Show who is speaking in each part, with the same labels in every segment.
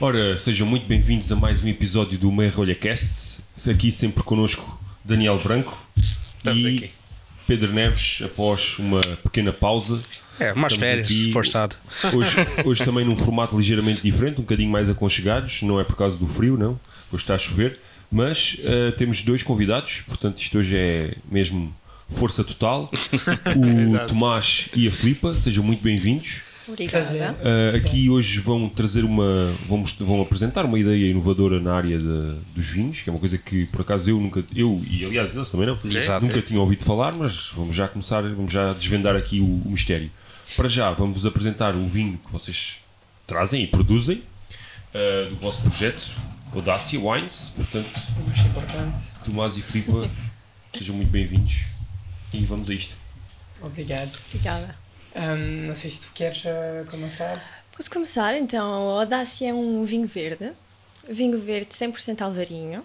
Speaker 1: Ora, sejam muito bem-vindos a mais um episódio do Meia Rolha Cast. Aqui sempre connosco Daniel Branco
Speaker 2: Estamos
Speaker 1: e
Speaker 2: aqui.
Speaker 1: Pedro Neves, após uma pequena pausa.
Speaker 3: É, umas
Speaker 1: Estamos
Speaker 3: férias,
Speaker 1: aqui-
Speaker 3: forçado.
Speaker 1: Hoje, hoje também num formato ligeiramente diferente, um bocadinho mais aconchegados, não é por causa do frio, não. Hoje está a chover, mas eh, temos dois convidados, portanto isto hoje é mesmo força total. O Tomás e a Filipa, sejam muito bem-vindos.
Speaker 4: Obrigada.
Speaker 1: Uh, aqui hoje vão trazer uma. Vão, mos- vão apresentar uma ideia inovadora na área da- dos vinhos, que é uma coisa que por acaso eu nunca. Eu e aliás eles também não.
Speaker 3: Exato.
Speaker 1: Nunca tinha ouvido falar, mas vamos já começar, vamos já desvendar aqui o, o mistério. Para já, vamos-vos apresentar o vinho que vocês trazem e produzem uh, do vosso projeto, Audacia Wines. Portanto, Tomás e Filipa, sejam muito bem-vindos e vamos a isto.
Speaker 4: Obrigado.
Speaker 5: Obrigada.
Speaker 4: Ahm, não sei se tu queres ah, começar.
Speaker 5: Posso começar então? O Audácia é um vinho verde, vinho verde 100% alvarinho.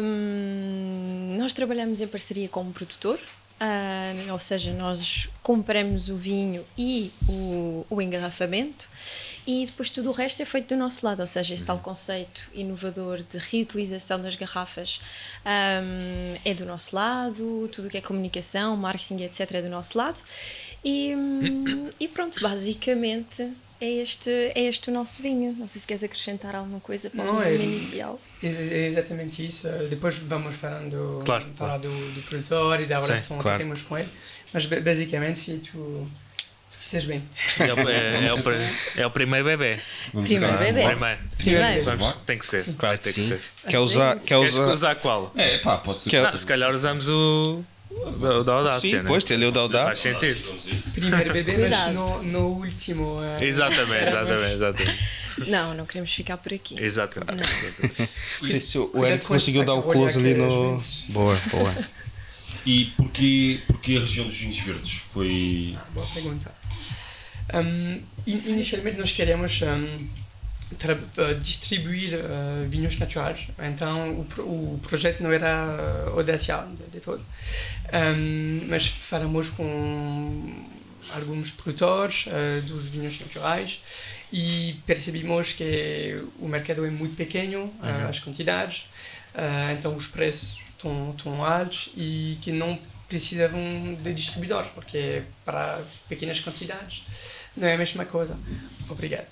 Speaker 5: Ahm, nós trabalhamos em parceria com um produtor, ahm, ou seja, nós compramos o vinho e o, o engarrafamento e depois tudo o resto é feito do nosso lado, ou seja, esse tal conceito inovador de reutilização das garrafas ahm, é do nosso lado, tudo o que é comunicação, marketing, etc. é do nosso lado e, hum, e pronto, basicamente é este, é este o nosso vinho. Não sei se queres acrescentar alguma coisa para o
Speaker 4: Não, é-
Speaker 5: resumo inicial.
Speaker 4: É é exatamente isso. Ah, Depois vamos falando
Speaker 2: Claro,
Speaker 4: falar Do, do produtor e da
Speaker 2: Sim,
Speaker 4: relação
Speaker 3: claro.
Speaker 4: que temos com ele. Mas ba- basicamente, se tu, tu fizeres bem.
Speaker 2: É o, é- é o pri- é o primeiro bebê.
Speaker 1: Vamos
Speaker 5: Primeiro
Speaker 1: agora-
Speaker 5: bebê.
Speaker 2: Primeiro.
Speaker 5: Primeiro.
Speaker 2: Vamos, tem que ser.
Speaker 3: Claro
Speaker 2: tem
Speaker 3: que
Speaker 2: que
Speaker 3: sim. eh,
Speaker 2: ser.
Speaker 3: Quer usar, quer
Speaker 2: Queres
Speaker 3: usar.
Speaker 2: usar qual?
Speaker 1: É, pá, pode ser.
Speaker 3: Quer-
Speaker 2: Ah, se calhar usamos o o da, o da audácia,
Speaker 3: Sim,
Speaker 2: né?
Speaker 3: pois, tá. tem ali o da
Speaker 2: Faz
Speaker 3: audácia.
Speaker 2: sentido.
Speaker 1: Vamos a isso.
Speaker 4: Primeiro bebê, mas
Speaker 5: Cuidado.
Speaker 4: no, no último. ah,
Speaker 2: Exatamente, exatamente, exatamente.
Speaker 5: Não, não queremos ficar por aqui.
Speaker 2: É exatamente.
Speaker 3: Não sei se o
Speaker 4: Cuidado
Speaker 3: Eric
Speaker 4: com esse
Speaker 3: conseguiu dar o
Speaker 4: saca,
Speaker 3: close
Speaker 4: olha
Speaker 3: ali
Speaker 4: que
Speaker 3: no.
Speaker 4: às vezes-
Speaker 3: Boa, boa.
Speaker 1: E porquê, porquê a região dos vinhos verdes? Foi.
Speaker 4: Boa pergunta. Hum, in- inicialmente nós queríamos hum, tra- eh, distribuir eh, vinhos naturais, então o, pro- o projeto não era uh, audacia de, de todo, Hum, mas falamos com alguns produtores eh, dos vinhos naturais e percebemos que o mercado é muito pequeno, eh, as quantidades, eh, então os preços estão, estão altos e que não precisavam de distribuidores, porque para pequenas quantidades não é a mesma coisa. Obrigado.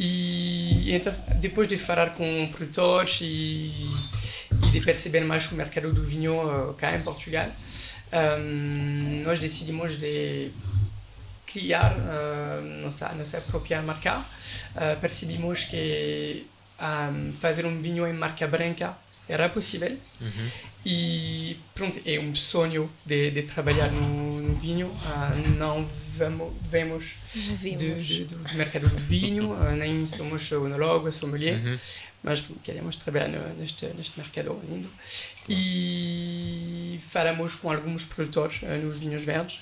Speaker 4: E então, depois de falar com produtores e, e de perceber mais o mercado do vinho eh, cá em Portugal, hum, nós decidimos de criar eh, nossa, nossa própria marca. Eh, percebemos que hum, fazer um vinho em marca branca era possível. E pronto, é um sonho de, de trabalhar no, no vinho. Ah, não vamos, vemos
Speaker 5: Não
Speaker 4: de,
Speaker 5: vimos.
Speaker 4: de, do do mercado do vinho, ah, nem somos onologos, sommelier, mas queremos trabalhar no, neste, neste mercado lindo. E falamos com alguns produtores ah, nos vinhos verdes,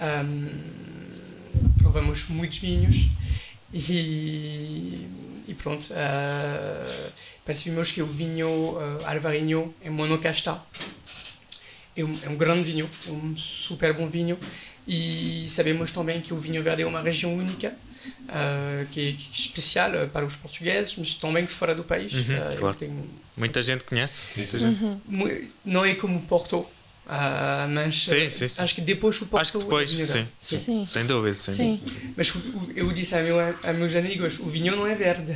Speaker 4: Ahm, provamos muitos vinhos e, e pronto. ah, percebemos que o vinho ah, alvarinho é monocasta. É um, é um grande vinho, é um super bom vinho. E sabemos também que o vinho verde é uma região única, ah, que, que é especial ah, para os portugueses, mas também fora do país.
Speaker 2: Uhum,
Speaker 4: Ah,
Speaker 2: Mhm, claro.
Speaker 4: tem-
Speaker 2: Muita gente conhece. Muita gente.
Speaker 4: mu- não é como Porto, ah, mas
Speaker 2: Sim,
Speaker 4: ah,
Speaker 2: sim, sim.
Speaker 4: acho que depois o Porto
Speaker 2: Acho que
Speaker 4: é
Speaker 2: depois,
Speaker 4: vinho
Speaker 2: sim.
Speaker 4: verde.
Speaker 2: sim.
Speaker 5: Sim.
Speaker 2: Sem dúvida, sim.
Speaker 5: Sim.
Speaker 4: Mas o- o- eu disse a, meu, a meus amigos, o vinho não é verde.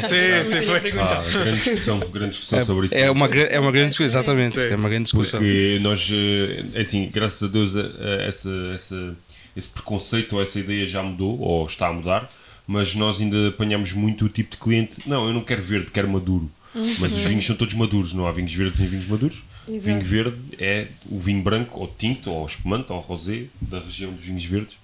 Speaker 2: Sim, sim, foi.
Speaker 1: Ah, grande discussão, grande discussão sobre isso.
Speaker 3: É, é uma, gra- é uma grande discussão, exatamente.
Speaker 2: Sim.
Speaker 3: É uma grande discussão.
Speaker 1: Porque nós, eh, assim, graças a Deus, eh, essa, essa, esse preconceito ou essa ideia já mudou, ou está a mudar, mas nós ainda apanhamos muito o tipo de cliente. Não, eu não quero verde, quero maduro. Mas os vinhos são todos maduros, não há vinhos verdes nem vinhos maduros. O
Speaker 5: Exato.
Speaker 1: Vinho verde é o vinho branco, ou tinto, ou espumante, ou rosé, da região dos vinhos verdes.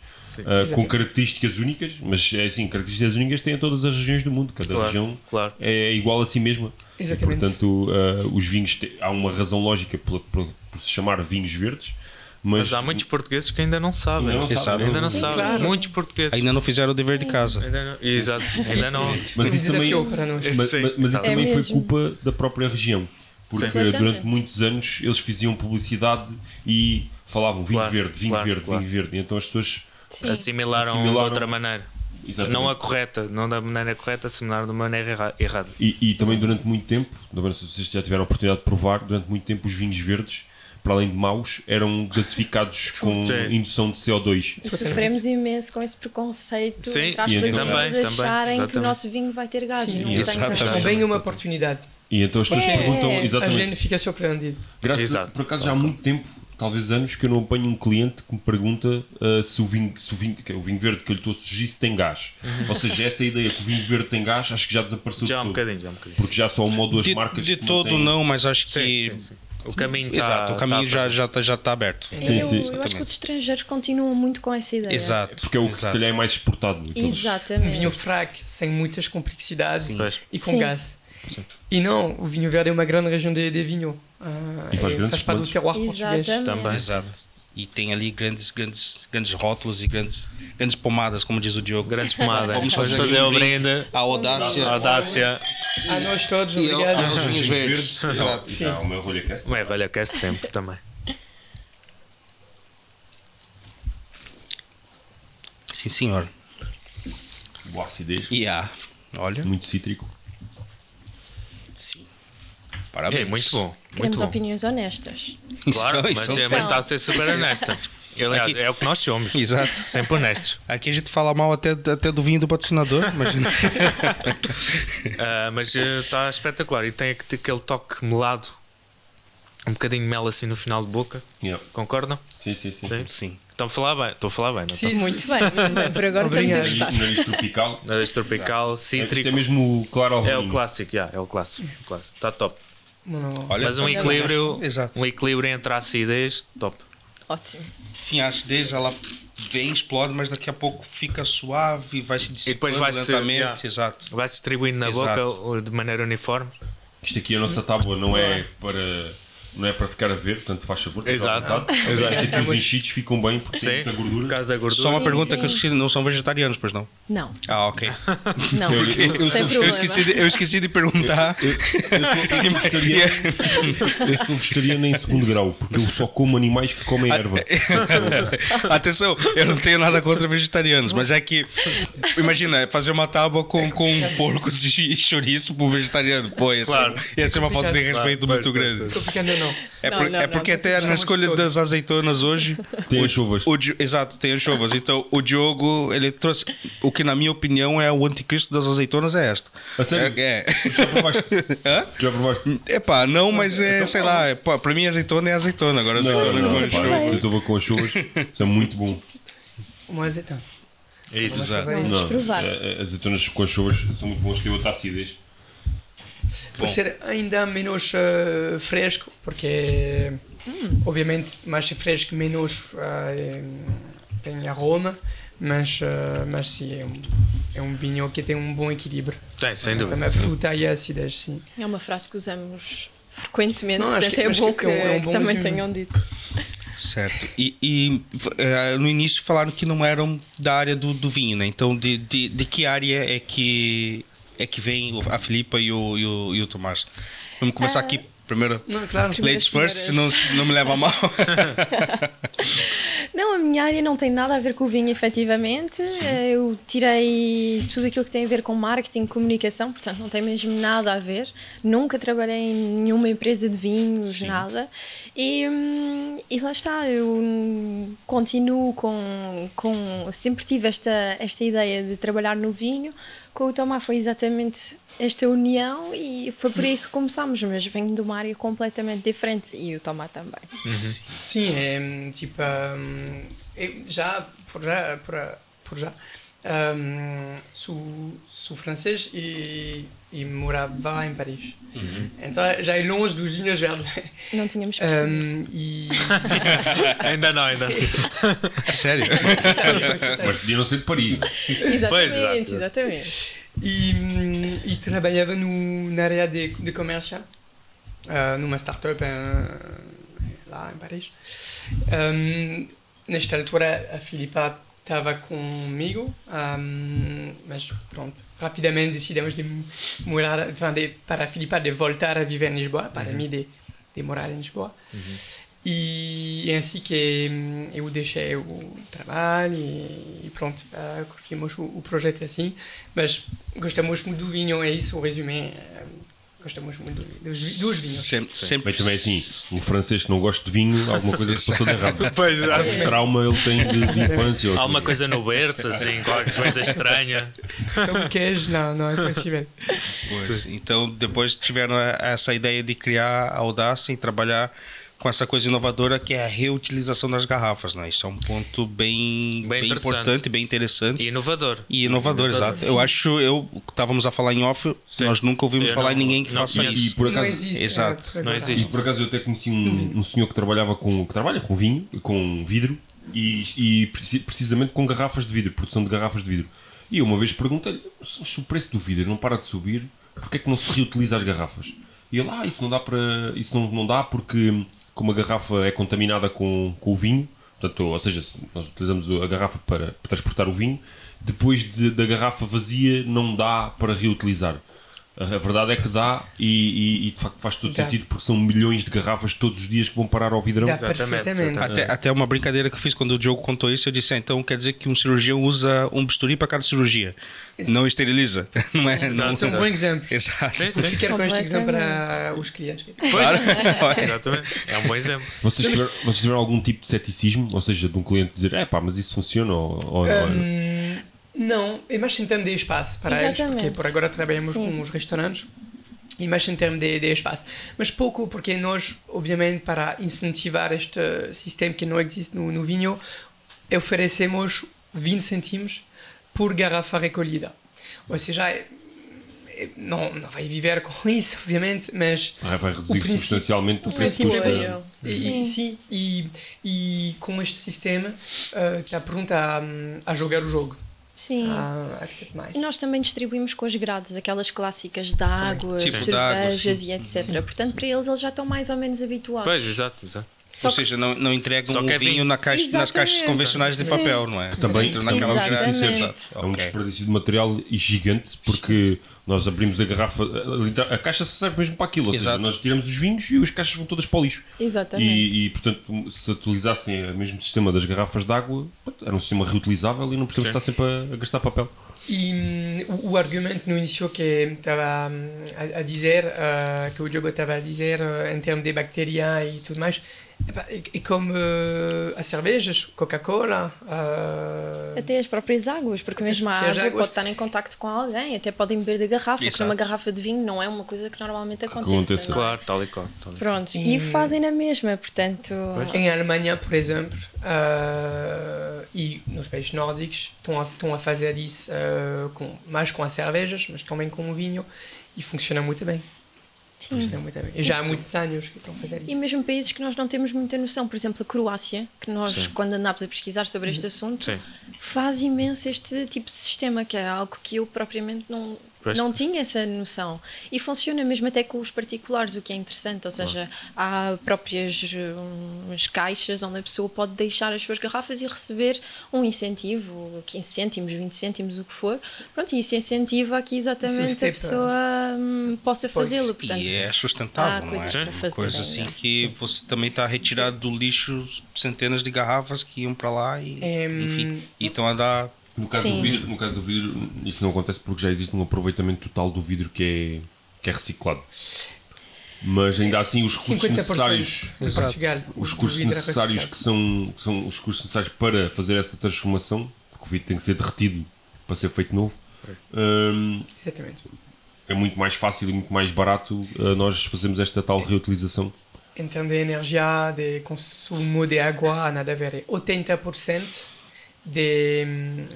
Speaker 1: ah, com
Speaker 4: Exato.
Speaker 1: características únicas, mas é assim, características únicas têm em todas as regiões do mundo, cada
Speaker 2: Claro,
Speaker 1: região
Speaker 2: claro.
Speaker 1: é igual a si mesma.
Speaker 4: Exatamente.
Speaker 1: E, portanto, ah, os vinhos te- há uma razão lógica por, por- por se chamar vinhos verdes, mas,
Speaker 2: Mas há muitos portugueses que ainda não sabem.
Speaker 1: Ainda não
Speaker 3: sabem.
Speaker 2: Ainda não
Speaker 1: Sim,
Speaker 2: sabem.
Speaker 4: claro.
Speaker 2: Muitos portugueses.
Speaker 3: Ainda não fizeram o dever de casa.
Speaker 2: Ainda não- Exato. Ainda não.
Speaker 1: mas
Speaker 4: Um
Speaker 1: isso também,
Speaker 4: desafio para nós.
Speaker 1: mas,
Speaker 2: Sim.
Speaker 1: mas- mas isso
Speaker 5: É
Speaker 1: também foi
Speaker 5: mesmo.
Speaker 1: culpa da própria região, porque
Speaker 5: Completamente.
Speaker 1: durante muitos anos eles faziam publicidade e falavam vinho
Speaker 2: Claro,
Speaker 1: verde, vinho
Speaker 2: claro,
Speaker 1: verde,
Speaker 2: claro.
Speaker 1: vinho verde, e então as pessoas
Speaker 5: Sim.
Speaker 2: Assimilaram, de
Speaker 1: Assimilaram.
Speaker 2: outra maneira.
Speaker 1: Exatamente.
Speaker 2: Não a correta, não da maneira correta, seminar de maneira erra- errada.
Speaker 1: E, e também durante muito tempo, não sei se vocês já tiveram a oportunidade de provar, durante muito tempo os vinhos verdes, para além de maus, eram gasificados com
Speaker 2: Sim.
Speaker 1: indução de CO2.
Speaker 5: E Sofremos imenso com esse preconceito
Speaker 2: Sim,
Speaker 5: entre aspas,
Speaker 1: e
Speaker 5: das
Speaker 1: também,
Speaker 5: pessoas
Speaker 2: também,
Speaker 5: acharem que o
Speaker 2: exatamente.
Speaker 5: nosso vinho vai ter gás
Speaker 4: Sim,
Speaker 5: e não
Speaker 3: exatamente.
Speaker 5: tem.
Speaker 4: É bem uma oportunidade.
Speaker 1: E então as pessoas
Speaker 5: É.
Speaker 1: perguntam,
Speaker 4: A gente
Speaker 1: exatamente,
Speaker 4: fica surpreendido.
Speaker 1: graças,
Speaker 2: Exato.
Speaker 1: por acaso já há muito tempo, talvez anos, que eu não apanho um cliente que me pergunta ah, se, o vinho, se o, vinho, que é o vinho verde que eu lhe estou a sugerir se tem gás. Ou seja, essa ideia que o vinho verde tem gás, acho que já desapareceu
Speaker 2: Já há
Speaker 1: de
Speaker 2: um
Speaker 1: todo.
Speaker 2: bocadinho, já há um bocadinho.
Speaker 1: Porque já só uma ou duas
Speaker 3: De,
Speaker 1: marcas
Speaker 3: de
Speaker 1: que
Speaker 3: todo
Speaker 1: mantêm-
Speaker 3: não, mas acho que...
Speaker 2: Sim, sim, sim. O caminho tá- está.
Speaker 3: Exato, o caminho já, já, tá- já está aberto.
Speaker 1: Sim,
Speaker 5: eu,
Speaker 1: sim,
Speaker 5: eu acho que
Speaker 3: exatamente.
Speaker 5: os estrangeiros continuam muito com essa ideia.
Speaker 3: Exato.
Speaker 1: Porque é o que se
Speaker 3: exato.
Speaker 1: calhar é mais exportado. aqueles-
Speaker 4: Um
Speaker 5: Exatamente.
Speaker 4: vinho fraco, sem muitas complexidades
Speaker 2: Sim. Pois.
Speaker 4: e com
Speaker 5: Sim.
Speaker 4: gás.
Speaker 2: Sim.
Speaker 4: E não, o vinho verde é uma grande região de, de vinho. Ah,
Speaker 1: E faz grandes
Speaker 4: faz parte do
Speaker 1: espumantes.
Speaker 4: terroir português.
Speaker 5: Exatamente.
Speaker 2: Também.
Speaker 3: Exato. E tem ali grandes, grandes, grandes rótulos e grandes, grandes pomadas, como diz o Diogo.
Speaker 2: Grande espumada. Vamos
Speaker 3: Vamos
Speaker 2: fazer,
Speaker 3: fazer
Speaker 2: o
Speaker 3: um brinde.
Speaker 2: brinde.
Speaker 3: A audácia
Speaker 2: Audácia.
Speaker 4: A nós todos,
Speaker 3: e ao-
Speaker 4: obrigado.
Speaker 1: Ah,
Speaker 3: aos vinhos verdes.
Speaker 1: Não,
Speaker 3: Exato.
Speaker 1: e dá o meu rolho aquece.
Speaker 2: Bem, é, olha, aquece sempre também.
Speaker 3: Sim, senhor.
Speaker 1: né? Boa acidez.
Speaker 3: E há. Olha.
Speaker 1: Muito cítrico.
Speaker 3: Sim.
Speaker 2: É,
Speaker 3: Parabéns.
Speaker 2: muito bom. Muito
Speaker 5: Temos
Speaker 2: bom.
Speaker 5: opiniões honestas.
Speaker 3: Isso,
Speaker 2: Claro,
Speaker 3: isso,
Speaker 2: mas, é
Speaker 3: isso.
Speaker 2: mas está a ser super honesta. um Aliás,
Speaker 3: Aqui-
Speaker 2: é o que nós somos.
Speaker 3: Exato.
Speaker 2: Sempre honestos.
Speaker 3: Aqui a gente fala mal até, até do vinho do patrocinador, imagina.
Speaker 2: Ah, mas eh, está espetacular. E tem aqu- aquele toque melado, um bocadinho de mel assim no final de boca.
Speaker 1: Yeah.
Speaker 2: Concordam?
Speaker 1: Sim, sim, sim.
Speaker 2: Sim.
Speaker 3: Sim.
Speaker 2: Estão a falar bem? Estou a falar bem, não
Speaker 4: Sim,
Speaker 2: estou?
Speaker 4: muito.
Speaker 5: Bem, bem, por agora
Speaker 4: Obrigado.
Speaker 5: estamos a gostar.
Speaker 1: Nariz, nariz tropical.
Speaker 2: Nariz tropical,
Speaker 1: Isto
Speaker 2: cítrico.
Speaker 1: é mesmo o claro ao
Speaker 2: É o
Speaker 1: vinho.
Speaker 2: clássico, já, é o clássico. clássico. Está top.
Speaker 4: Não, não, não.
Speaker 3: Olha,
Speaker 2: Mas um
Speaker 3: parabéns.
Speaker 2: equilíbrio,
Speaker 3: É Exato.
Speaker 2: um equilíbrio entre a acidez, top.
Speaker 5: Ótimo.
Speaker 3: Sim, a acidez ela vem, explode, mas daqui a pouco fica suave, vai se dissipando
Speaker 2: depois vai é. se-
Speaker 3: lentamente.
Speaker 2: yeah.
Speaker 3: Exato.
Speaker 2: Vai-se distribuindo na
Speaker 3: Exato.
Speaker 2: boca ou de maneira uniforme.
Speaker 1: Isto aqui é a nossa tábua, não é para. Não é para ficar a ver, portanto faz favor. fica à
Speaker 2: Exato.
Speaker 1: vontade.
Speaker 2: Exato.
Speaker 1: Isto aqui os enchidos ficam bem porque
Speaker 2: Sim, um
Speaker 1: tem muita
Speaker 2: por
Speaker 1: gordura.
Speaker 2: causa da gordura.
Speaker 3: Só uma
Speaker 5: Sim,
Speaker 3: pergunta
Speaker 5: sim.
Speaker 3: que eu esqueci, não são vegetarianos, pois não?
Speaker 5: Não,
Speaker 3: Ah, ok.
Speaker 5: não. Sem
Speaker 3: Eu
Speaker 5: problema.
Speaker 3: esqueci de, eu esqueci de perguntar.
Speaker 1: Eu sou vegetariano em segundo grau, porque eu só como animais que comem erva.
Speaker 3: Atenção, eu não tenho nada contra vegetarianos, mas é que imagina fazer uma tábua com, com porcos e chouriço pro vegetariano. Pô, ia ser,
Speaker 2: Claro.
Speaker 3: ia ser uma falta de respeito
Speaker 2: Claro,
Speaker 3: muito
Speaker 2: pois,
Speaker 3: grande.
Speaker 4: Complicado não.
Speaker 3: É, por-
Speaker 5: Não, não,
Speaker 3: é
Speaker 5: não,
Speaker 3: porque
Speaker 5: não
Speaker 3: até na
Speaker 4: precisamos
Speaker 3: escolha
Speaker 4: todos.
Speaker 3: das azeitonas hoje.
Speaker 1: Tem
Speaker 3: o-
Speaker 1: as chuvas.
Speaker 3: o Di- exato, tem as chuvas. Então o Diogo, ele trouxe. O que, na minha opinião, é o anticristo das azeitonas, é esta.
Speaker 1: A sério?
Speaker 3: É,
Speaker 1: Já provaste?
Speaker 3: é. Hã?
Speaker 1: Já provaste?
Speaker 3: Epá, não, mas
Speaker 2: Então,
Speaker 3: é, sei lá, é, pá, pra mim azeitona é azeitona, agora
Speaker 1: Não,
Speaker 3: azeitona é
Speaker 1: não,
Speaker 3: com
Speaker 1: não,
Speaker 3: chuva.
Speaker 1: para, eu estou com as chuvas. Isso é muito bom.
Speaker 4: Mas então.
Speaker 2: Isso.
Speaker 3: Exato.
Speaker 5: Vamos
Speaker 1: Não,
Speaker 5: provar.
Speaker 1: a- a- as azeitonas com as chuvas são muito boas, têm outra acidez.
Speaker 4: Por ser ainda menos eh, fresco, porque
Speaker 2: Hum.
Speaker 4: obviamente mais fresco, menos ah, em- tem aroma, mas, eh, mas sim, é um, é um vinho que tem um bom equilíbrio.
Speaker 2: Tem, sem
Speaker 4: Também
Speaker 2: dúvida.
Speaker 4: a fruta e a acidez, sim.
Speaker 5: É uma frase que usamos frequentemente,
Speaker 4: Não, acho
Speaker 5: portanto
Speaker 4: que-
Speaker 5: é
Speaker 4: acho
Speaker 5: bom
Speaker 4: que
Speaker 5: que,
Speaker 4: é um bom
Speaker 5: que também
Speaker 4: resumo.
Speaker 5: tenham dito.
Speaker 3: Certo. E, e, f- eh, no início falaram que não eram da área do, do vinho, né? Então de, de, de que área é que é que vem o- a Filipa e o, e o, e o Tomás? Vamos começar aqui primeiro.
Speaker 4: Ah, Não, claro.
Speaker 3: Ladies
Speaker 5: Primeiras
Speaker 3: first, se não,
Speaker 5: senhoras.
Speaker 3: se não me leva a mal.
Speaker 5: Não, a minha área não tem nada a ver com o vinho, efetivamente. Eh, Eu tirei tudo aquilo que tem a ver com marketing, comunicação, portanto não tem mesmo nada a ver. Nunca trabalhei em nenhuma empresa de vinhos, nada. E, hum, e lá está, eu hum, continuo com. com sempre tive esta, esta ideia de trabalhar no vinho. Com o Tomá foi exatamente esta união e foi por aí que começámos, mas venho de uma área completamente diferente e o Tomá também.
Speaker 4: Sim, é hum, tipo. hum, eu já, por já, por, por já hum, sou, sou francês e, e morava em Paris.
Speaker 2: Uhum.
Speaker 4: Então já é longe dos vinhos verdes.
Speaker 5: Não tínhamos
Speaker 2: Tipo assim.
Speaker 5: percebido.
Speaker 4: Hum, e.
Speaker 2: Ainda não, ainda.
Speaker 3: Sério?
Speaker 1: Mas podia não ser de Paris.
Speaker 5: Exatamente,
Speaker 2: Pois, exato.
Speaker 5: exatamente.
Speaker 4: E, hum, e trabalhava no, na área de, de comércio, ah, numa startup eh, em- lá em Paris. Hum, nesta altura, a Filipa estava comigo, hum, mas pronto, rapidamente decidimos de morar, Uhum. enfin, de, para a Filipa de voltar a viver em Lisboa, para mim de, de morar em Lisboa. E é assim que hum, eu deixei o trabalho e, e pronto, ah, construímos o, o projeto assim. Mas gostamos muito do vinho, é isso o resumé. ah, Gostamos muito do vi- dos, vi- dos vinhos.
Speaker 3: Sempre,
Speaker 1: Mas
Speaker 3: sempre
Speaker 1: também assim, um francês que não gosta de vinho, alguma coisa se passou de errado.
Speaker 2: Pois, exato.
Speaker 1: Que trauma ele tem de, de infância? ou
Speaker 2: Alguma coisa no berço, assim, qualquer coisa estranha.
Speaker 4: Então, queijo, não, não é possível.
Speaker 3: Pois, então depois tiveram a- essa ideia de criar a Audácia e trabalhar com essa coisa inovadora que é a reutilização das garrafas, né? Isso é um ponto bem,
Speaker 2: Bem
Speaker 3: bem,
Speaker 2: interessante.
Speaker 3: importante, bem interessante.
Speaker 2: E inovador.
Speaker 3: E inovador, exato. Eu acho, eu estávamos a falar em off,
Speaker 2: Sim.
Speaker 3: nós nunca ouvimos
Speaker 2: Eu
Speaker 3: falar em
Speaker 2: não-
Speaker 3: ninguém que
Speaker 2: não
Speaker 3: faça
Speaker 2: conheço.
Speaker 1: E
Speaker 3: isso.
Speaker 1: por
Speaker 4: não
Speaker 1: acaso,
Speaker 4: existe.
Speaker 3: exato.
Speaker 4: é,
Speaker 2: Não
Speaker 4: verdade.
Speaker 1: e
Speaker 2: existe.
Speaker 1: por acaso eu até conheci um, um senhor que trabalhava com que trabalha com vinho, com vidro e, e preci- precisamente com garrafas de vidro, produção de garrafas de vidro. E eu uma vez perguntei-lhe se se o preço do vidro não para de subir, porque é que não se reutiliza as garrafas? E ele, ah, isso não dá para isso não, não dá porque como a garrafa é contaminada com, com o vinho, portanto, ou seja, se nós utilizamos a garrafa para, para transportar o vinho, depois de- da garrafa vazia não dá para reutilizar. A a verdade é que dá e, e- e, de facto faz todo
Speaker 4: Dá.
Speaker 1: sentido porque são milhões de garrafas todos os dias que vão parar ao vidrão.
Speaker 4: Dá
Speaker 2: Exatamente,
Speaker 4: perfeitamente.
Speaker 2: exatamente.
Speaker 3: Até, até uma brincadeira que eu fiz quando o Diogo contou isso, eu disse, ah, então quer dizer que um cirurgião usa um bisturi para cada cirurgia. Não esteriliza. Não é?
Speaker 1: Ah,
Speaker 3: Não,
Speaker 4: Isso é um bom exemplo.
Speaker 3: Exato.
Speaker 2: Sim,
Speaker 4: Eu
Speaker 2: sim.
Speaker 4: ficar com este exemplo
Speaker 5: Completamente.
Speaker 4: para os clientes.
Speaker 2: Exatamente. É um bom exemplo.
Speaker 1: Vocês, tiveram, vocês tiveram algum tipo de ceticismo? Ou seja, de um cliente dizer é pá, mas isso funciona ou, ou- ou-
Speaker 4: Hum, não, é mais em termos de espaço para eles,
Speaker 5: Exatamente.
Speaker 4: porque por agora trabalhamos
Speaker 5: Sim.
Speaker 4: com os restaurantes e mais em termos de, de espaço. Mas pouco, porque nós, obviamente, para incentivar este sistema que não existe no, no vinho, oferecemos 20 cêntimos por garrafa recolhida. Ou seja, é- é- não, não vai viver com isso, obviamente, mas
Speaker 1: Ah, vai
Speaker 4: o
Speaker 1: reduzir
Speaker 4: princípio-
Speaker 1: substancialmente o
Speaker 5: o
Speaker 1: preço
Speaker 5: princípio
Speaker 1: dos
Speaker 5: é maior.
Speaker 4: e, e- sim, e, e com este sistema eh, está pronto a, hum, a jogar o jogo.
Speaker 5: Sim.
Speaker 4: A, a accept mais.
Speaker 5: E nós também distribuímos com as grades, aquelas clássicas de água,
Speaker 2: Tipo de
Speaker 3: água,
Speaker 5: cervejas e etc. Portanto, para eles, eles já estão mais ou menos habituados.
Speaker 2: Pois, exato, exato.
Speaker 5: Só
Speaker 3: Ou
Speaker 5: que-
Speaker 3: seja, não, não entregam
Speaker 2: Só
Speaker 3: o
Speaker 2: que é
Speaker 3: vinho,
Speaker 2: vinho.
Speaker 3: na caixa, nas caixas
Speaker 5: Exatamente.
Speaker 3: convencionais de
Speaker 5: Sim.
Speaker 3: papel, não é?
Speaker 1: também
Speaker 3: Entra
Speaker 1: também
Speaker 3: naquelas
Speaker 1: vamos
Speaker 3: grades.
Speaker 1: ser
Speaker 5: Exatamente.
Speaker 1: sinceros, é um
Speaker 3: Ok.
Speaker 1: desperdício de material gigante porque nós abrimos a garrafa, a, a caixa só serve mesmo para aquilo, ou seja,
Speaker 3: Exato.
Speaker 1: nós tiramos os vinhos e as caixas vão todas para o lixo.
Speaker 5: Exatamente.
Speaker 1: E, e, portanto, se utilizassem o mesmo sistema das garrafas de água, pronto, era um sistema reutilizável e não precisamos
Speaker 2: Sim.
Speaker 1: estar sempre a, a gastar papel.
Speaker 4: E hum, o, o argumento no início que estava hum, a, a dizer, eh, que o Diogo estava a dizer, eh, em termos de bactéria e tudo mais, epá, é, é como eh, as cervejas, Coca-Cola. eh,
Speaker 5: Até as próprias águas, porque mesmo a
Speaker 4: as
Speaker 5: água
Speaker 4: águas.
Speaker 5: pode estar em contacto com alguém, até podem beber da garrafa, porque
Speaker 3: Exato.
Speaker 5: uma garrafa de vinho não é uma coisa que normalmente acontece.
Speaker 1: acontece,
Speaker 5: não é?
Speaker 2: Claro, tal e qual. Tal e qual.
Speaker 5: Pronto, e
Speaker 4: Hum.
Speaker 5: fazem na mesma, portanto.
Speaker 4: Em Alemanha, por exemplo, eh, e nos países nórdicos, estão a, estão a fazer isso eh, com, mais com as cervejas, mas também com o vinho, e funciona muito bem.
Speaker 5: Sim.
Speaker 4: Funciona muito bem. E já há muitos anos que estão a fazer
Speaker 5: E
Speaker 4: isso.
Speaker 5: mesmo países que nós não temos muita noção, por exemplo, a Croácia, que nós, quando andámos a pesquisar sobre
Speaker 2: Uhum.
Speaker 5: este assunto,
Speaker 2: Sim.
Speaker 5: faz imenso este tipo de sistema, que era algo que eu propriamente não,
Speaker 2: Pois.
Speaker 5: não tinha essa noção. E funciona mesmo até com os particulares, o que é interessante, ou seja, há próprias hum, umas caixas onde a pessoa pode deixar as suas garrafas e receber um incentivo, 15 cêntimos, 20 cêntimos, o que for. Pronto, e isso incentiva aqui
Speaker 4: Isso é
Speaker 5: exatamente a
Speaker 4: step,
Speaker 5: pessoa hum, possa
Speaker 4: Pois.
Speaker 5: fazê-lo. Portanto,
Speaker 3: E é sustentável,
Speaker 5: há
Speaker 3: não é?
Speaker 5: coisas para
Speaker 2: Sim.
Speaker 5: fazer.
Speaker 3: Coisa assim que você também está retirado do lixo centenas de garrafas que iam para lá e,
Speaker 4: É, hum,
Speaker 3: enfim, e estão a dar
Speaker 1: No caso,
Speaker 5: Sim.
Speaker 1: do vidro, no caso do vidro, isso não acontece porque já existe um aproveitamento total do vidro que é, que é reciclado. Mas ainda assim, os recursos
Speaker 4: 50%
Speaker 1: necessários.
Speaker 4: em Portugal.
Speaker 1: os
Speaker 4: do
Speaker 1: cursos
Speaker 4: vidro é
Speaker 1: necessários
Speaker 4: reciclado.
Speaker 1: que são, que são os cursos necessários para fazer essa transformação, porque o vidro tem que ser derretido para ser feito novo, hum,
Speaker 4: Exatamente.
Speaker 1: é muito mais fácil e muito mais barato uh, nós fazermos esta tal reutilização.
Speaker 4: Em termos de energia, de consumo de água, há nada a ver. É 80% de. hum,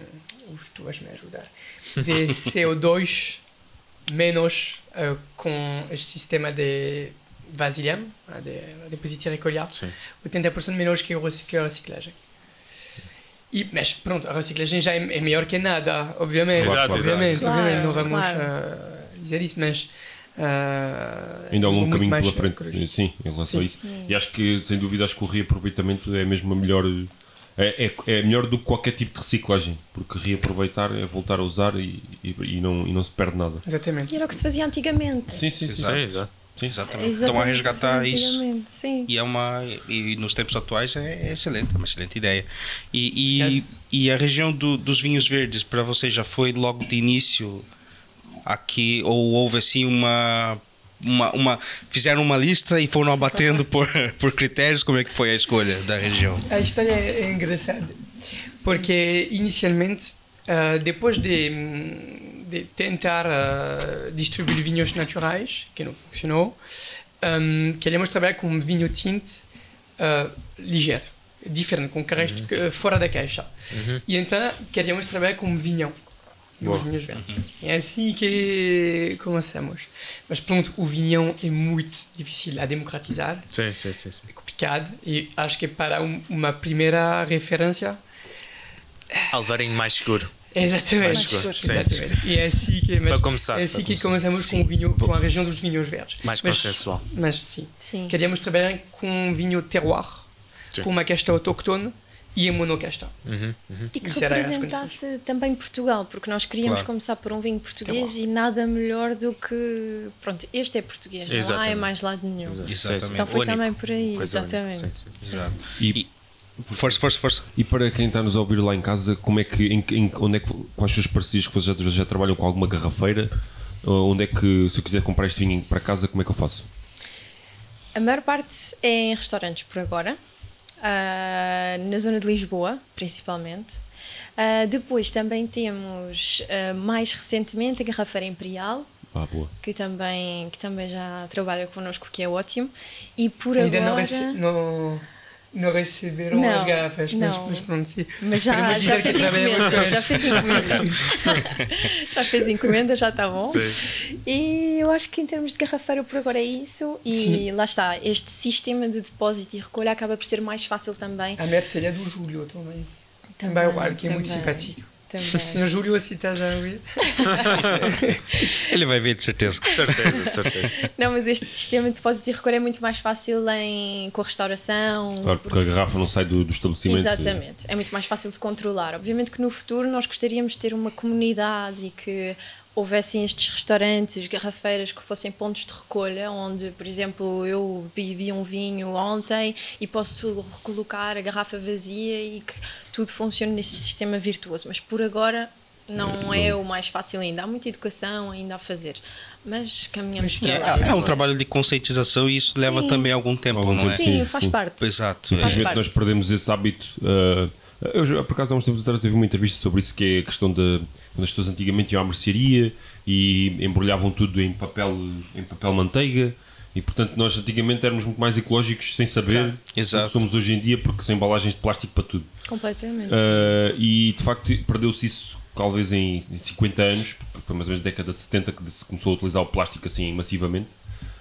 Speaker 4: Ux, tu vais me ajudar. De CO2 menos eh, com o sistema de vasilhame, eh, de depositir e colher.
Speaker 2: Sim.
Speaker 4: 80% menos que, o rec- que a reciclagem. E, mas pronto, a reciclagem já é, é melhor que nada, obviamente.
Speaker 1: Exato,
Speaker 4: obviamente,
Speaker 5: exato.
Speaker 4: obviamente, não
Speaker 5: Claro,
Speaker 4: vamos
Speaker 5: claro.
Speaker 4: eh, dizer isso, mas. eh,
Speaker 1: Ainda há um longo
Speaker 4: muito
Speaker 1: caminho
Speaker 4: mais
Speaker 1: pela frente,
Speaker 4: ecológico.
Speaker 1: sim, em relação a
Speaker 4: Sim.
Speaker 1: isso. E acho que, sem dúvida, acho que o reaproveitamento é mesmo a melhor. uh, É, é, é melhor do que qualquer tipo de reciclagem, porque reaproveitar é voltar a usar e, e, e não, e não se perde nada.
Speaker 4: Exatamente.
Speaker 5: E era o que se fazia antigamente.
Speaker 1: Sim, sim, sim.
Speaker 2: Sim, exato.
Speaker 3: Sim, exatamente.
Speaker 5: Exatamente,
Speaker 3: Estão Então a resgatar
Speaker 5: sim,
Speaker 3: isso.
Speaker 5: antigamente, Sim.
Speaker 3: E, é uma, e nos tempos atuais é, é excelente, é uma excelente ideia. E,
Speaker 5: É.
Speaker 4: Yes.
Speaker 3: e, e a região do- dos vinhos verdes, para você, já foi logo de início aqui? Ou houve assim uma. Uma, uma- fizeram uma lista e foram abatendo por, por critérios? Como é que foi a escolha da região?
Speaker 4: A história é engraçada, porque inicialmente, ah, depois de, hum, de tentar ah, distribuir vinhos naturais, que não funcionou, hum, queríamos trabalhar com um vinho tinto ah, ligeiro, diferente, com caracter, que- eh, fora da caixa. E então queríamos trabalhar com vinhão, com
Speaker 2: Boa.
Speaker 4: os vinhos verdes. É assim que começamos. Mas pronto, o vinhão é muito difícil a democratizar
Speaker 2: Sim, sim, sim. sim.
Speaker 4: é complicado e acho que para um- uma primeira referência
Speaker 2: Alvarinho mais seguro.
Speaker 4: exatamente,
Speaker 2: Mais seguro. Sim,
Speaker 4: exatamente.
Speaker 2: sim,
Speaker 4: e é assim que
Speaker 2: Para começar,
Speaker 4: é assim
Speaker 2: para
Speaker 4: que
Speaker 2: começar.
Speaker 4: começamos com, o vinho, com a região dos vinhos verdes
Speaker 2: Mais
Speaker 4: Mas-
Speaker 2: consensual.
Speaker 4: mas sim
Speaker 5: Sim.
Speaker 4: queríamos trabalhar com um vinho terroir
Speaker 2: Sim.
Speaker 4: com uma casta autóctone e a monocasta
Speaker 5: E que
Speaker 4: Isso era as
Speaker 5: representasse também Portugal, porque nós queríamos
Speaker 3: Claro.
Speaker 5: começar por um vinho
Speaker 4: Tá
Speaker 5: português e nada melhor do que. Pronto, este é português, não há
Speaker 2: Exatamente.
Speaker 5: em mais lado nenhum.
Speaker 3: Exatamente.
Speaker 5: Então foi
Speaker 2: Único.
Speaker 5: também por aí,
Speaker 2: Coisa única.
Speaker 5: exatamente.
Speaker 2: Sim, sim, sim.
Speaker 3: Exato.
Speaker 1: E,
Speaker 3: Força, força, força.
Speaker 1: e para quem está a nos ouvir lá em casa, como é que, em que- em que- onde é que, quais são os parcerias que vocês já, já trabalham com alguma garrafeira? Ou Onde é que, se eu quiser comprar este vinho para casa, como é que eu faço?
Speaker 5: A maior parte é em restaurantes por agora, ah, na zona de Lisboa, principalmente. Ah, depois também temos, ah, mais recentemente, a Garrafeira Imperial,
Speaker 1: Ah, boa.
Speaker 5: que também, que também já trabalha connosco, que é ótimo. E por
Speaker 4: ainda não,
Speaker 5: agora.
Speaker 4: rece- não, não receberam
Speaker 5: Não,
Speaker 4: as garrafas mas,
Speaker 5: não.
Speaker 4: mas pronto sim
Speaker 5: Mas já,
Speaker 4: Queremos
Speaker 5: já
Speaker 4: dizer
Speaker 5: fez
Speaker 4: que trabalhamos
Speaker 5: encomenda,
Speaker 4: com-
Speaker 5: já fez encomenda. já fez encomenda, já está bom. E eu acho que em termos de garrafeiro por agora é isso. E
Speaker 4: Sim.
Speaker 5: lá está, este sistema de depósito e recolha acaba por ser mais fácil também.
Speaker 4: a mercearia do Júlio também
Speaker 5: Também,
Speaker 4: Ah, também, uau, que é muito
Speaker 5: também.
Speaker 4: simpático
Speaker 5: Também.
Speaker 4: senhor Júlio se estás a ouvir
Speaker 3: Ele vai ver, de certeza.
Speaker 2: De certeza, de certeza.
Speaker 5: Não, mas este sistema de depósito e recolha é muito mais fácil em, com a restauração.
Speaker 1: Claro, porque a garrafa não sai do, do estabelecimento.
Speaker 5: Exatamente, é muito mais fácil de controlar. Obviamente que no futuro nós gostaríamos de ter uma comunidade e que houvessem estes restaurantes, garrafeiras que fossem pontos de recolha, onde, por exemplo, eu bebi um vinho ontem e posso recolocar a garrafa vazia e que tudo funcione nesse sistema virtuoso. Mas por agora não é o mais fácil ainda. Há muita educação ainda a fazer, mas caminhamos para lá.
Speaker 3: É, é um trabalho de conscientização e isso leva
Speaker 5: Sim.
Speaker 3: também algum tempo,
Speaker 1: Algum
Speaker 3: não é?
Speaker 1: tempo.
Speaker 5: Sim, faz
Speaker 1: Sim.
Speaker 5: parte.
Speaker 3: Exato.
Speaker 5: Faz
Speaker 1: Infelizmente
Speaker 5: parte.
Speaker 1: nós perdemos esse hábito. ah, eu, já- por acaso, há uns tempos atrás teve uma entrevista sobre isso, que é a questão da. Quando as pessoas antigamente iam à mercearia e embrulhavam tudo em papel, em papel manteiga. E portanto, nós antigamente éramos muito mais ecológicos sem saber
Speaker 3: Exato.
Speaker 1: o que somos hoje em dia, porque são embalagens de plástico para tudo.
Speaker 5: Completamente.
Speaker 3: Ah.
Speaker 1: Uh, e de facto perdeu-se isso talvez em 50 anos, porque foi mais ou menos na década de 70 que se começou a utilizar o plástico assim massivamente.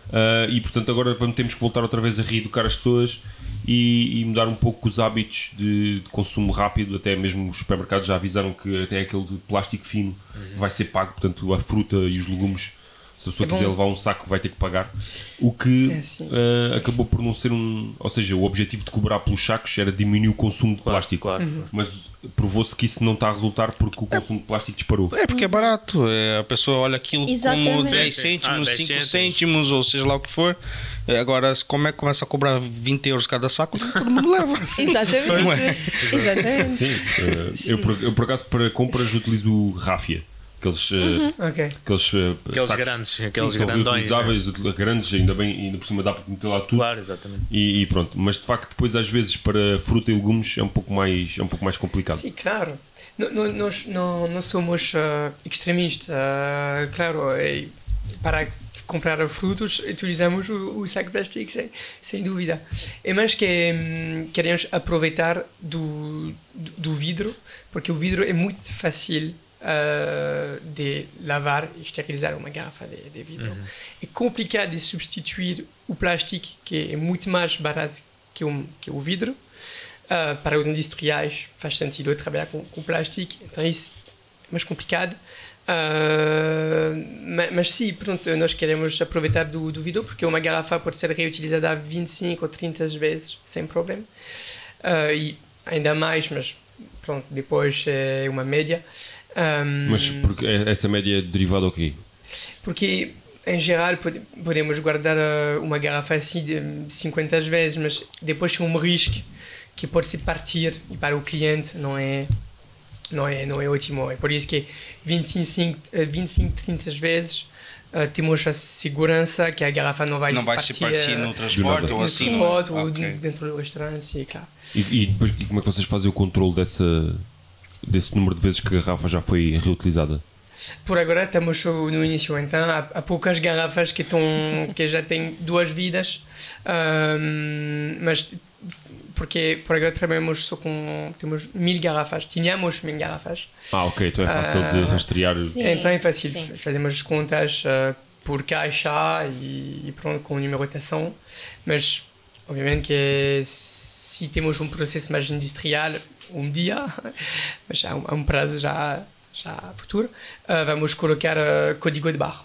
Speaker 1: Uh, e portanto agora vamos, temos que voltar outra vez a reeducar as pessoas e, e mudar um pouco os hábitos de, de consumo rápido, até mesmo os supermercados já avisaram que até aquele de plástico fino
Speaker 2: Uhum.
Speaker 1: vai ser pago, portanto a fruta e os legumes, se a pessoa
Speaker 4: É bom.
Speaker 1: quiser levar um saco vai ter que pagar, o que
Speaker 4: É, sim.
Speaker 1: uh, acabou por não ser um, ou seja, o objetivo de cobrar pelos sacos era diminuir o consumo de plástico
Speaker 2: Claro.
Speaker 1: mas provou-se que isso não está a resultar porque o consumo de plástico disparou.
Speaker 3: É porque é barato, é, a pessoa olha aquilo como
Speaker 5: Exatamente.
Speaker 3: 10
Speaker 2: Sim, sim.
Speaker 3: cêntimos,
Speaker 2: Ah,
Speaker 3: 5
Speaker 2: 10 cêntimos.
Speaker 3: cêntimos, ou seja lá o que for. É, Agora, se como é que começa a cobrar 20 euros cada saco, todo mundo leva. Não é?
Speaker 5: Exatamente. Exatamente.
Speaker 1: Sim, eh, Eu, por, eu por acaso para compras utilizo o Ráfia, aqueles, eh,
Speaker 4: ok
Speaker 1: aqueles, eh,
Speaker 2: Aqueles
Speaker 1: sacos-
Speaker 2: grandes, aqueles
Speaker 1: sim, são
Speaker 2: grandões. né?
Speaker 1: reutilizáveis, util- grandes, ainda bem, ainda por cima dá para meter lá tudo.
Speaker 2: Claro, exatamente.
Speaker 1: E, e pronto, mas de facto depois às vezes para fruta e legumes é um pouco mais, é um pouco mais complicado.
Speaker 4: Sim, claro. No- no- nós não, não somos ah, extremistas. ah, claro, é, para comprar frutos utilizamos o, o saco plástico, sem, sem dúvida. É mais que hum, queremos aproveitar do, do, do vidro, porque o vidro é muito fácil ah, de lavar e esterilizar uma garrafa de, de vidro. É complicado de substituir o plástico, que é muito mais barato que o, que é o vidro. Ah, para os industriais faz sentido trabalhar com, com plástico, então isso é mais complicado. Ah, ma- mas, sim, pronto, nós queremos aproveitar do, do vidro porque uma garrafa pode ser reutilizada 25 ou 30 vezes sem problema. Ah, e ainda mais, mas pronto, depois é uma média. Ah,
Speaker 1: Mas porque é- essa média é derivada ao quê?
Speaker 4: porque em geral, pode- podemos guardar eh, uma garrafa assim de hum, 50 vezes, mas depois tem um risco que pode se partir e para o cliente não é não é não é ótimo. É por isso que 25, eh, 25 30 vezes eh, temos a segurança que a garrafa não vai
Speaker 3: Não
Speaker 4: se
Speaker 3: vai
Speaker 4: partir,
Speaker 3: se partir
Speaker 4: eh,
Speaker 3: no transporte
Speaker 1: nada.
Speaker 3: ou
Speaker 4: no
Speaker 3: assim. não é?
Speaker 4: transporte ou um-
Speaker 3: Ok.
Speaker 4: dentro do restaurante, sim, claro.
Speaker 1: E, e depois, e como é que vocês fazem o controle dessa, desse número de vezes que a garrafa já foi reutilizada?
Speaker 4: Por agora estamos no início, então há, há poucas garrafas que, estão, que já têm duas vidas, Ahm, mas porque por agora trabalhamos só com temos mil garrafas, tínhamos mil garrafas,
Speaker 1: Ah, ok, então é fácil de
Speaker 4: Ah,
Speaker 1: rastrear.
Speaker 5: sim.
Speaker 4: então é fácil,
Speaker 5: sim.
Speaker 4: fazemos contas ah, por caixa e, e pronto com numerotação, mas obviamente que se temos um processo mais industrial um dia, mas há um, há um prazo já já futuro, ah, vamos colocar ah, código de barra.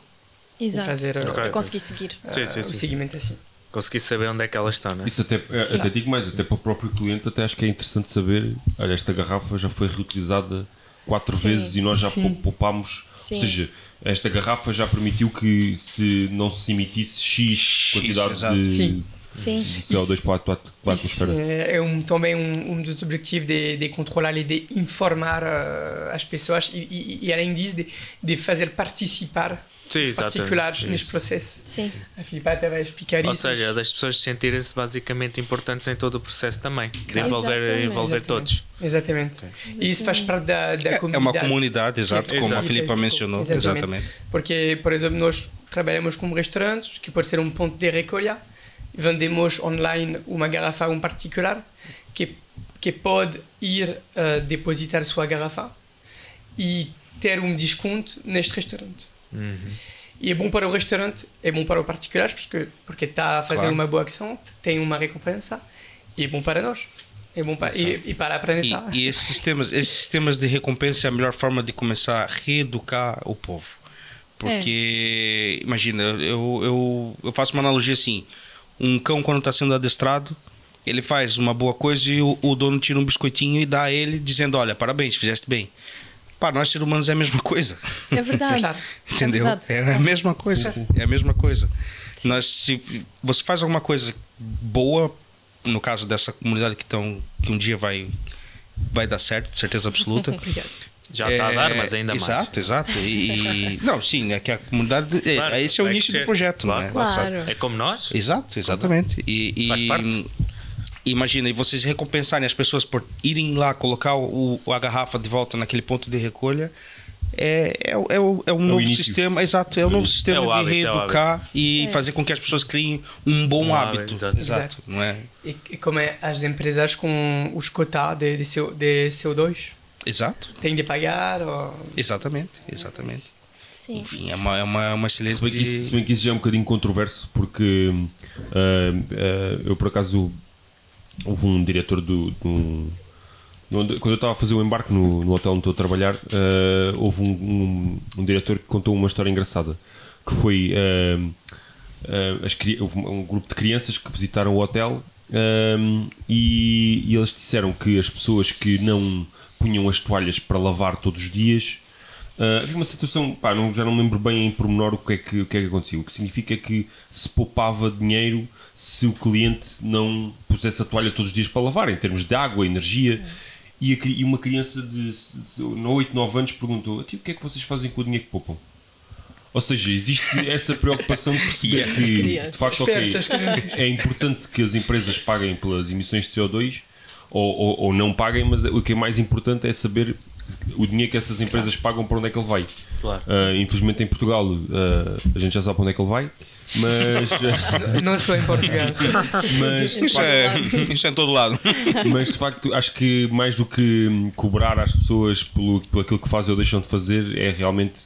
Speaker 5: Exato.
Speaker 4: e fazer uh,
Speaker 2: Ok.
Speaker 5: Eu consegui seguir.
Speaker 2: Sim, sim,
Speaker 4: o
Speaker 2: sim, sim.
Speaker 4: segmento assim.
Speaker 2: Consegui saber onde é que ela está, né?
Speaker 1: Isso até, é,
Speaker 5: Sim.
Speaker 1: até digo mais, até para o próprio cliente, até acho que é interessante saber. Olha, esta garrafa já foi reutilizada quatro
Speaker 5: Sim.
Speaker 1: vezes e nós já
Speaker 4: Sim.
Speaker 1: pou- poupámos.
Speaker 5: Sim.
Speaker 1: Ou seja, esta garrafa já permitiu que se não se emitisse X,
Speaker 3: X,
Speaker 1: quantidade
Speaker 3: exato.
Speaker 1: de,
Speaker 4: Sim.
Speaker 5: Sim.
Speaker 1: de CO2 para a tua- para a
Speaker 4: Isso
Speaker 1: atmosfera.
Speaker 4: é é um, também um, um dos objetivos de, de controlar e de informar eh, as pessoas e, e- e, além disso, de, de fazer participar
Speaker 2: Sim,
Speaker 4: os particulares
Speaker 2: exatamente.
Speaker 4: neste processo.
Speaker 5: Sim.
Speaker 4: A Filipa até vai explicar
Speaker 2: Ou
Speaker 4: isso.
Speaker 2: seja, das pessoas sentirem-se basicamente importantes em todo o processo também. De
Speaker 5: Claro.
Speaker 2: envolver,
Speaker 5: Exatamente.
Speaker 2: envolver
Speaker 4: Exatamente.
Speaker 2: todos.
Speaker 4: Exatamente. E isso faz parte da, da
Speaker 3: É, é
Speaker 4: comunidade.
Speaker 3: uma comunidade,
Speaker 1: É,
Speaker 3: exato, como a
Speaker 2: Exato.
Speaker 3: Filipa mencionou.
Speaker 4: Exatamente.
Speaker 3: Exatamente.
Speaker 4: Porque, por exemplo, nós trabalhamos com restaurantes, que pode ser um ponto de recolha, vendemos online uma garrafa a um particular, que, que pode ir eh, depositar sua garrafa e ter um desconto neste restaurante.
Speaker 3: Uhum.
Speaker 4: E é bom para o restaurante, é bom para o particular, porque porque está a fazer
Speaker 3: Claro.
Speaker 4: uma boa ação, tem uma recompensa, e é bom para nós. É bom para, e, e para a
Speaker 3: E,
Speaker 4: planeta.
Speaker 3: e esses, sistemas, esses sistemas de recompensa é a melhor forma de começar a reeducar o povo. Porque, imagina, eu, eu, eu faço uma analogia assim: um cão, quando está sendo adestrado, ele faz uma boa coisa e o, o dono tira um biscoitinho e dá a ele, dizendo: Olha, parabéns, fizeste bem. Para nós, seres humanos, é a mesma coisa.
Speaker 5: É verdade.
Speaker 4: Verdade.
Speaker 3: Entendeu?
Speaker 5: É
Speaker 3: É a
Speaker 5: verdade.
Speaker 3: mesma coisa. É a mesma coisa. Nós, se você faz alguma coisa boa, no caso dessa comunidade que, tão, que um dia vai, vai dar certo, certeza absoluta. é,
Speaker 4: Obrigado.
Speaker 2: Já está tá a dar, mas ainda mais.
Speaker 3: Exato, exato. E, e- não, sim, é que a comunidade. É,
Speaker 2: Claro,
Speaker 3: esse é o
Speaker 2: vai
Speaker 3: início
Speaker 2: crescer.
Speaker 3: do projeto,
Speaker 2: Claro.
Speaker 3: né?
Speaker 5: Claro.
Speaker 3: Sabe?
Speaker 2: É como nós?
Speaker 3: Exato, exatamente. E, e-
Speaker 2: Faz parte.
Speaker 3: Imagina, e vocês recompensarem as pessoas por irem lá colocar o, a garrafa de volta naquele ponto de recolha. É, é, o- é o- é um novo
Speaker 1: início.
Speaker 3: sistema, exato, é um novo sistema
Speaker 2: É o
Speaker 3: de
Speaker 2: hábito, é o
Speaker 3: reeducar e fazer com que as pessoas criem um bom
Speaker 2: Um hábito,
Speaker 3: hábito.
Speaker 2: exato.
Speaker 3: Exato, não é?
Speaker 4: E, e como é as empresas com os cotas de, de, CO, de CO2
Speaker 3: Exato,
Speaker 4: têm de pagar? Ou...
Speaker 3: exatamente, exatamente.
Speaker 5: Sim.
Speaker 3: Enfim, é uma, é uma, uma excelente.
Speaker 1: Se bem, que isso, se bem que isso já é um bocadinho controverso, porque hum, ah, ah, eu por acaso houve um diretor do. de um- de onde- quando eu estava a fazer o embarque no, no hotel onde estou a trabalhar, ah, houve um, um- um diretor que contou uma história engraçada. Que foi. ah, ah, as, cri- houve um, um grupo de crianças que visitaram o hotel ah, e, e eles disseram que as pessoas que não punham as toalhas para lavar todos os dias Uh, havia uma situação, pá, não, já não me lembro bem em pormenor o que, é que, o que é que aconteceu. O que significa que se poupava dinheiro se o cliente não pusesse a toalha todos os dias para lavar, em termos de água, energia. E, a cri- e uma criança de, de 8, 9 anos perguntou: "Tio, o que é que vocês fazem com o dinheiro que poupam? Ou seja, existe essa preocupação de perceber que, de facto, ok,
Speaker 4: Espertas crianças.
Speaker 1: é importante que as empresas paguem pelas emissões de CO2 ou, ou, ou não paguem, mas o que é mais importante é saber o dinheiro que essas empresas pagam para onde é que ele vai.
Speaker 2: Claro.
Speaker 1: Ah, infelizmente em Portugal ah, a gente já sabe para onde é que ele vai, mas,
Speaker 4: Não só em Portugal.
Speaker 1: mas
Speaker 3: Isso é, isso é em todo lado.
Speaker 1: mas de facto acho que mais do que hum, cobrar às pessoas pelo, pelo aquilo que fazem ou deixam de fazer é realmente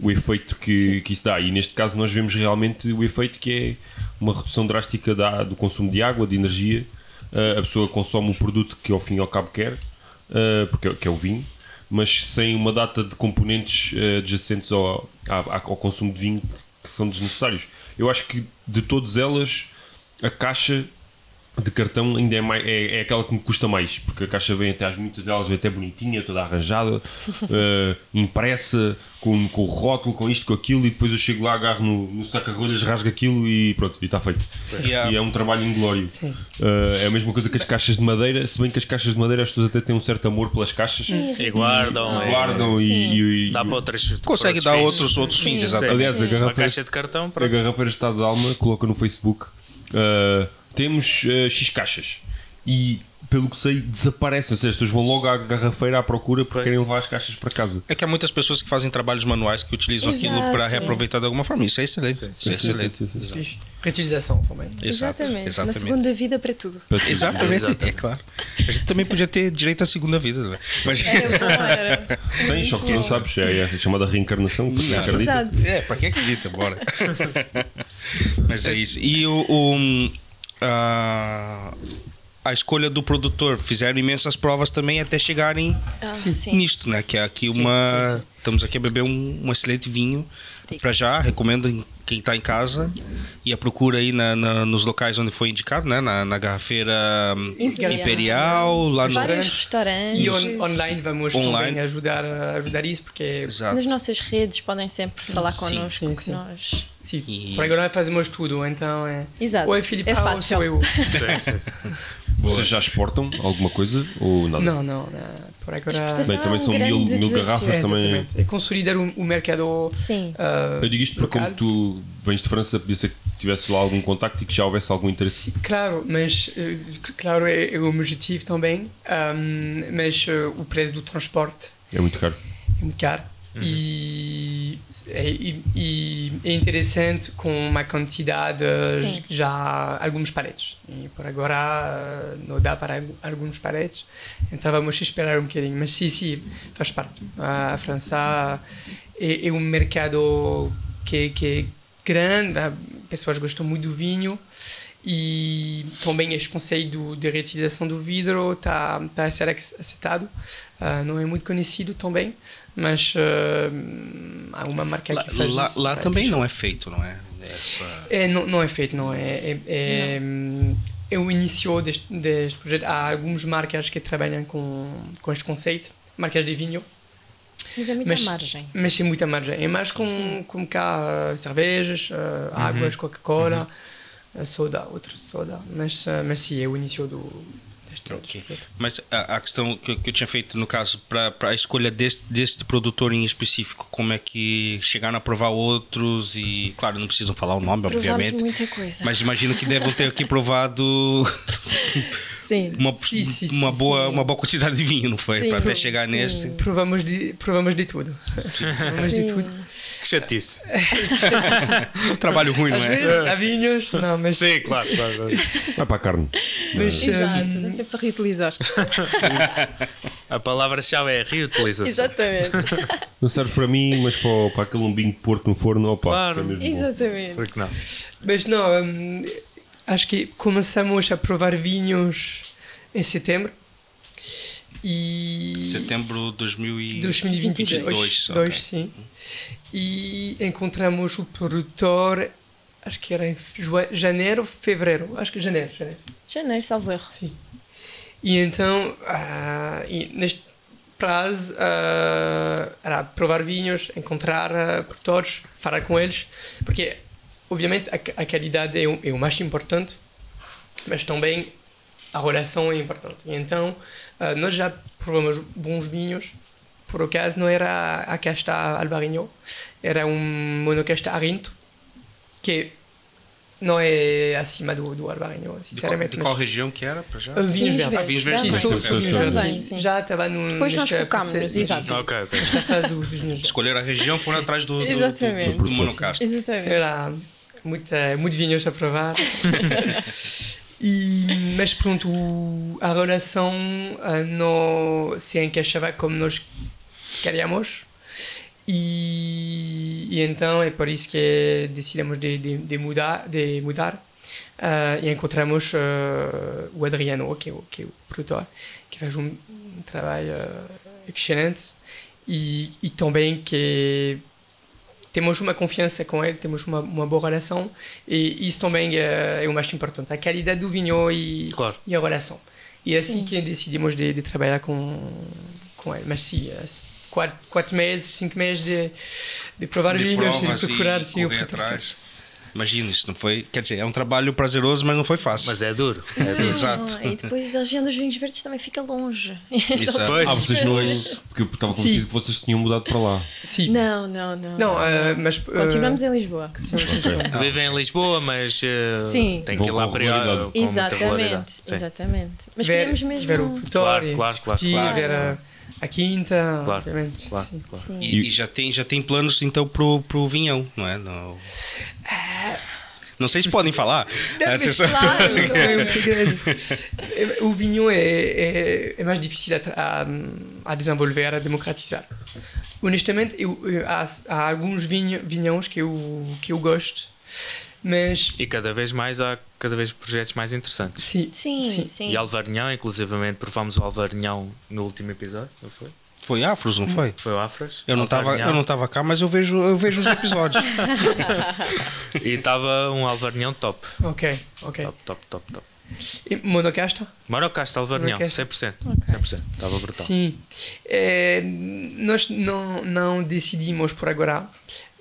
Speaker 1: o efeito que, que isso dá e neste caso nós vemos realmente o efeito que é uma redução drástica da, do consumo de água, de energia Ah, a pessoa consome o produto que ao fim e ao cabo quer ah, porque é- que é o vinho mas sem uma data de componentes ah, adjacentes ao, à- ao consumo de vinho que são desnecessários eu acho que de todas elas a caixa de cartão ainda é, mais, é, é aquela que me custa mais, porque a caixa vem até, às muitas delas vem até bonitinha, toda arranjada, eh, impressa, com, com o rótulo, com isto, com aquilo, e depois eu chego lá, agarro no, no saca-rolhas, rasgo aquilo e pronto, e está feito.
Speaker 3: Yeah.
Speaker 1: E é um trabalho inglório. Eh, é a mesma coisa que as caixas de madeira, se bem que as caixas de madeira as pessoas até têm um certo amor pelas caixas,
Speaker 2: E guardam. e-
Speaker 1: guardam e, e- e-
Speaker 2: Dá para outras.
Speaker 3: Consegue
Speaker 2: para
Speaker 3: dar
Speaker 2: outros fins.
Speaker 3: outros, outros fins,
Speaker 5: Sim.
Speaker 3: exatamente.
Speaker 1: Aliás, a
Speaker 2: Uma
Speaker 1: garrafa
Speaker 2: caixa de cartão.
Speaker 1: a
Speaker 2: pronto.
Speaker 1: garrafeira Estado de Alma coloca no Facebook uh, temos uh, X caixas e pelo que sei desaparecem, ou seja, as pessoas vão logo à garrafeira à procura porque
Speaker 2: Pois.
Speaker 1: querem levar as caixas para casa.
Speaker 3: É que há muitas pessoas que fazem trabalhos manuais que utilizam aquilo
Speaker 5: Exato.
Speaker 3: para reaproveitar de alguma forma. Isso é excelente. Isso é
Speaker 1: Sim, sim,
Speaker 3: excelente.
Speaker 1: sim, sim, sim.
Speaker 4: Fixe. Reutilização também.
Speaker 3: Exato,
Speaker 5: Exatamente. Uma
Speaker 3: exatamente.
Speaker 5: segunda vida para tudo.
Speaker 1: Para tudo.
Speaker 3: Exatamente,
Speaker 2: Exatamente.
Speaker 3: é claro. A gente também podia ter direito à segunda vida. né? Mas,
Speaker 5: Era bom, era.
Speaker 1: Tem, só que não sabes, é, é chamada reencarnação, porque não acredita.
Speaker 5: Exato.
Speaker 3: é, pra quem acredita, bora. Mas é isso. E o, o, hum, a, a escolha do produtor. Fizeram imensas provas também até chegarem
Speaker 5: Ah,
Speaker 4: Sim.
Speaker 5: sim.
Speaker 3: nisto, né? Que é aqui
Speaker 5: Sim,
Speaker 3: uma.
Speaker 5: sim, sim.
Speaker 3: Estamos aqui a beber um, um excelente vinho.
Speaker 5: Rico.
Speaker 3: Para já, recomendo em- quem está em casa e a procura aí na- na- nos locais onde foi indicado, né? Na, na garrafeira hum,
Speaker 5: Imperial.
Speaker 3: Imperial, lá no.
Speaker 5: Vários
Speaker 4: E
Speaker 5: restaurantes.
Speaker 4: on- online vamos
Speaker 3: Online.
Speaker 4: também ajudar, ajudar isso, porque
Speaker 3: Exato.
Speaker 5: Nas nossas redes podem sempre falar
Speaker 3: Sim,
Speaker 5: connosco.
Speaker 4: sim,
Speaker 5: que
Speaker 4: sim.
Speaker 5: nós...
Speaker 4: sim,
Speaker 3: E-
Speaker 4: por agora fazemos tudo, então é.
Speaker 5: Exato.
Speaker 4: Ou é Filipe
Speaker 5: É
Speaker 4: ah,
Speaker 5: fácil.
Speaker 4: ou sou eu.
Speaker 1: Vocês já exportam alguma coisa ou nada?
Speaker 4: Não, não, não, por agora.
Speaker 5: Exportação.
Speaker 1: Bem, também
Speaker 5: É um
Speaker 1: são mil,
Speaker 5: grande
Speaker 1: mil
Speaker 5: desafio.
Speaker 1: garrafas
Speaker 4: É,
Speaker 1: também.
Speaker 4: exatamente. É consolidar o, o mercado.
Speaker 5: Sim.
Speaker 4: ah,
Speaker 1: Eu digo isto porque como
Speaker 4: Local.
Speaker 1: tu vens de França, podia ser que tivesse lá algum contacto e que já houvesse algum interesse.
Speaker 4: Sim, claro, mas eh, claro é, é o objetivo também, ahm, mas eh, o preço do transporte
Speaker 1: É muito caro.
Speaker 4: é muito caro e, é, e- e é interessante com uma quantidade eh,
Speaker 5: Sim.
Speaker 4: já alguns paletes e por agora eh, não dá para algu- alguns paletes, então vamos esperar um bocadinho, mas sim, sim, faz parte. A França é, é um mercado que, que é grande, as pessoas gostam muito do vinho e também este conceito do, de reutilização do vidro está tá a ser ac- aceitado. Ah, não é muito conhecido também, mas ah, há uma marca
Speaker 3: Lá,
Speaker 4: que faz
Speaker 3: lá-
Speaker 4: isso.
Speaker 3: lá
Speaker 4: É,
Speaker 3: também não é feito, não é? Essa-
Speaker 4: é, não, não é feito, não. É, é, é, hum, é o início deste, deste projeto. Há algumas marcas que trabalham com, com este conceito, marcas de vinho,
Speaker 5: Mas é muita
Speaker 4: Mas-
Speaker 5: margem.
Speaker 4: mas tem muita margem. É mais com, com cá ah, cervejas, ah, águas, Coca-Cola, ah, soda, outra soda. Mas, ah, mas sim, é o início do, deste, deste projeto.
Speaker 3: Mas a, a questão que, eu- que eu tinha feito, no caso, para a escolha deste, deste produtor em específico, como é que chegaram a provar outros e, claro, não precisam falar o nome,
Speaker 5: Provámos
Speaker 3: obviamente,
Speaker 5: muita coisa.
Speaker 3: mas imagino que devam ter aqui provado
Speaker 5: Sim.
Speaker 3: uma,
Speaker 4: Sim, sim, sim,
Speaker 3: uma, boa,
Speaker 5: sim.
Speaker 3: uma boa quantidade de vinho, não foi?
Speaker 5: Sim,
Speaker 3: Para até chegar
Speaker 5: sim.
Speaker 3: neste.
Speaker 4: Provamos de, provamos de tudo. Provamos de
Speaker 5: Sim.
Speaker 4: tudo.
Speaker 2: Que chatice.
Speaker 3: Um trabalho ruim, não
Speaker 4: Às
Speaker 3: é?
Speaker 4: vezes há vinhos, não, mas
Speaker 2: Sim, claro, claro. claro.
Speaker 1: Vai para a carne.
Speaker 4: Mas,
Speaker 5: Exato,
Speaker 4: hum,
Speaker 5: dá sempre para reutilizar.
Speaker 2: A palavra-chave é reutilização.
Speaker 5: Exatamente.
Speaker 1: Não serve para mim, mas para, o- para aquele lombinho de porco no forno, opa,
Speaker 2: Claro.
Speaker 1: é mesmo bom.
Speaker 5: Exatamente.
Speaker 2: Porque não?
Speaker 4: mas não, hum, acho que começamos a provar vinhos em setembro e
Speaker 3: Setembro de 2000 e...
Speaker 4: 2022,
Speaker 3: Dois,
Speaker 4: dois,
Speaker 3: ok.
Speaker 4: sim. E encontramos o produtor, acho que era em jua- janeiro, fevereiro, acho que janeiro, janeiro.
Speaker 5: Janeiro, é salvo erro.
Speaker 4: Sim. E então, ah, e neste prazo, ah, era provar vinhos, encontrar ah, produtores, falar com eles, porque, obviamente, a, ca- a qualidade é o, é o mais importante, mas também a relação é importante. E então, ah, nós já provamos bons vinhos, por acaso, não era a casta Albarinho, era um monocasta Arinto, que não é acima do, do Albarinho,
Speaker 3: De qual,
Speaker 4: sinceramente.
Speaker 3: de qual região que era, para já?
Speaker 4: Uh, Vinhos
Speaker 5: Vinhos
Speaker 4: verdes.
Speaker 5: verdes.
Speaker 3: Ah, vinhos verdes
Speaker 4: Sim,
Speaker 5: também.
Speaker 4: sou-
Speaker 1: Sim,
Speaker 4: sou
Speaker 1: sim,
Speaker 4: vinhos verdes.
Speaker 5: Também, sim.
Speaker 4: Já estava no.
Speaker 5: Depois nós
Speaker 4: nesta-
Speaker 5: focámos-nos, exato.
Speaker 2: Ah, Ok, ok.
Speaker 4: Nesta fase do- dos vinhos verdes.
Speaker 3: Escolheram a região, foram atrás do, do, do, do,
Speaker 5: Exatamente.
Speaker 3: do Monocastro.
Speaker 5: Exatamente.
Speaker 4: Será muito, muito vinhos a provar. E, mas pronto, o- a relação ah, não se encaixava como nós queríamos. E, e então é por isso que decidimos de, de, de mudar. De mudar. Ah, e encontramos ah, o Adriano, que é o, que é o produtor, que faz um, um trabalho ah, excelente e, e também que temos uma confiança com ele, temos uma, uma boa relação e isso também é, é o mais importante, a qualidade do vinho e,
Speaker 2: Claro.
Speaker 4: e a relação. E é assim
Speaker 5: Sim.
Speaker 4: que decidimos de, de trabalhar com, com ele. Mas sim, é, quatro, quatro euh, meses, cinco meses de, de provar
Speaker 3: de
Speaker 4: vinhos e
Speaker 3: provas
Speaker 4: de procurar
Speaker 3: e
Speaker 4: sim, o
Speaker 3: correr
Speaker 4: produtor.
Speaker 3: atrás. Imagina, isto não foi. Quer dizer, é um trabalho prazeroso, mas não foi fácil.
Speaker 2: Mas é duro. É
Speaker 5: Não, é
Speaker 2: duro.
Speaker 3: Exato.
Speaker 5: E depois a região dos vinhos verdes também fica longe.
Speaker 3: Exato.
Speaker 2: Pois.
Speaker 1: Ah, vocês não. Porque eu estava convencido que vocês tinham mudado para lá.
Speaker 4: Sim.
Speaker 5: Não, não, não.
Speaker 4: Não, eh, mas. eh,
Speaker 5: Continuamos em Lisboa.
Speaker 2: Vivem em Lisboa, mas eh,
Speaker 5: Sim.
Speaker 2: tem que ir
Speaker 1: Com-
Speaker 2: lá
Speaker 1: com
Speaker 2: para ir
Speaker 1: regularidade.
Speaker 2: com muita regularidade.
Speaker 5: Exatamente,
Speaker 2: Sim.
Speaker 5: exatamente. Mas
Speaker 4: ver,
Speaker 5: queremos mesmo.
Speaker 4: ver o produtor,
Speaker 2: Claro, claro, claro,
Speaker 4: discutir,
Speaker 3: claro.
Speaker 4: ver a, a quinta,
Speaker 2: Claro,
Speaker 4: obviamente.
Speaker 2: claro,
Speaker 4: sim.
Speaker 2: claro.
Speaker 5: Sim.
Speaker 3: E, e já, tem, já tem planos então pro, pro vinhão, não é? No... Não sei se podem falar. Atenção.
Speaker 5: claro.
Speaker 4: Não, é um segredo. O vinho é, é, é mais difícil a, tra- a, a desenvolver, a democratizar. Honestamente, eu, eu- há, há alguns vinho, vinhões que eu, que eu gosto, mas
Speaker 2: E cada vez mais há cada vez projetos mais interessantes.
Speaker 4: sim,
Speaker 5: Sim, sim.
Speaker 2: E Alvarinhão, inclusivamente provámos o Alvarinhão no último episódio, não foi?
Speaker 3: Foi Afros, não foi?
Speaker 2: Foi o Afras.
Speaker 3: Eu não, tava,
Speaker 2: Alvarinhão.
Speaker 3: eu não tava cá, mas eu vejo, eu vejo os episódios.
Speaker 2: E estava um Alvarinhão top.
Speaker 4: ok,
Speaker 5: É.
Speaker 4: ok.
Speaker 2: Top, top, top, top.
Speaker 4: E Monocasta?
Speaker 2: Marocasta, Alvarinhão,
Speaker 4: Marocasta.
Speaker 2: 100%. 100%. Estava brutal.
Speaker 4: Sim. É, nós não, não decidimos por agora.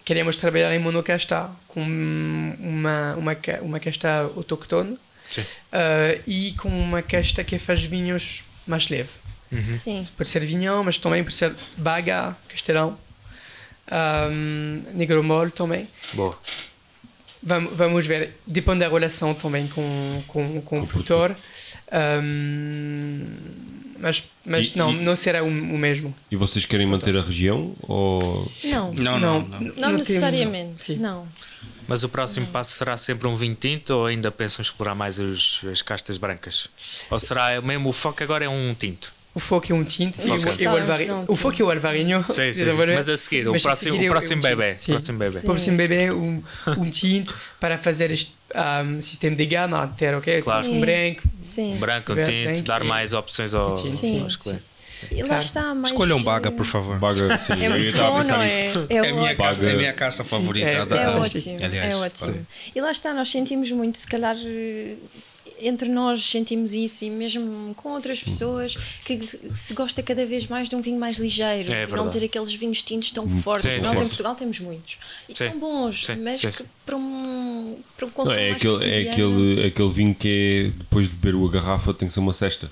Speaker 4: Queremos trabalhar em monocasta com uma, uma, ca- uma casta autóctone
Speaker 2: Sim.
Speaker 4: eh, e com uma casta que faz vinhos mais leve. Uhum.
Speaker 5: Sim.
Speaker 4: Pode ser vinhão, mas também pode ser baga, castelão, um, negromol também.
Speaker 2: Boa.
Speaker 4: Vamos, vamos ver, depende da relação também com, com, com o produtor. Ahm, mas mas
Speaker 1: E-
Speaker 4: não,
Speaker 1: e-
Speaker 4: não será o, o mesmo.
Speaker 1: E vocês querem manter a região? Ou.
Speaker 5: Não,
Speaker 3: Não,
Speaker 5: não,
Speaker 3: não, não.
Speaker 4: n- temos-
Speaker 5: necessariamente.
Speaker 4: Sim.
Speaker 5: Não.
Speaker 2: Mas o
Speaker 4: Hum.
Speaker 2: próximo passo será sempre um vinho tinto ou ainda pensam explorar mais os- as castas brancas? Ou será mesmo o foco agora é um tinto?
Speaker 4: O foco é um tinto e,
Speaker 2: Foco.
Speaker 4: o- e o,
Speaker 5: Estávamos
Speaker 4: alvari...
Speaker 5: ontem.
Speaker 4: o foco é o alvarinho.
Speaker 2: Sim, sim, sim.
Speaker 4: Desenvolver.
Speaker 2: Mas a seguir, o
Speaker 4: Mas a
Speaker 2: próximo,
Speaker 4: seguir é
Speaker 2: o
Speaker 4: um-
Speaker 2: próximo
Speaker 4: um
Speaker 2: bebê.
Speaker 4: tinto, sim.
Speaker 2: Próximo bebê.
Speaker 4: O próximo bebê, um, um tinto para fazer este um, sistema de gama, ter ok?
Speaker 2: Claro.
Speaker 4: Um branco.
Speaker 5: Sim.
Speaker 2: Um branco, um
Speaker 4: Verde,
Speaker 2: tinto,
Speaker 4: tem
Speaker 2: dar
Speaker 4: que- Um
Speaker 2: mais opções ao-
Speaker 4: Sim,
Speaker 5: sim,
Speaker 2: aos
Speaker 4: sim.
Speaker 2: clientes.
Speaker 5: E lá
Speaker 4: Claro.
Speaker 5: está mais.
Speaker 3: Escolha um baga, por favor.
Speaker 1: Baga. Sim,
Speaker 5: É
Speaker 1: eu
Speaker 5: muito
Speaker 1: estava a
Speaker 5: bom,
Speaker 1: pensar
Speaker 5: não
Speaker 1: nisso.
Speaker 5: é?
Speaker 3: É a minha
Speaker 5: ótimo.
Speaker 3: casa, é a minha casa favorita.
Speaker 4: É-
Speaker 3: da-
Speaker 5: É
Speaker 4: Ah,
Speaker 5: ótimo,
Speaker 3: aliás,
Speaker 5: é ótimo.
Speaker 3: pá.
Speaker 5: E lá está, nós sentimos muito, se calhar eh, entre nós sentimos isso e mesmo com outras pessoas que se gosta cada vez mais de um vinho mais ligeiro,
Speaker 2: É
Speaker 5: de não
Speaker 2: verdade.
Speaker 5: ter aqueles vinhos tintos tão fortes.
Speaker 2: sim,
Speaker 5: nós
Speaker 2: sim.
Speaker 5: em Portugal temos muitos e que
Speaker 2: Sim,
Speaker 5: são bons,
Speaker 2: sim,
Speaker 5: mas
Speaker 2: sim,
Speaker 5: que
Speaker 2: sim.
Speaker 5: para um, para um consumo
Speaker 1: Não, é,
Speaker 5: mais
Speaker 1: aquele, é
Speaker 5: cotidiano-
Speaker 1: aquele, é aquele vinho que é depois de beber a garrafa tem que ser uma cesta.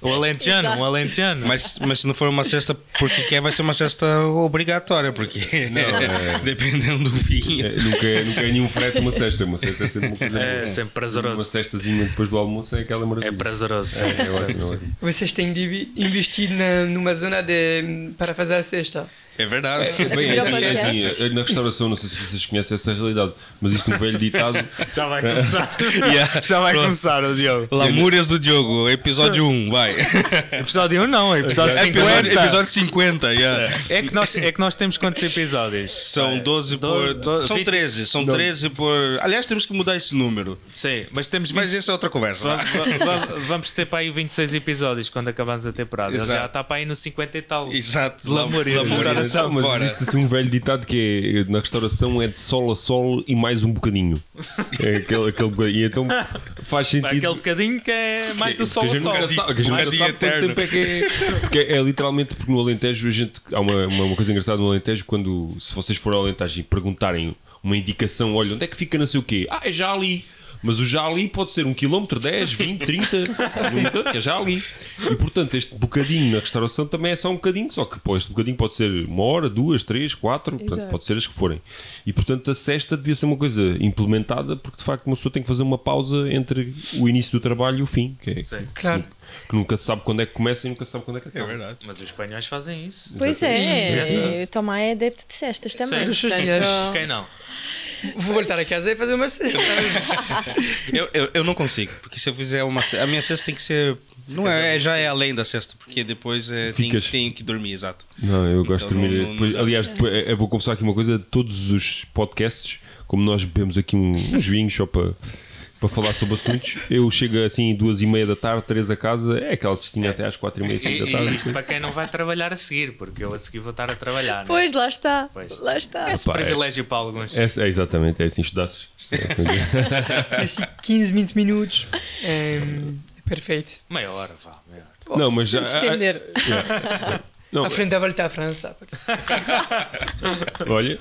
Speaker 2: O alentejano,
Speaker 5: Exato.
Speaker 2: um alentejano.
Speaker 3: Mas, mas se não for uma cesta porque quer, é? vai ser uma cesta obrigatória, porque dependendo do vinho.
Speaker 1: É, nunca, é- nunca é nenhum frete uma cesta. Uma cesta é sempre uma coisa.
Speaker 2: É
Speaker 1: boa.
Speaker 2: sempre
Speaker 1: Uma
Speaker 2: prazeroso.
Speaker 1: cestazinha depois do almoço é aquela
Speaker 2: É
Speaker 1: maravilha.
Speaker 2: prazeroso.
Speaker 1: É ótimo, é ótimo.
Speaker 4: Vocês têm de vi- investir na, numa zona de, para fazer a cesta.
Speaker 3: É verdade.
Speaker 1: Bem, é
Speaker 5: Virou
Speaker 1: assim, é assim,
Speaker 5: podcast.
Speaker 1: é- na restauração, não sei se vocês conhecem essa realidade, mas isto é um velho ditado.
Speaker 2: Já vai começar.
Speaker 3: Yeah.
Speaker 2: Já vai
Speaker 3: Pronto.
Speaker 2: começar, o Diogo.
Speaker 3: Lamúrias do Diogo, episódio 1, vai.
Speaker 2: Episódio 1 não, episódio 50.
Speaker 3: É. Episódio, episódio 50, yeah.
Speaker 2: É, que nós, é que nós temos quantos episódios?
Speaker 3: São 12 por.
Speaker 2: do- do-
Speaker 3: são
Speaker 2: vinte-
Speaker 3: 13, são 13 por. Aliás, temos que mudar esse número.
Speaker 2: Sim, mas temos 20,
Speaker 3: Mas isso é outra conversa.
Speaker 2: va-
Speaker 3: vá.
Speaker 2: va- va- Vamos ter para aí 26 episódios quando acabarmos a temporada. Ele
Speaker 3: Exato.
Speaker 2: já está para aí no 50 e tal.
Speaker 3: Exato.
Speaker 2: Lamúrias.
Speaker 3: Lamúrias.
Speaker 1: Não, mas
Speaker 3: Bora.
Speaker 1: existe assim um velho ditado que é na restauração é de sol a sol e mais um bocadinho. É aquele, aquele bocadinho. E então faz sentido.
Speaker 2: Aquele bocadinho que é mais do sol
Speaker 1: que a
Speaker 2: ao
Speaker 1: gente
Speaker 2: sol.
Speaker 1: nunca sabe, que a gente nunca
Speaker 3: Bocadinho
Speaker 1: sabe quanto
Speaker 3: eterno.
Speaker 1: tempo é que é. Porque é literalmente porque no Alentejo a gente. Há uma, uma, uma coisa engraçada no Alentejo quando se vocês forem ao Alentejo e perguntarem uma indicação, olha, onde é que fica não sei o quê? Ah, é já ali. Mas o já ali pode ser 1 km, 10, 20, 30, no entanto, é já ali. E portanto, este bocadinho na restauração também é só um bocadinho, só que pô, este bocadinho pode ser uma hora, duas, três, quatro, portanto,
Speaker 5: Exato.
Speaker 1: pode ser as que forem. E portanto, a cesta devia ser uma coisa implementada, porque de facto uma pessoa tem que fazer uma pausa entre o início do trabalho e o fim, que é,
Speaker 2: Sim,
Speaker 4: Claro.
Speaker 1: que nunca se sabe quando é que começa e nunca se sabe quando é que
Speaker 3: É
Speaker 1: acaba.
Speaker 3: verdade.
Speaker 2: Mas os espanhóis fazem isso.
Speaker 5: Pois é,
Speaker 2: Isso,
Speaker 5: e o Tomás é adepto de cestas também.
Speaker 2: Sim.
Speaker 5: portanto,
Speaker 2: Quem não?
Speaker 4: Vou voltar a casa e fazer uma cesta.
Speaker 3: Eu, eu, eu não consigo, porque se eu fizer uma. ce- A minha cesta tem que ser. Não é, é- já é além da cesta, porque depois é, tem,
Speaker 1: Ficas.
Speaker 3: tenho que dormir, exato.
Speaker 1: Não, eu gosto
Speaker 3: Então,
Speaker 1: de dormir.
Speaker 3: não- não-
Speaker 1: Depois- aliás, depois, eu vou confessar aqui uma coisa: todos os podcasts, como nós bebemos aqui um- uns vinhos só para. para falar sobre assuntos. Eu chego assim duas e meia da tarde, três a casa, é aquela cestinha até às quatro e meia,
Speaker 2: E,
Speaker 1: cinco da
Speaker 2: e
Speaker 1: tarde.
Speaker 2: É, isto para quem não vai trabalhar a seguir, porque eu a seguir vou estar a trabalhar. Né?
Speaker 5: Pois, lá está.
Speaker 2: Pois.
Speaker 5: Lá está.
Speaker 2: Esse
Speaker 1: Pá, é-
Speaker 2: privilégio para alguns.
Speaker 1: É, é exatamente, é assim, estudasses.
Speaker 4: Assim, 15, 20 minutos. É, é perfeito.
Speaker 2: Meia hora, vá, meia hora.
Speaker 1: não, mas já. É.
Speaker 5: Vamos estender.
Speaker 1: Não,
Speaker 4: À frente da volta à França. pode ser.
Speaker 1: olha.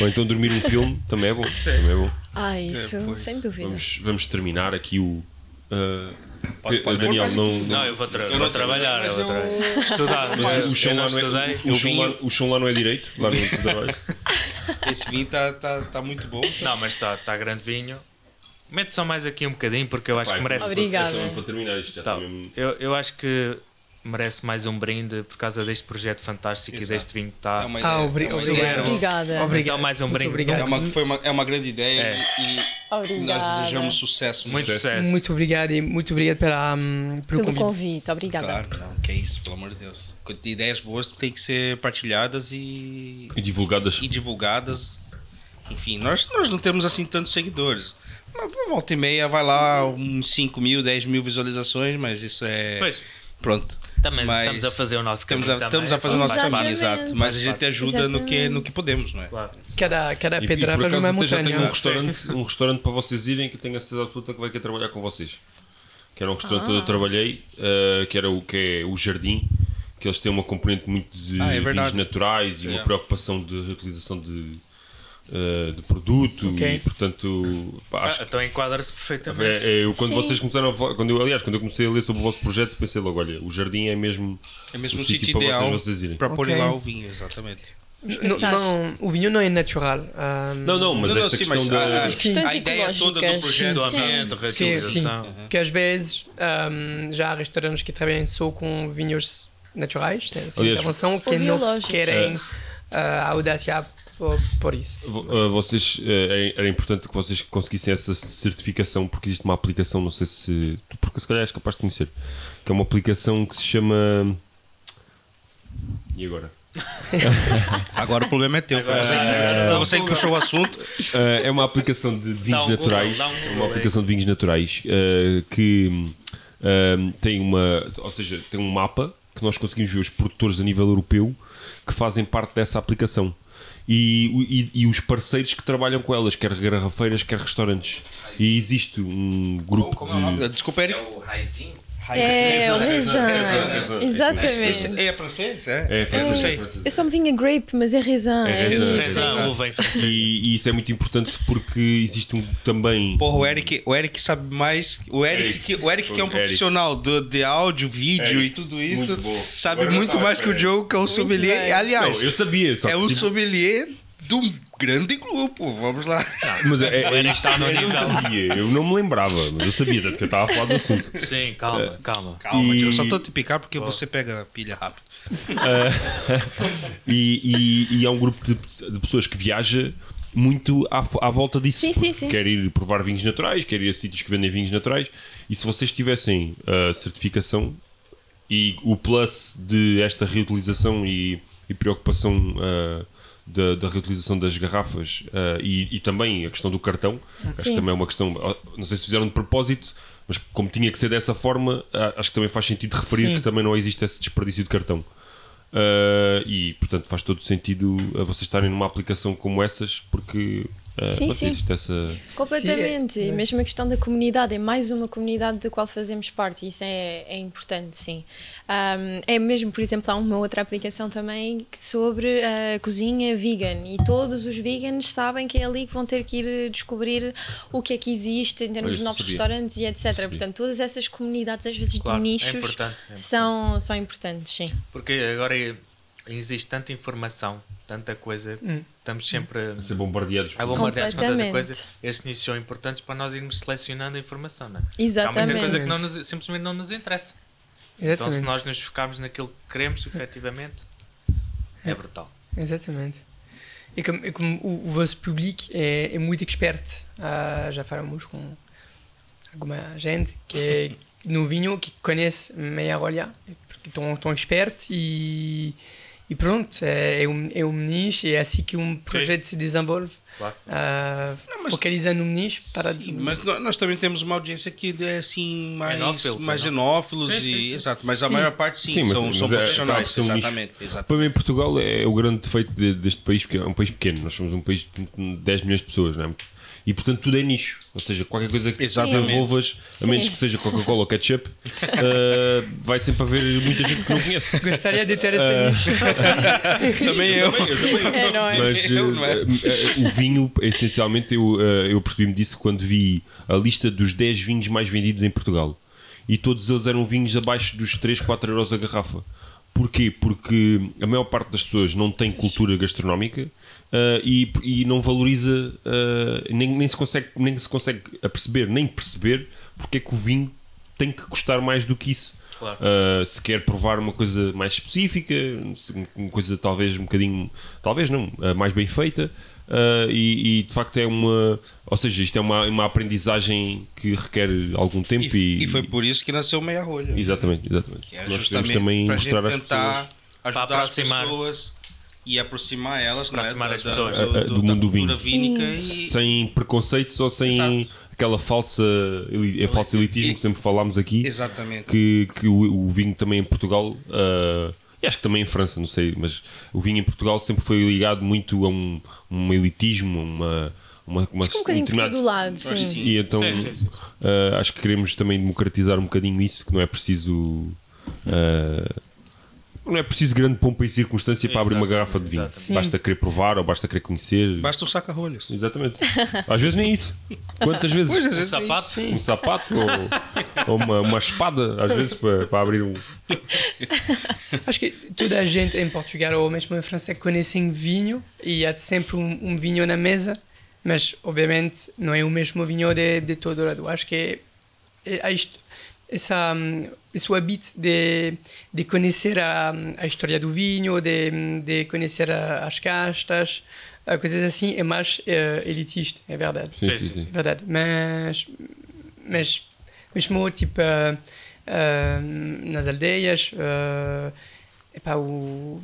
Speaker 1: Ou então dormir um filme também é bom. Também é bom.
Speaker 5: Ah, isso, sem dúvida.
Speaker 1: Vamos, vamos terminar aqui o. ah,
Speaker 3: Pode- pode-
Speaker 1: Daniel,
Speaker 3: pode-
Speaker 1: não,
Speaker 2: Não, eu vou, tra-
Speaker 3: Eu
Speaker 2: vou
Speaker 3: não
Speaker 2: trabalhar, eu
Speaker 3: trabalho,
Speaker 2: vou
Speaker 3: mas
Speaker 2: trabalhar. Estudar,
Speaker 1: Mas
Speaker 2: eu,
Speaker 1: o chão
Speaker 2: eu não
Speaker 1: lá não
Speaker 2: estudei.
Speaker 1: é, o chão lá- o chão lá não é direito, lá no trabalho.
Speaker 3: Esse vinho está tá, tá muito bom.
Speaker 2: Não, mas está tá grande vinho. Mete só mais aqui um bocadinho, porque eu acho que merece.
Speaker 5: Obrigada.
Speaker 1: É só para terminar isto já
Speaker 2: Tá,
Speaker 1: está mesmo.
Speaker 2: eu, eu acho que merece mais um brinde por causa deste projeto fantástico e
Speaker 3: Exato.
Speaker 2: deste vinho que tá está.
Speaker 3: É uma
Speaker 4: Ah,
Speaker 3: ideia.
Speaker 4: obri-
Speaker 3: É uma
Speaker 4: obrigado.
Speaker 3: ideia.
Speaker 2: Obrigado.
Speaker 5: Obrigada.
Speaker 4: Obrigado.
Speaker 2: Então, mais um
Speaker 4: Muito
Speaker 2: brinde.
Speaker 4: obrigado.
Speaker 3: É uma, foi uma, é uma grande ideia
Speaker 2: É.
Speaker 3: e, e nós
Speaker 5: Obrigada.
Speaker 3: desejamos sucesso. no
Speaker 2: Muito
Speaker 3: projeto.
Speaker 2: sucesso.
Speaker 4: Muito obrigado e muito obrigado pela, hum, pelo
Speaker 5: Pelo
Speaker 4: convite.
Speaker 5: convite, obrigada.
Speaker 3: Claro, não, que é isso, pelo amor de Deus. Ideias boas têm que ser partilhadas e,
Speaker 1: E divulgadas.
Speaker 3: e divulgadas. Enfim, nós, nós não temos assim tantos seguidores. Mas volta e meia vai lá uns 5 mil, 10 mil visualizações, mas isso é.
Speaker 2: Pois,
Speaker 3: Pronto.
Speaker 2: também
Speaker 3: Mas
Speaker 2: estamos a fazer o nosso
Speaker 3: Estamos
Speaker 2: caminho.
Speaker 3: a, estamos
Speaker 2: também. tá
Speaker 3: a fazer o nosso
Speaker 5: Exatamente.
Speaker 3: caminho, exato. Mas a gente ajuda no que, no que podemos, não é?
Speaker 2: Claro.
Speaker 4: Cada, cada
Speaker 1: E- e
Speaker 4: pedra
Speaker 1: por
Speaker 4: faz
Speaker 1: acaso
Speaker 4: uma
Speaker 1: até já
Speaker 4: é montanha.
Speaker 1: tenho um restaurante, um restaurante para vocês irem que eu tenho a certeza absoluta que vai querer trabalhar com vocês. Que era um restaurante
Speaker 3: Ah.
Speaker 1: onde eu trabalhei, eh, que era o que é o Jardim, que eles têm uma componente muito de
Speaker 3: Ah, é
Speaker 1: vinhos
Speaker 3: verdade.
Speaker 1: naturais e uma
Speaker 3: é.
Speaker 1: preocupação de reutilização de, eh, de produto
Speaker 4: Ok.
Speaker 1: e portanto pá,
Speaker 2: Ah,
Speaker 1: acho que
Speaker 2: então enquadra-se perfeitamente.
Speaker 1: é- é, eu, quando
Speaker 5: Sim.
Speaker 1: vocês começaram a falar, quando eu, aliás, quando eu comecei a ler sobre o vosso projeto, pensei logo, olha, o jardim é mesmo
Speaker 3: É mesmo
Speaker 1: o
Speaker 3: o sítio
Speaker 1: para
Speaker 3: ideal
Speaker 1: vocês, vocês irem.
Speaker 3: para pôr
Speaker 4: Ok.
Speaker 3: lá o vinho, exatamente.
Speaker 4: Não, não, o vinho não é natural. Ah,
Speaker 1: Não, não, mas
Speaker 3: Não, não,
Speaker 1: esta
Speaker 3: sim,
Speaker 1: questão
Speaker 3: mas
Speaker 1: da.
Speaker 3: a- a-
Speaker 5: Questões
Speaker 3: a ideia toda do
Speaker 5: ecológicas.
Speaker 2: Do
Speaker 3: projeto
Speaker 2: ambiente,
Speaker 1: é
Speaker 2: reutilização.
Speaker 1: assim.
Speaker 4: Porque às vezes hum, já há restaurantes que trabalham só com vinhos naturais, sem, sem
Speaker 1: Aliás, É.
Speaker 4: intervenção, que não
Speaker 5: biológicos.
Speaker 4: querem ah, a audácia por, por isso.
Speaker 1: vo- ah, Vocês, eh, era importante que vocês conseguissem essa certificação porque existe uma aplicação, não sei se tu, porque se calhar és capaz de conhecer, que é uma aplicação que se chama e agora?
Speaker 3: Agora o problema é teu. Foi
Speaker 2: Agora
Speaker 3: você,
Speaker 2: já-
Speaker 3: que-
Speaker 2: agora
Speaker 3: foi você que puxou o assunto.
Speaker 1: Ah, é uma aplicação de vinhos
Speaker 2: um Google,
Speaker 1: naturais.
Speaker 2: dá um
Speaker 1: é
Speaker 2: Google
Speaker 1: uma
Speaker 2: aí.
Speaker 1: aplicação de vinhos naturais ah, que ah, tem uma. Ou seja, tem um mapa que nós conseguimos ver os produtores a nível europeu que fazem parte dessa aplicação. E, o- e- e os parceiros que trabalham com elas, quer garrafeiras, quer restaurantes. E existe um grupo
Speaker 3: Como é o nome?
Speaker 1: de.
Speaker 3: Desculpa,
Speaker 6: É
Speaker 3: Eric.
Speaker 6: o Raizinho.
Speaker 5: É, o
Speaker 1: Raisin, raisin.
Speaker 5: Raisin. Exatamente.
Speaker 3: É francês? É.
Speaker 1: É,
Speaker 3: Eu não sei.
Speaker 5: Eu só me vinha grape, mas é Raisin.
Speaker 1: É
Speaker 5: É
Speaker 1: raisin.
Speaker 5: isso.
Speaker 2: Reza, uva em francês.
Speaker 1: E, e isso é muito importante porque existe um, também.
Speaker 3: Porra, o Eric, o Eric sabe mais. O Eric,
Speaker 1: Eric.
Speaker 3: que- o Eric que é um
Speaker 1: Eric.
Speaker 3: profissional do, de áudio, vídeo
Speaker 1: Eric.
Speaker 3: e tudo isso,
Speaker 1: Muito bom.
Speaker 3: sabe
Speaker 1: Agora eu
Speaker 3: muito
Speaker 1: tava
Speaker 3: mais que o
Speaker 1: esperando.
Speaker 3: Diogo, que é um sommelier.
Speaker 5: bem.
Speaker 1: Não,
Speaker 3: Aliás,
Speaker 1: eu sabia. Só
Speaker 3: é
Speaker 1: que,
Speaker 3: um
Speaker 1: tipo,
Speaker 3: sommelier de um grande grupo. Vamos lá.
Speaker 1: Mas é, é,
Speaker 2: Ele está no
Speaker 1: Eu
Speaker 2: nível.
Speaker 1: sabia, eu não me lembrava, mas eu sabia, tanto que eu estava a falar do assunto.
Speaker 2: Sim, calma, calma.
Speaker 3: É. Calma,
Speaker 1: E-
Speaker 3: Diogo. Eu só tô te picar porque você pega a pilha rápido.
Speaker 1: E, e, e é um grupo de, de pessoas que viaja muito à, f- à volta disso.
Speaker 5: Sim,
Speaker 1: porque
Speaker 5: sim, sim.
Speaker 1: Quer ir provar vinhos naturais, quer ir a sítios que vendem vinhos naturais. E se vocês tivessem a certificação e o plus de esta reutilização e, e preocupação ah, da, da reutilização das garrafas ah, e, e também a questão do cartão, acho que
Speaker 5: Sim.
Speaker 1: também é uma questão. ah, Não sei se fizeram de propósito, mas como tinha que ser dessa forma, ah, acho que também faz sentido referir que também não existe esse desperdício de cartão. Ah, e portanto faz todo sentido a vocês estarem numa aplicação como essas, porque ah,
Speaker 5: Sim,
Speaker 1: pronto,
Speaker 5: sim.
Speaker 1: existe essa.
Speaker 5: Completamente.
Speaker 4: Sim, é.
Speaker 5: E mesmo a questão da comunidade, é mais uma comunidade da qual fazemos parte, isso é, é importante, sim. Ahm, é mesmo, por exemplo, há uma outra aplicação também que- sobre a cozinha vegan e todos os vegans sabem que é ali que vão ter que ir descobrir o que é que existe em
Speaker 1: Olha,
Speaker 5: termos de
Speaker 1: isso
Speaker 5: novos
Speaker 1: sabia.
Speaker 5: restaurantes e etc. Portanto, todas essas comunidades, às vezes
Speaker 2: Claro, é
Speaker 5: de nichos,
Speaker 2: importante, é
Speaker 5: São, são importantes, sim.
Speaker 2: Porque agora existe tanta informação, tanta coisa,
Speaker 5: Hum.
Speaker 2: estamos sempre a-
Speaker 1: Ser bombardeados.
Speaker 2: a bombardear-se com tanta
Speaker 5: Completamente.
Speaker 2: coisa. Estes nichos são importantes para nós irmos selecionando a informação, não é? Há muita
Speaker 5: Exatamente.
Speaker 2: coisa que não nos- simplesmente não nos interessa. Então,
Speaker 4: Exatamente.
Speaker 2: se nós nos focarmos naquilo que queremos, efetivamente, é brutal.
Speaker 4: Exatamente. E como, e como o, o vosso público é, é muito experto, ah, já falamos com alguma gente que é no vinho que conhece melhor olhar, porque estão, estão expertos e, E pronto, é, é um, é um nicho, é assim que um projeto se desenvolve.
Speaker 2: Claro.
Speaker 4: Ah,
Speaker 3: mas-
Speaker 4: Focalizando um nicho para
Speaker 3: Sim, mas no- nós também temos uma audiência que é assim mais
Speaker 2: Enófilos,
Speaker 3: mais
Speaker 2: enó-
Speaker 3: xenófilos
Speaker 2: Sim,
Speaker 3: e
Speaker 2: sim, sim.
Speaker 3: exato, mas a
Speaker 4: Sim.
Speaker 3: maior parte sim,
Speaker 1: Sim, mas-
Speaker 3: são,
Speaker 1: mas
Speaker 3: são
Speaker 1: é- acaba
Speaker 3: profissionais,
Speaker 1: por ser um nicho.
Speaker 3: exatamente, exato.
Speaker 1: Para mim, Portugal é o grande defeito de- deste país, porque é um país pequeno. Nós somos um país de 10 milhões de pessoas, não é? E portanto tudo é nicho. Ou seja, qualquer coisa que
Speaker 3: Exatamente.
Speaker 1: desenvolvas, a
Speaker 5: Sim.
Speaker 1: menos que seja Coca-Cola ou ketchup, eh, vai sempre haver muita gente que não conhece. Ah,
Speaker 4: Gostaria de ter
Speaker 3: Ah.
Speaker 4: esse nicho.
Speaker 3: Também eu.
Speaker 5: É, não é?
Speaker 1: Mas eh,
Speaker 3: Eu, não é?
Speaker 1: eh, eh, o vinho, essencialmente, eu, eh, eu percebi-me disso quando vi a lista dos 10 vinhos mais vendidos em Portugal. E todos eles eram vinhos abaixo dos 3, 4 euros a garrafa. Porquê? Porque a maior parte das pessoas não tem cultura gastronómica eh, e, e não valoriza, eh, nem, nem se consegue, nem se consegue aperceber, nem perceber porque é que o vinho tem que custar mais do que isso.
Speaker 2: Claro.
Speaker 1: Uh, se quer provar uma coisa mais específica, se- uma coisa talvez um bocadinho, talvez não, uh, mais bem feita, uh, e, e, de facto é uma, ou seja, isto é uma, uma aprendizagem que requer algum
Speaker 3: E,
Speaker 1: tempo e,
Speaker 3: e foi por isso que nasceu Meia Rolha.
Speaker 1: exatamente, exatamente.
Speaker 3: Que era
Speaker 1: Nós queremos
Speaker 3: justamente
Speaker 1: também
Speaker 3: para a gente
Speaker 1: mostrar às
Speaker 3: tentar
Speaker 1: pessoas.
Speaker 3: ajudar
Speaker 2: Para
Speaker 3: as
Speaker 2: aproximar.
Speaker 3: pessoas e aproximar elas não é,
Speaker 2: Aproximar
Speaker 3: da-
Speaker 2: as
Speaker 3: da-
Speaker 2: pessoas.
Speaker 1: Ah, ah, do
Speaker 3: da
Speaker 1: mundo do
Speaker 3: cultura
Speaker 1: vinho.
Speaker 3: vínica e-
Speaker 1: sem preconceitos ou sem
Speaker 3: Exato.
Speaker 1: aquela falsa, eli- é falso elitismo
Speaker 3: E-
Speaker 1: que sempre falámos aqui.
Speaker 3: Exatamente.
Speaker 1: que, que o, o vinho também em Portugal ah, e acho que também em França, não sei, mas o vinho em Portugal sempre foi ligado muito a um, um elitismo, a uma, uma, uma
Speaker 5: Acho que um bocadinho por
Speaker 1: determinado-
Speaker 5: todo lado,
Speaker 3: Acho que
Speaker 5: sim.
Speaker 1: E então
Speaker 2: Sim, sim, sim.
Speaker 1: ah, acho que queremos também democratizar um bocadinho isso, que não é preciso. ah, não é preciso grande pompa e circunstância para abrir uma
Speaker 2: Exatamente,
Speaker 1: garrafa de vinho.
Speaker 2: exatamente.
Speaker 4: Sim.
Speaker 1: Basta querer provar ou basta querer conhecer.
Speaker 3: Basta um saca-rolhas.
Speaker 1: Exatamente. Às vezes nem isso. Quantas vezes?
Speaker 3: Pois, às
Speaker 2: Um
Speaker 3: vezes é isso.
Speaker 2: sapato.
Speaker 1: um sapato ou, ou uma, uma espada, às vezes, para, para abrir um.
Speaker 4: Acho que toda a gente em Portugal ou mesmo em França conhecem vinho e há sempre um, um vinho na mesa, mas obviamente não é o mesmo vinho de, de todo lado. Acho que é, é, a his- essa, hum, esse hábito de, de conhecer a, a história do vinho, de, de conhecer a- as castas, a coisas assim, é mais eh, elitista, é verdade.
Speaker 1: Sim,
Speaker 2: Sim,
Speaker 1: sim,
Speaker 2: sim,
Speaker 1: sim.
Speaker 4: É verdade, mas, mas mesmo tipo ah, ah, nas aldeias, ah, epá, o,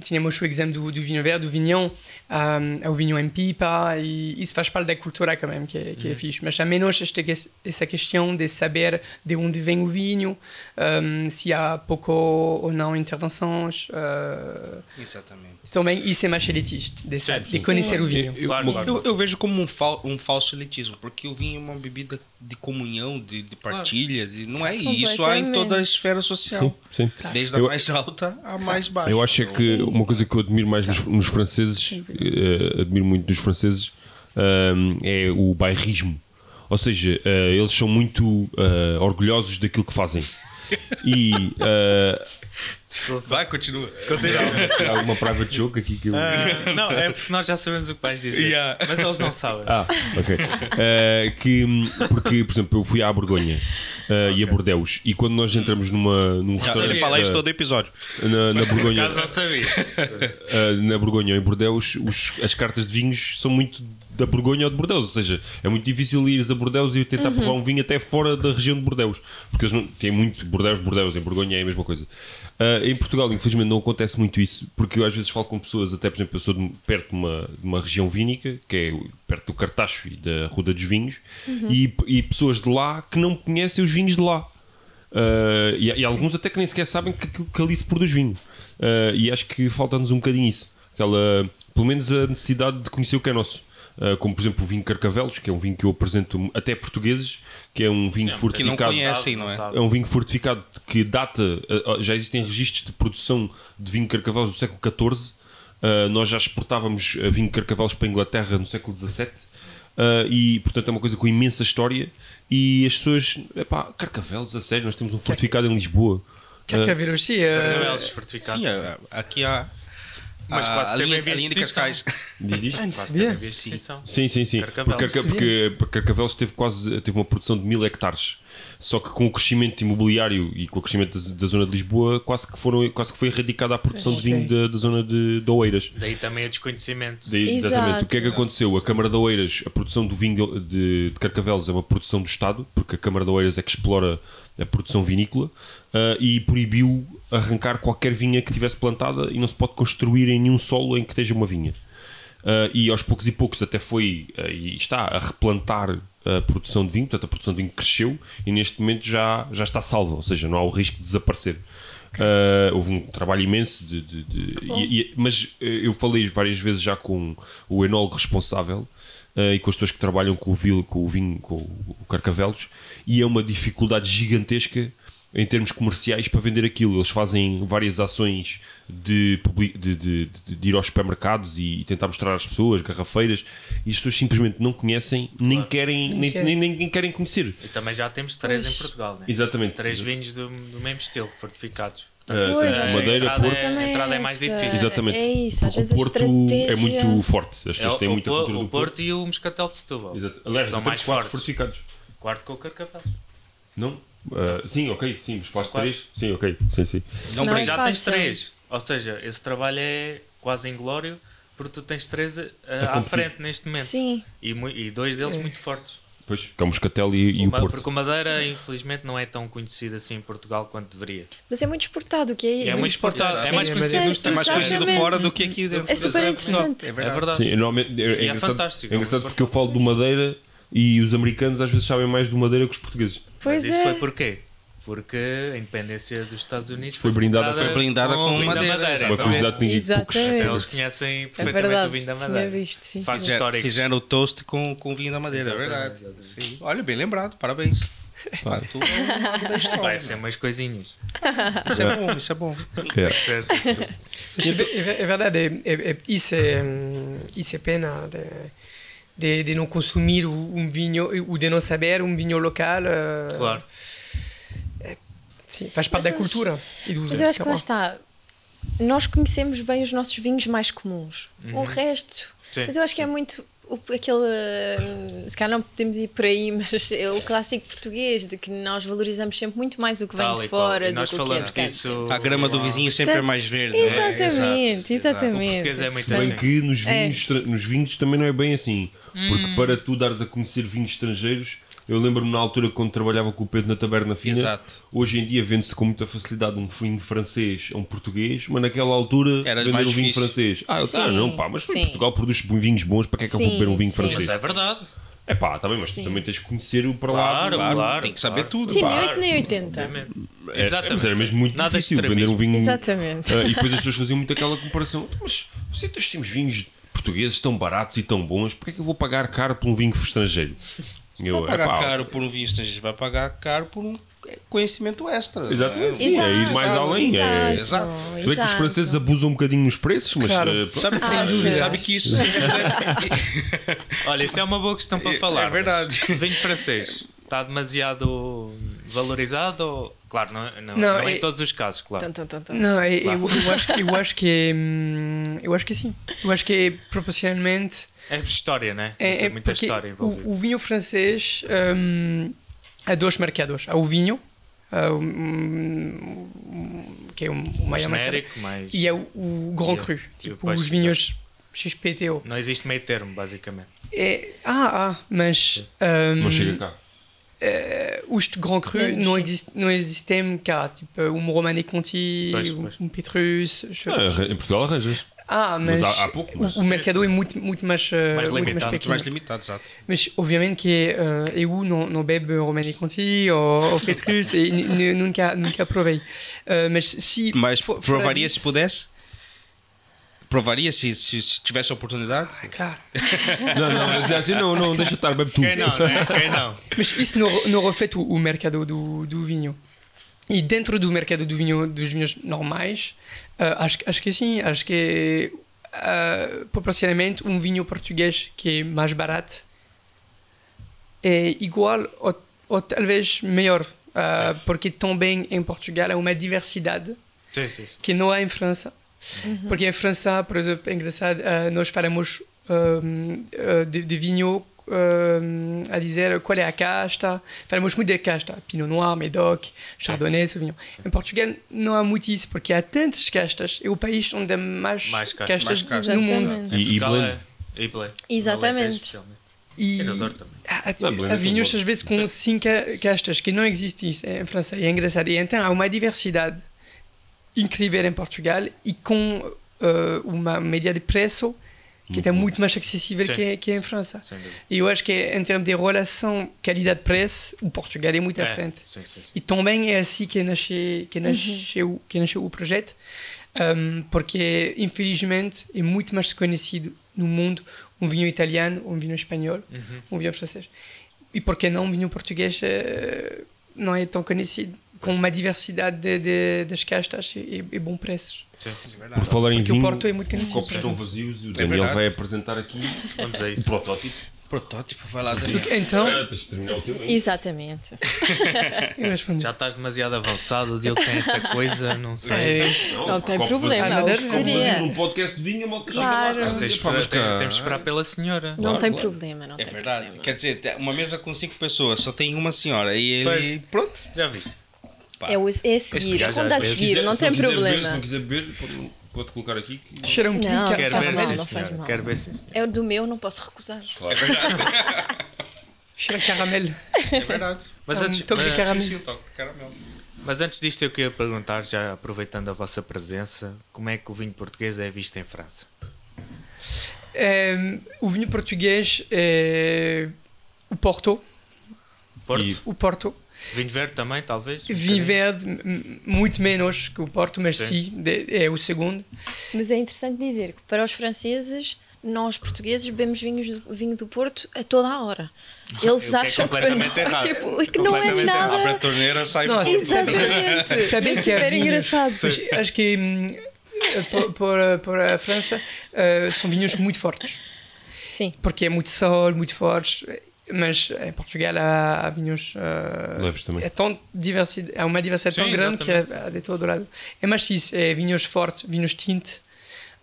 Speaker 4: tínhamos o exemplo do, do vinho verde, do vinhão, ah, há o vinho em pipa, e isso faz parte da cultura também, que, é- que é fixe. Mas há menos esta, que- essa questão de saber de onde vem o vinho, ah, se há pouco ou não intervenções. ah,
Speaker 3: Exatamente.
Speaker 4: também isso é mais elitista, de, sa-
Speaker 2: Sim.
Speaker 4: de conhecer o vinho.
Speaker 2: Claro, claro.
Speaker 3: Eu, eu vejo como um, fal- um falso elitismo, porque o vinho é uma bebida de comunhão, de, de partilha, de- não é? E isso há em toda a esfera social,
Speaker 1: Sim.
Speaker 5: Tá.
Speaker 3: desde a
Speaker 1: Eu-
Speaker 3: mais alta à mais baixa.
Speaker 1: Eu acho é que uma coisa que eu admiro mais nos, nos franceses, eh, admiro muito dos franceses, ahm, é o bairrismo. Ou seja, eh, eles são muito eh, orgulhosos daquilo que fazem. E eh,
Speaker 3: Vai, continua.
Speaker 1: há alguma private joke aqui que eu.
Speaker 2: Ah, não, é porque nós já sabemos o que vais dizer.
Speaker 3: Yeah.
Speaker 2: Mas eles não sabem.
Speaker 1: Ah, ok. Eh, que, hum, porque, por exemplo, eu fui à Borgonha eh, e a Bordeus. E quando nós entramos numa, num
Speaker 3: Já
Speaker 1: restaurante.
Speaker 3: ele fala isso
Speaker 1: eh,
Speaker 3: todo episódio.
Speaker 1: na, na
Speaker 2: Por
Speaker 1: Borgonha.
Speaker 2: acaso não sabia.
Speaker 1: Uh, na Borgonha ou em Bordeus, os- as cartas de vinhos são muito da Borgonha ou de Bordeus. Ou seja, é muito difícil ires a Bordeus e tentar provar um vinho até fora da região de Bordeus. Porque eles não, têm muito Bordeus, Bordeus. Em Borgonha é a mesma coisa. Uh, em Portugal, infelizmente, não acontece muito isso. Porque eu às vezes falo com pessoas, até por exemplo, eu sou de- perto de uma, de uma região vínica, que é o- perto do Cartacho e da Ruda dos Vinhos, e, e pessoas de lá que não conhecem os vinhos de lá. Uh, e, e alguns até que nem sequer sabem que, que, que ali se produz vinho. Uh, e acho que falta-nos um bocadinho isso. Aquela, pelo menos a necessidade de conhecer o que é nosso. Uh, como por exemplo o vinho Carcavelos, que é um vinho que eu apresento até portugueses, que é um vinho
Speaker 3: que não
Speaker 1: fortificado.
Speaker 3: conhece. É assim, não é?
Speaker 1: É um vinho fortificado que data, uh, uh, já existem registros de produção de vinho Carcavelos do século XIV. Uh, nós já exportávamos uh, vinho Carcavelos para a Inglaterra no século XVII. Uh, e portanto é uma coisa com imensa história. E as pessoas, epá, Carcavelos, a sério, nós temos um fortificado em Lisboa.
Speaker 4: Carcavelos, sim,
Speaker 2: euh,
Speaker 4: é-
Speaker 2: Caramelos fortificados.
Speaker 3: Sim, a- aqui há.
Speaker 2: Mas
Speaker 3: a-
Speaker 2: quase
Speaker 3: a
Speaker 2: teve
Speaker 3: linha,
Speaker 2: a ver
Speaker 3: a linha de
Speaker 2: extinção.
Speaker 3: Cascais.
Speaker 1: Diz isto?
Speaker 4: Ah, não
Speaker 2: Quase
Speaker 4: sabia.
Speaker 2: teve a ver extinção.
Speaker 1: Sim, sim, sim.
Speaker 2: Carcavelos.
Speaker 1: Porque, Carca- porque- porque Carcavelos teve quase teve uma produção de mil hectares. Só que com o crescimento imobiliário e com o crescimento da, da zona de Lisboa, quase que, foram, quase que foi erradicada a produção de vinho da, da zona de, de Oeiras.
Speaker 2: Daí também o desconhecimento.
Speaker 1: Daí,
Speaker 5: Exato.
Speaker 1: Exatamente. O que é que aconteceu? A Câmara de Oeiras, a produção do vinho de, de- de Carcavelos é uma produção do Estado, porque a Câmara de Oeiras é que explora a produção vinícola ah, e proibiu arrancar qualquer vinha que tivesse plantada e não se pode construir em nenhum solo em que esteja uma vinha. Ah, e aos poucos e poucos até foi ah, e está a replantar a produção de vinho, portanto a produção de vinho cresceu e neste momento já, já está salva, ou seja, não há o risco de desaparecer. Ah, houve um trabalho imenso de, de- de- e- e- mas eh, eu falei várias vezes já com o enólogo responsável eh, e com as pessoas que trabalham com o, vil, com o vinho, com o, o Carcavelos, e é uma dificuldade gigantesca em termos comerciais para vender aquilo. Eles fazem várias ações de, publi- de- de- de- de ir aos supermercados e, e tentar mostrar às pessoas, garrafeiras, e as pessoas simplesmente não conhecem, nem querem, nem,
Speaker 4: querem.
Speaker 1: nem- nem- nem querem conhecer.
Speaker 2: E também já temos três em Portugal, né?
Speaker 1: Exatamente. Ah,
Speaker 2: Três vinhos do, do mesmo estilo, fortificados.
Speaker 1: É,
Speaker 5: Pois, às
Speaker 1: sim.
Speaker 5: vezes
Speaker 1: Madeira,
Speaker 5: a
Speaker 2: entrada,
Speaker 1: Porto.
Speaker 5: questão também
Speaker 2: a entrada é mais
Speaker 5: essa.
Speaker 2: difícil.
Speaker 1: Exatamente.
Speaker 5: É isso, às
Speaker 1: Porque
Speaker 5: vezes
Speaker 1: o
Speaker 5: a
Speaker 1: Porto é
Speaker 5: estratégia-
Speaker 1: muito forte. As
Speaker 2: É,
Speaker 1: pessoas
Speaker 2: o,
Speaker 1: têm muita
Speaker 2: o,
Speaker 1: cultura
Speaker 2: o
Speaker 1: do
Speaker 2: Porto e o Moscatel de Setúbal.
Speaker 1: Exato. Aliás,
Speaker 2: São
Speaker 1: temos
Speaker 2: mais
Speaker 1: quatro
Speaker 2: fortes.
Speaker 1: fortificados.
Speaker 2: Quarto com o Carcavel.
Speaker 1: Não? Ah, sim, ok, sim, mas faz
Speaker 2: São quatro.
Speaker 1: três. Sim, ok, sim, sim.
Speaker 3: Não,
Speaker 5: Não,
Speaker 3: para
Speaker 5: é
Speaker 2: já
Speaker 5: fácil.
Speaker 2: tens três. Ou seja, esse trabalho é quase inglório porque tu tens três eh, à
Speaker 1: competir.
Speaker 2: frente neste momento.
Speaker 5: Sim,
Speaker 2: E, mu- e dois deles muito fortes.
Speaker 1: Pois, que é o Moscatel e, e o
Speaker 2: Uma-
Speaker 1: Porto.
Speaker 2: porque o Madeira, infelizmente, não é tão conhecido assim em Portugal quanto deveria.
Speaker 5: mas é muito exportado, o que é
Speaker 2: E é muito exportado. É mais
Speaker 4: Sim,
Speaker 2: conhecido
Speaker 5: mas-
Speaker 2: nos
Speaker 3: É
Speaker 2: três.
Speaker 3: mais conhecido
Speaker 5: Exatamente.
Speaker 3: fora do que aqui dentro.
Speaker 5: É super interessante.
Speaker 3: É
Speaker 2: É
Speaker 3: verdade.
Speaker 2: verdade.
Speaker 1: Sim, eu normalmente é, é
Speaker 2: E é
Speaker 1: engraçado,
Speaker 2: fantástico,
Speaker 1: é
Speaker 2: é
Speaker 1: engraçado
Speaker 2: muito
Speaker 1: porque eu falo do Madeira e os americanos às vezes sabem mais do Madeira que os portugueses.
Speaker 5: Pois
Speaker 2: Mas isso
Speaker 5: é.
Speaker 2: foi porquê? Porque a independência dos Estados Unidos
Speaker 1: Foi brindada-
Speaker 3: foi brindada com
Speaker 2: o vinho da
Speaker 3: madeira,
Speaker 1: É Uma
Speaker 3: exatamente.
Speaker 2: então-
Speaker 1: curiosidade que ninguém poucos
Speaker 5: Exatamente.
Speaker 2: Então
Speaker 1: têm.
Speaker 2: eles conhecem
Speaker 5: É
Speaker 2: perfeitamente
Speaker 5: verdade,
Speaker 2: o vinho da
Speaker 5: tinha
Speaker 2: Madeira.
Speaker 5: visto, sim.
Speaker 2: Faz
Speaker 3: Fizeram-
Speaker 2: históricos.
Speaker 3: Fizeram o toast com, com o vinho da madeira, é
Speaker 2: Exatamente,
Speaker 3: verdade.
Speaker 2: exatamente.
Speaker 3: Sim. Olha, bem lembrado, parabéns. Pá, tu é um mago da
Speaker 2: Vai
Speaker 3: história.
Speaker 2: ser umas coisinhas.
Speaker 3: Isso é bom, isso é bom.
Speaker 1: É.
Speaker 2: Certo?
Speaker 4: É ver- é verdade, é- é- é- isso, é, hum, isso é pena de, de- de não consumir um um vinho, ou de não saber um vinho local. eh,
Speaker 2: Claro.
Speaker 4: sim, faz
Speaker 5: Mas
Speaker 4: parte da
Speaker 5: eu-
Speaker 4: cultura e tá do
Speaker 5: Mas eu acho que lá está. Nós conhecemos bem os nossos vinhos mais comuns. O resto.
Speaker 2: Uhum. Sim.
Speaker 5: Mas eu acho que é muito o- aquele. hum, Se calhar não podemos ir por aí, mas é o clássico português de que nós valorizamos sempre muito mais o que vem
Speaker 2: Tal
Speaker 5: de
Speaker 2: e qual.
Speaker 5: fora
Speaker 2: E nós
Speaker 5: do que o que é
Speaker 2: falamos
Speaker 5: de cá.
Speaker 2: disso.
Speaker 3: A grama do vizinho sempre é mais verde. não é? Exato, exato.
Speaker 5: Exatamente, exatamente.
Speaker 2: O português é muito
Speaker 5: Portanto,
Speaker 1: Bem
Speaker 2: Sim.
Speaker 1: que nos vinhos,
Speaker 5: É.
Speaker 1: estra- nos vinhos também não é bem assim. Porque para tu dares a conhecer vinhos estrangeiros, eu lembro-me na altura quando trabalhava com o Pedro na Taberna Fina,
Speaker 3: Exato.
Speaker 1: hoje em dia vende-se com muita facilidade um vinho francês a um português, mas naquela altura
Speaker 3: Era
Speaker 1: vender
Speaker 3: mais
Speaker 1: um vinho
Speaker 3: difícil.
Speaker 1: francês. Ah, eu, ah,
Speaker 5: Sim,
Speaker 1: não, pá, mas
Speaker 5: sim.
Speaker 1: Portugal produz vinhos bons, para que é que eu
Speaker 5: Sim,
Speaker 1: vou beber um vinho
Speaker 5: sim.
Speaker 1: francês?
Speaker 2: Isso é verdade.
Speaker 1: É pá, também, mas
Speaker 5: Sim.
Speaker 1: tu também tens que conhecer o para
Speaker 2: Claro,
Speaker 1: lá.
Speaker 2: claro.
Speaker 3: Tem que saber tudo.
Speaker 5: Sim, nem
Speaker 1: Claro.
Speaker 5: 8 nem 80.
Speaker 2: Obviamente.
Speaker 1: É, Mas era mesmo muito
Speaker 2: Nada
Speaker 1: difícil vender um
Speaker 2: extremismo.
Speaker 1: vinho.
Speaker 5: Exatamente.
Speaker 1: Ah, e depois as pessoas faziam muito aquela comparação. "Então, Mas se nós temos vinhos portugueses tão baratos e tão bons, porquê é que eu vou pagar caro por um vinho estrangeiro? Eu,
Speaker 3: Vai pagar
Speaker 1: epá,
Speaker 3: caro por um vinho estrangeiro, vai pagar caro por um conhecimento extra.
Speaker 1: Exatamente,
Speaker 3: não
Speaker 1: sim, é ir
Speaker 5: Exato,
Speaker 1: mais além. É,
Speaker 3: exato.
Speaker 1: se bem que os franceses abusam um bocadinho nos preços, mas
Speaker 4: Claro.
Speaker 1: eh, pronto.
Speaker 3: Sabe,
Speaker 5: Sem
Speaker 3: sabe-
Speaker 5: dúvida.
Speaker 3: sabe que isso
Speaker 2: Olha, isso é uma boa questão para
Speaker 3: É-
Speaker 2: falar.
Speaker 3: é verdade.
Speaker 2: mas Vinho francês está demasiado valorizado? ou- Claro, não, não, não,
Speaker 4: Não,
Speaker 2: em
Speaker 4: é-
Speaker 2: todos os casos, claro.
Speaker 4: Não, eu,
Speaker 2: Lá.
Speaker 4: eu, eu acho, eu acho que hum, eu acho que sim. Eu acho que é proporcionalmente
Speaker 2: É história, né?
Speaker 4: então. é,
Speaker 2: Tem
Speaker 4: é
Speaker 2: muita
Speaker 4: porque
Speaker 2: história envolvida.
Speaker 4: o, o vinho francês hum, há dois mercados. Há o vinho, há o- hum, hum, que é o maior mercado,
Speaker 2: Genérico, mas
Speaker 4: e é o, o Grand
Speaker 2: E o-
Speaker 4: Cru,
Speaker 2: e o
Speaker 4: tipo
Speaker 2: peixe,
Speaker 4: os vinhos XPTO.
Speaker 2: não existe meio termo, basicamente.
Speaker 4: É, ah, ah, mas hum,
Speaker 1: não chega cá.
Speaker 4: os Grand Cru
Speaker 5: Menos.
Speaker 4: não, existe, não existem cá, tipo um Romanée Conti,
Speaker 2: Pois,
Speaker 4: um-
Speaker 2: pois.
Speaker 4: um Petrus.
Speaker 3: Hum.
Speaker 4: je-
Speaker 1: Ah, arran- em Portugal arranjas.
Speaker 4: Ah,
Speaker 1: Mas
Speaker 4: mas,
Speaker 1: há- há pouco, mas-
Speaker 4: o, o mercado é muito, muito mais, eh,
Speaker 2: Mais
Speaker 4: muito
Speaker 2: limitado,
Speaker 4: pequeno.
Speaker 3: é mais limitado, exato.
Speaker 4: Mas obviamente que eh, eu não, não bebo Romani euh, Conti ou, ou Petrus e n- n- nunca, nunca provei. Eh, mas se.
Speaker 3: Mas
Speaker 4: for- fora
Speaker 3: provaria se
Speaker 4: disso-
Speaker 3: pudesse? Provaria se, se, se tivesse a oportunidade?
Speaker 4: Claro.
Speaker 1: Não, não, mas é assim, não, não, deixa estar, bebe tudo.
Speaker 3: É,
Speaker 2: Quem não, né? Quem não?
Speaker 4: Mas isso não, não reflete o, o mercado do, do vinho. E dentro do mercado do vinho, dos vinhos normais, eh, acho, acho que sim. Acho que eh, proporcionalmente um vinho português que é mais barato é igual ou, ou talvez melhor. eh, porque também em Portugal há uma diversidade
Speaker 2: Sim, sim, sim.
Speaker 4: que não há em França. eh, Porque em França, por exemplo, é engraçado, ah, nós falamos ahm, ah, ehm, de, de vinho eh, a dizer qual é a casta. Falamos muito de casta, Pinot Noir, Medoc, Chardonnay, Sauvignon. Em Portugal não há muito isso, porque há tantas castas. É o país onde há mais,
Speaker 2: Mais castas.
Speaker 4: castas,
Speaker 3: Mais castas.
Speaker 4: no mundo.
Speaker 5: Exatamente.
Speaker 1: E- e
Speaker 2: Portugal
Speaker 1: blend.
Speaker 2: é- E blend.
Speaker 5: Exatamente.
Speaker 2: Maleta, especialmente.
Speaker 4: E
Speaker 2: Eu adoro também.
Speaker 4: há, há-
Speaker 1: Não, blend
Speaker 4: há
Speaker 1: é
Speaker 4: vinhos,
Speaker 1: tudo bom.
Speaker 4: às vezes, com cinco castas que não existem em França. E é engraçado. E então há uma diversidade incrível em Portugal e com eh, uma média de preço que é muito mais acessível
Speaker 2: Sim.
Speaker 4: que, que em França.
Speaker 2: Sem dúvida.
Speaker 4: E eu acho que em termos de relação qualidade-preço, o Portugal é muito à
Speaker 2: É,
Speaker 4: frente.
Speaker 2: Sim, sim, sim.
Speaker 4: E também é assim que nasce,
Speaker 2: Uhum.
Speaker 4: que nasceu, que nasceu o projeto, hum, porque infelizmente é muito mais conhecido no mundo um vinho italiano, um vinho espanhol,
Speaker 2: Uhum.
Speaker 4: um vinho francês. E por que não um vinho português eh, não é tão conhecido, com uma diversidade de, de, das castas e, e bom preços.
Speaker 2: sim.
Speaker 1: Por falar em
Speaker 4: Porque o
Speaker 1: vinho,
Speaker 4: Porto é muito
Speaker 1: os
Speaker 4: conhecido.
Speaker 1: copos estão vazios e o Daniel
Speaker 3: É verdade.
Speaker 1: vai apresentar aqui
Speaker 2: Vamos a
Speaker 1: o
Speaker 2: isso.
Speaker 1: protótipo.
Speaker 3: Protótipo, vai lá, Daniel.
Speaker 4: Então,
Speaker 1: Ah, tens de terminar o teu, hein?
Speaker 5: Exatamente.
Speaker 4: eu respondi.
Speaker 2: Já estás demasiado avançado, o Diogo tem esta coisa, não sei.
Speaker 4: É,
Speaker 1: Não,
Speaker 5: Não tem
Speaker 1: copo vazio,
Speaker 5: problema,
Speaker 4: o que
Speaker 1: copo vazio
Speaker 5: seria?
Speaker 1: Num podcast de vinho, a malta
Speaker 5: Claro.
Speaker 1: chega lá.
Speaker 5: Mas
Speaker 2: Mas tens de
Speaker 1: Pá, mas
Speaker 2: esperar, tem-
Speaker 1: cá-
Speaker 2: temos de esperar pela senhora.
Speaker 5: Não
Speaker 1: Claro,
Speaker 5: tem
Speaker 1: claro.
Speaker 5: problema, não
Speaker 3: É
Speaker 5: tem
Speaker 3: verdade.
Speaker 5: problema.
Speaker 3: Quer dizer, tem uma mesa com cinco pessoas, só tem uma senhora. E ele. Pronto.
Speaker 2: Já viste?
Speaker 3: pá.
Speaker 5: É, o, é a seguir,
Speaker 2: gajo
Speaker 5: quando
Speaker 2: às
Speaker 5: a
Speaker 2: vezes-
Speaker 5: seguir, não
Speaker 1: Se quiser
Speaker 5: tem
Speaker 1: beber,
Speaker 5: problema.
Speaker 1: se não quiser beber, pode, pode colocar aqui. que-
Speaker 4: cheira um bocadinho
Speaker 5: Não,
Speaker 4: de
Speaker 2: Quero
Speaker 5: faz
Speaker 2: ver,
Speaker 5: mal,
Speaker 2: sim,
Speaker 5: não faz
Speaker 2: senhora.
Speaker 5: mal.
Speaker 2: Quero ver, sim, senhora.
Speaker 5: É o do meu, não posso recusar.
Speaker 1: Claro.
Speaker 4: Cheira caramelo.
Speaker 3: É verdade.
Speaker 2: Mas
Speaker 5: Então,
Speaker 4: Há um
Speaker 2: antes,
Speaker 4: toque de
Speaker 5: é
Speaker 2: mas-
Speaker 4: caramelo.
Speaker 3: Sim, sim, um toque de caramelo.
Speaker 2: mas antes disto, eu queria perguntar, já aproveitando a vossa presença, como é que o vinho português é visto em França?
Speaker 4: Eh, o vinho português é o Porto,
Speaker 2: Porto?
Speaker 1: E-
Speaker 4: o Porto,
Speaker 2: Vinho verde também, talvez? Um
Speaker 4: vinho
Speaker 2: bocadinho?
Speaker 4: verde m- m- muito menos que o Porto, mas
Speaker 2: Sim.
Speaker 4: sim, de- é o segundo.
Speaker 5: Mas é interessante dizer que para os franceses, nós portugueses bebemos vinhos do, vinho do Porto a toda a hora. Eles
Speaker 2: que é
Speaker 5: acham que, para nós,
Speaker 2: completamente errado.
Speaker 5: tipo, é que não é
Speaker 2: Completamente errado.
Speaker 5: nada.
Speaker 3: Abre a torneira, sai
Speaker 4: Não,
Speaker 3: Porto.
Speaker 5: Exatamente.
Speaker 4: Sabem
Speaker 5: é
Speaker 4: que há
Speaker 5: super
Speaker 4: vinhos-
Speaker 5: engraçado.
Speaker 4: Mas Acho que hum, por, por- por a França eh, são vinhos muito fortes,
Speaker 5: Sim.
Speaker 4: porque é muito sol, muito fortes. Mas em Portugal há, há vinhos eh,
Speaker 1: Leves também.
Speaker 4: é tão diversidade, é uma diversidade tão
Speaker 2: Sim,
Speaker 4: grande que é, é de todo lado. É mais isso, é vinhos fortes, vinhos tintes.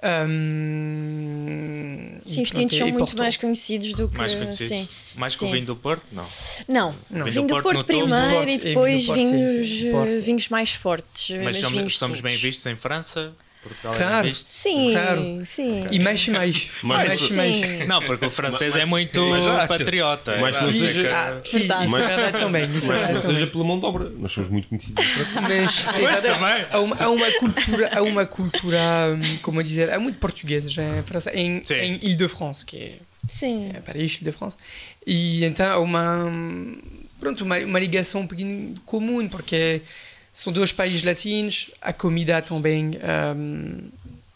Speaker 4: hum,
Speaker 5: Sim,
Speaker 4: e
Speaker 5: os
Speaker 4: pronto,
Speaker 5: tintos são
Speaker 4: e
Speaker 5: muito
Speaker 4: Porto.
Speaker 5: mais conhecidos do que.
Speaker 2: Mais conhecido?
Speaker 5: Sim.
Speaker 2: Mais que o
Speaker 5: Sim.
Speaker 2: vinho do Porto? Não.
Speaker 5: Não,
Speaker 4: Não.
Speaker 5: vinho do Porto,
Speaker 2: no todo, do
Speaker 5: primeiro e
Speaker 4: Porto. E É, vinho do
Speaker 5: depois
Speaker 4: Porto, sim,
Speaker 5: vinhos,
Speaker 4: sim,
Speaker 5: eh,
Speaker 4: Porto.
Speaker 5: vinhos mais fortes.
Speaker 2: Mas somos,
Speaker 5: vinhos
Speaker 2: somos bem
Speaker 5: tintos.
Speaker 2: vistos em França? Portugal é
Speaker 4: Claro.
Speaker 2: bem visto?
Speaker 5: Sim,
Speaker 4: Claro.
Speaker 5: sim.
Speaker 4: E mais e mais.
Speaker 1: Mais-
Speaker 4: mais e mais.
Speaker 5: Sim.
Speaker 2: Não, porque o francês é muito
Speaker 3: Exato.
Speaker 2: patriota.
Speaker 1: Mas
Speaker 2: é,
Speaker 1: não
Speaker 2: não sei
Speaker 1: seja-
Speaker 2: que-
Speaker 4: Ah, sim,
Speaker 5: Verdade.
Speaker 4: isso é verdade também. isso é
Speaker 1: Mas
Speaker 4: verdade
Speaker 1: não
Speaker 4: também.
Speaker 1: seja pela mão de obra. Nós somos muito conhecidos.
Speaker 4: Mas
Speaker 2: Pois também.
Speaker 4: há uma, há uma cultura, há uma cultura, hum, como dizer, há muito português já é em França, em,
Speaker 2: Sim.
Speaker 4: em Ile-de-France, que é
Speaker 5: Sim.
Speaker 4: É, Paris, Chile de France. E então há uma, pronto, uma, uma ligação um pouquinho comum, porque são dois países latinos, a comida também hum,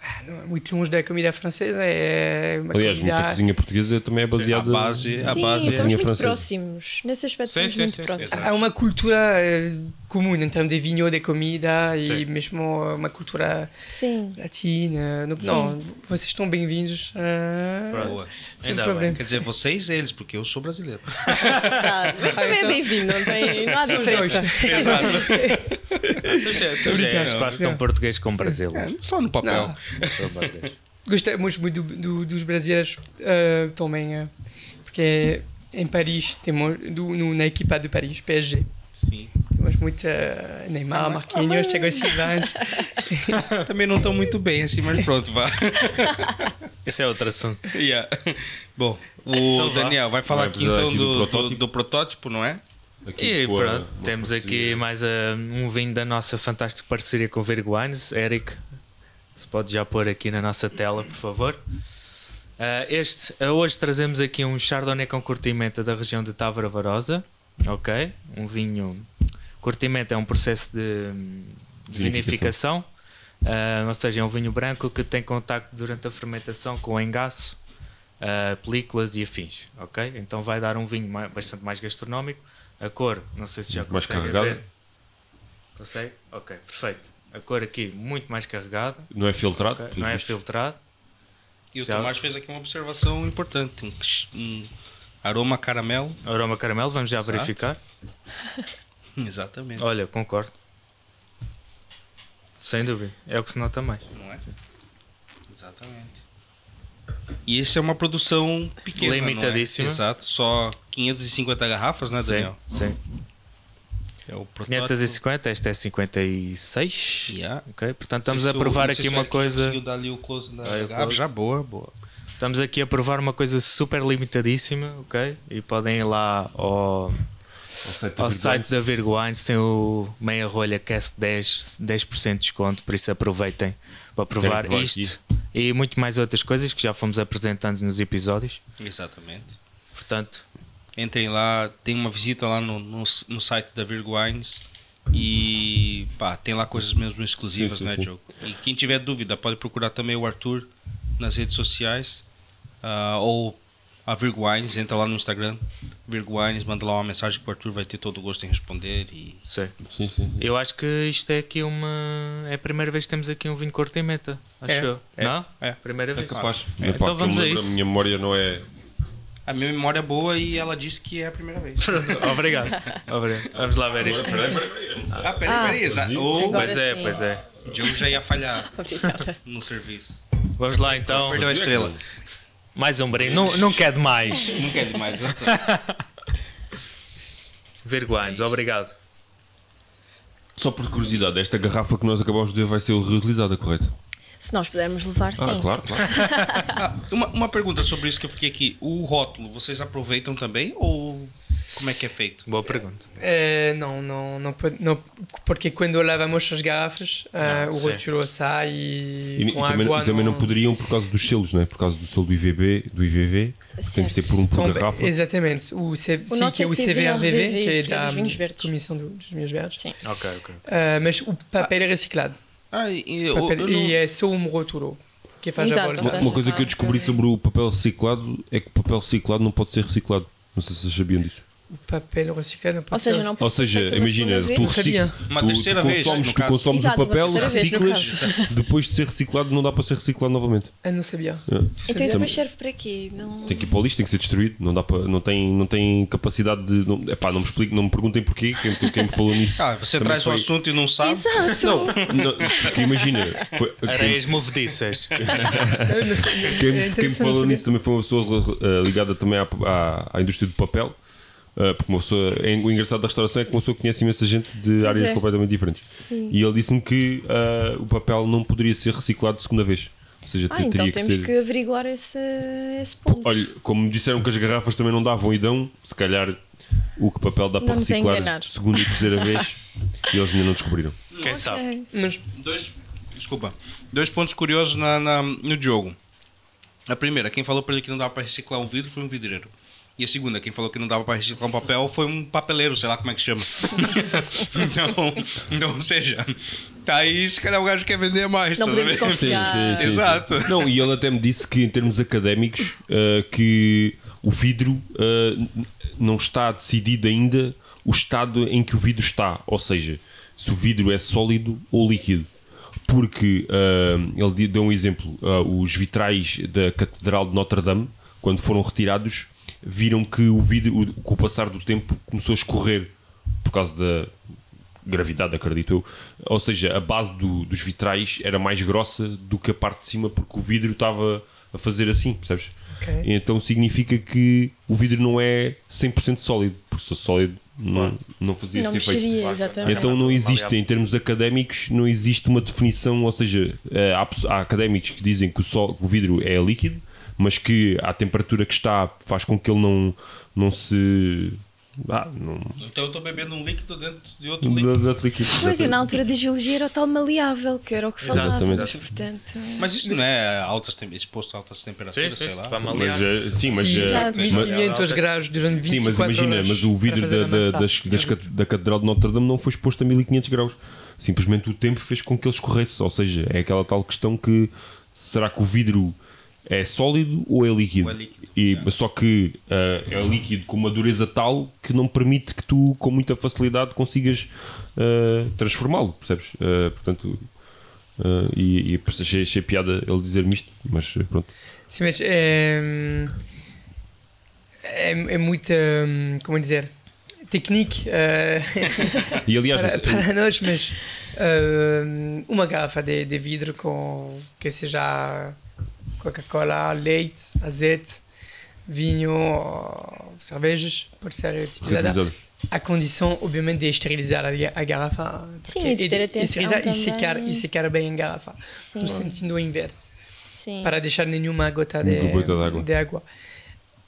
Speaker 4: ah, não é muito longe da comida francesa. É uma
Speaker 1: Aliás,
Speaker 4: comida-
Speaker 1: muita cozinha portuguesa também é
Speaker 3: A
Speaker 1: baseada.
Speaker 3: base, a
Speaker 5: Sim,
Speaker 3: base
Speaker 5: somos
Speaker 1: Vinho
Speaker 5: muito
Speaker 1: francês.
Speaker 5: próximos. Nesse aspecto,
Speaker 2: Sim,
Speaker 5: somos
Speaker 2: sim,
Speaker 5: muito
Speaker 2: sim, sim,
Speaker 5: próximos.
Speaker 2: exato.
Speaker 4: Há é uma cultura eh, comum em termos de vinho, de comida e
Speaker 2: Sim.
Speaker 4: mesmo uma cultura
Speaker 5: Sim.
Speaker 4: latina. Não, não, vocês estão bem-vindos. eh,
Speaker 2: Pronto.
Speaker 3: Boa.
Speaker 4: sem
Speaker 2: Ainda
Speaker 4: problema.
Speaker 2: bem.
Speaker 3: Quer dizer, vocês eles, porque eu sou brasileiro.
Speaker 5: Tá, Mas também é
Speaker 4: então-
Speaker 5: bem-vindo, não tem não há
Speaker 4: São os
Speaker 5: diferença.
Speaker 4: dois.
Speaker 3: Exato.
Speaker 2: Tu Então já, tu já és
Speaker 3: brincando.
Speaker 2: quase tão português como brasileiro.
Speaker 3: É, só no papel.
Speaker 4: Não. Gostamos muito do- do- dos brasileiros eh, também, eh, porque em Paris, temos do, no- na equipa de Paris, PSG,
Speaker 3: Sim.
Speaker 4: temos muito eh, Neymar,
Speaker 5: Ah,
Speaker 4: Marquinhos, Thiago Silva.
Speaker 3: Também não estão muito bem assim, mas pronto, vá.
Speaker 2: Esse é outro assunto.
Speaker 3: Yeah. Bom, o
Speaker 2: Então vá.
Speaker 3: Daniel vai falar
Speaker 1: Vai
Speaker 3: aqui
Speaker 1: precisar
Speaker 3: então
Speaker 1: aqui do
Speaker 3: do, do- do protótipo.
Speaker 1: protótipo.
Speaker 3: não é?
Speaker 1: Aqui
Speaker 2: E
Speaker 1: com a-
Speaker 2: pronto,
Speaker 1: uma
Speaker 2: temos
Speaker 1: parceria.
Speaker 2: aqui mais ah, um vinho da nossa fantástica parceria com Virgo Wines. Eric, se pode já pôr aqui na nossa tela, por favor. Ah, este, ah, hoje trazemos aqui um Chardonnay com curtimento da região de Távora Varosa. Ok? Um vinho. Curtimento é um processo de, hum, de vinificação, Ah, ou seja, é um vinho branco que tem contacto durante a fermentação com o engaço, ah, películas e afins. Ok? Então vai dar um vinho ma- bastante mais gastronómico. A cor, não sei se já
Speaker 1: Mais
Speaker 2: conseguem
Speaker 1: carregada.
Speaker 2: ver. Consegue? Ok, perfeito. A cor aqui muito mais carregada,
Speaker 1: Não é filtrado?
Speaker 2: ok?
Speaker 1: pelo
Speaker 2: não é
Speaker 1: visto.
Speaker 2: filtrado.
Speaker 3: E o
Speaker 2: Já.
Speaker 3: Tomás fez aqui uma observação importante. Um, ch- um aroma caramelo.
Speaker 2: Aroma caramelo, vamos já verificar.
Speaker 3: Exatamente.
Speaker 2: Olha, concordo. Sem dúvida, é o que se nota mais.
Speaker 3: Não é? Exatamente. E essa é uma produção pequena. não é?
Speaker 2: Limitadíssima.
Speaker 3: Exato. Só 550 garrafas, né, Daniel?
Speaker 2: Sim, sim.
Speaker 3: É o protótipo.
Speaker 2: 550, esta é 56.
Speaker 3: Yeah.
Speaker 2: Ok, portanto
Speaker 3: Não sei
Speaker 2: estamos a
Speaker 3: se o- é
Speaker 2: provar
Speaker 3: não sei
Speaker 2: aqui
Speaker 3: se o
Speaker 2: uma
Speaker 3: Eric
Speaker 2: coisa. Ah,
Speaker 3: conseguiu dar ali o close na
Speaker 2: Aí o
Speaker 3: garrafa.
Speaker 2: close.
Speaker 3: Já boa, boa.
Speaker 2: Estamos aqui a provar uma coisa super limitadíssima, ok? E podem ir lá ao, ao site da Virgo Wines, tem o meia rolha é cast 10, 10% de desconto, por isso aproveitem para provar
Speaker 1: provar
Speaker 2: isto e muito mais outras coisas que já fomos apresentando nos episódios.
Speaker 3: Exatamente.
Speaker 2: Portanto,
Speaker 3: Entrem lá, tem uma visita lá no, no, no site da Virgo Wines e pá, tem lá coisas mesmo exclusivas,
Speaker 1: Sim, sim,
Speaker 3: né,
Speaker 1: sim.
Speaker 3: Diogo? E quem tiver dúvida pode procurar também o Arthur nas redes sociais ah, ou a Virgo Wines, entra lá no Instagram, Virgo Wines, manda lá uma mensagem pro Arthur, vai ter todo o gosto em responder e
Speaker 2: sei.
Speaker 1: Sim, sim.
Speaker 2: Eu acho que isto é aqui uma. É a primeira vez que temos aqui um vinho corto e meta. Acho
Speaker 3: É,
Speaker 2: eu.
Speaker 3: é,
Speaker 2: Não?
Speaker 3: é.
Speaker 2: Primeira vez.
Speaker 1: Capaz. É,
Speaker 2: Ah,
Speaker 1: pá,
Speaker 2: então
Speaker 1: que eu
Speaker 2: vamos a
Speaker 1: me lembro, A
Speaker 2: isso.
Speaker 1: minha memória não é.
Speaker 3: a minha memória é boa e ela disse que é a primeira vez.
Speaker 2: Obrigado. Obrigado. Vamos lá ver isto.
Speaker 1: Peraí, peraí, peraí.
Speaker 3: Ah, peraí, peraí, exato. Ô,
Speaker 5: Agora
Speaker 2: Pois é,
Speaker 5: sim.
Speaker 2: pois é.
Speaker 3: o Diogo já ia falhar
Speaker 5: Obrigada.
Speaker 3: no serviço.
Speaker 2: Vamos lá então.
Speaker 3: Perdeu a estrela.
Speaker 2: Mais um brinde. Não, não quer demais.
Speaker 3: Não quer demais. né?
Speaker 2: Verguanes, obrigado.
Speaker 1: Só por curiosidade, esta garrafa que nós acabamos de ver vai ser reutilizada, correto?
Speaker 5: Se nós pudermos levar, sim.
Speaker 1: Ah, claro, claro.
Speaker 3: Ah, uma, uma pergunta sobre isso que eu fiquei aqui. O rótulo, vocês aproveitam também ou como é que é feito?
Speaker 2: Boa pergunta.
Speaker 4: Eh, não, não, não, pode- não, porque quando lavamos as garrafas, eh,
Speaker 2: Ah,
Speaker 4: o
Speaker 2: sim.
Speaker 4: retiro sai
Speaker 1: E, e
Speaker 4: e com
Speaker 1: também,
Speaker 4: água.
Speaker 1: e também não poderiam por causa dos selos, não é? Por causa do selo do IVB, do IVV, tem que ser por um por
Speaker 4: Então,
Speaker 1: garrafa.
Speaker 4: exatamente. O, C,
Speaker 5: O
Speaker 4: sim,
Speaker 5: nosso
Speaker 4: que é o
Speaker 5: é
Speaker 4: CVRVV, que é
Speaker 5: CVRVV,
Speaker 4: da
Speaker 5: dos vinhos verdes.
Speaker 4: Comissão do- dos Vinhos Verdes.
Speaker 5: Sim.
Speaker 2: Ok, ok.
Speaker 4: Eh, mas o papel é reciclado.
Speaker 3: Ah, e, e- eu-
Speaker 4: Papel,
Speaker 3: eu não-
Speaker 4: e é só um roturo que faz
Speaker 5: Exato,
Speaker 4: a volta.
Speaker 5: ou seja,
Speaker 1: Uma, uma coisa que eu descobri sobre o papel reciclado é que o papel reciclado não pode ser reciclado. Não sei se vocês sabiam disso.
Speaker 4: O papel reciclado não pode
Speaker 5: Ou seja,
Speaker 4: ser-
Speaker 5: não
Speaker 1: Ou seja, imagina, tu,
Speaker 4: Não sabia.
Speaker 1: reciclas,
Speaker 3: Uma
Speaker 1: tu,
Speaker 3: terceira
Speaker 1: tu
Speaker 3: vez,
Speaker 1: consomes,
Speaker 3: no
Speaker 1: tu
Speaker 3: caso.
Speaker 1: consomes
Speaker 5: Exato,
Speaker 1: o
Speaker 5: uma
Speaker 1: papel,
Speaker 5: terceira vez, no
Speaker 1: reciclas, depois de ser reciclado não dá para ser reciclado novamente.
Speaker 4: Ah, não sabia.
Speaker 1: É.
Speaker 5: Então
Speaker 1: Sim.
Speaker 5: e depois serve para quê? Não...
Speaker 1: Tem que ir para o lixo, tem que ser destruído, não, dá para, não, tem, não tem capacidade de. Não, epá, não me explico, não me perguntem porquê, quem, quem me falou nisso.
Speaker 3: Ah, você
Speaker 1: também
Speaker 3: traz
Speaker 1: foi-
Speaker 3: o assunto e não sabe.
Speaker 5: Exato! Ah,
Speaker 1: Não, não, porque imagina, foi- quem,
Speaker 2: Areias movediças.
Speaker 4: Ah, não sabia.
Speaker 1: quem-
Speaker 4: É
Speaker 1: quem me
Speaker 4: interessante
Speaker 1: falou
Speaker 4: saber.
Speaker 1: nisso também foi uma pessoa eh, ligada também à, à- à indústria do papel. eh, porque uma pessoa, é, o engraçado da restauração é que uma pessoa conhece imensa gente de áreas
Speaker 5: é.
Speaker 1: completamente diferentes. E ele disse-me que eh, o papel não poderia ser reciclado de segunda vez. Ou seja,
Speaker 5: Ah,
Speaker 1: teria
Speaker 5: então
Speaker 1: que
Speaker 5: temos
Speaker 1: ser.
Speaker 5: que averiguar esse, esse ponto.
Speaker 1: Olha, como me disseram que as garrafas também não davam e dão, se calhar o que papel dá
Speaker 5: Não
Speaker 1: para
Speaker 5: nos é
Speaker 1: reciclar
Speaker 5: enganar.
Speaker 1: segunda e terceira vez e eles ainda não descobriram.
Speaker 2: Quem sabe?
Speaker 5: Ok.
Speaker 4: Mas
Speaker 3: Dois, desculpa. Dois pontos curiosos na, na- no Diogo. A primeira, quem falou para ele que não dava para reciclar um vidro foi um vidreiro. E a segunda, quem falou que não dava para reciclar um papel foi um papeleiro, sei lá como é que chama. então, então, ou seja, tá aí, se calhar o gajo quer vender mais,
Speaker 5: Não
Speaker 3: tá
Speaker 5: podemos
Speaker 3: sabendo?
Speaker 5: confiar. Sim, sim, sim.
Speaker 3: Exato.
Speaker 1: Não, e ele até me disse que em termos académicos eh, que o vidro eh, n- não está decidido ainda o estado em que o vidro está, ou seja, se o vidro é sólido ou líquido. Porque eh, ele di- deu um exemplo, eh, os vitrais da Catedral de Notre Dame, quando foram retirados, viram que o vidro, o- com o passar do tempo, começou a escorrer por causa da gravidade, acredito eu. Ou seja, a base do- dos vitrais era mais grossa do que a parte de cima, porque o vidro estava a fazer assim, percebes?
Speaker 4: Ok.
Speaker 1: Então significa que o vidro não é 100% sólido, porque se fosse sólido não, não fazia
Speaker 5: Não
Speaker 1: esse efeito.
Speaker 5: mexeria, exatamente.
Speaker 1: Então não existe, em termos académicos, não existe uma definição, ou seja, eh, há, pesso- há académicos que dizem que o, só- que o vidro é líquido, mas que a temperatura que está faz com que ele não, não se... Ah, não...
Speaker 3: Então eu tô bebendo um líquido dentro de outro líquido.
Speaker 1: Dá- dá-te líquido.
Speaker 5: Pois, e
Speaker 1: Exatamente.
Speaker 5: na altura da geologia era o tal maleável, que era o que falávamos,
Speaker 1: Exatamente.
Speaker 5: portanto...
Speaker 3: Mas isso não é altas tem- exposto a altas temperaturas,
Speaker 2: Sim, sim, tá
Speaker 3: sei lá.
Speaker 2: para
Speaker 1: Mas,
Speaker 2: malear.
Speaker 1: eh, sim, mas,
Speaker 4: sim,
Speaker 1: eh,
Speaker 5: Exato.
Speaker 1: mas-
Speaker 5: Sim,
Speaker 4: 1500 graus durante 24
Speaker 1: sim, mas imagina,
Speaker 4: horas
Speaker 1: mas o vidro
Speaker 4: para
Speaker 1: da,
Speaker 4: fazer
Speaker 1: da,
Speaker 4: amassar.
Speaker 1: das- das cate- da Catedral de Notre Dame não foi exposto a 1500 graus. Simplesmente o tempo fez com que ele escorresse. Ou seja, é aquela tal questão que será que o vidro é sólido ou é líquido?
Speaker 3: Ou é líquido.
Speaker 1: E, Só que eh, é líquido com uma dureza tal que não permite que tu, com muita facilidade, consigas eh, transformá-lo, percebes? Eh, portanto, eh, e, e por isso achei, achei piada ele dizer-me isto, mas eh, pronto.
Speaker 4: Sim, mas é, é, é muito, hum, como dizer, técnico eh,
Speaker 1: E aliás, eh,
Speaker 4: para,
Speaker 1: você-
Speaker 4: para nós, mas ehm, hum, uma garrafa de, de vidro com, que seja Coca-Cola, leite, azeite, vinho, ah, cervejas, pode ser utilizada.
Speaker 1: Reutilizado.
Speaker 4: A condição, obviamente, de esterilizar ali a garrafa.
Speaker 5: Sim,
Speaker 4: porque-
Speaker 5: e de ter atenção
Speaker 4: esterilizar e
Speaker 5: também.
Speaker 4: secar, e secar bem a garrafa.
Speaker 5: Sim,
Speaker 4: No sentido inverso.
Speaker 5: sim.
Speaker 4: para deixar nenhuma gota de,
Speaker 1: Nenhuma gota d'água.
Speaker 4: de água.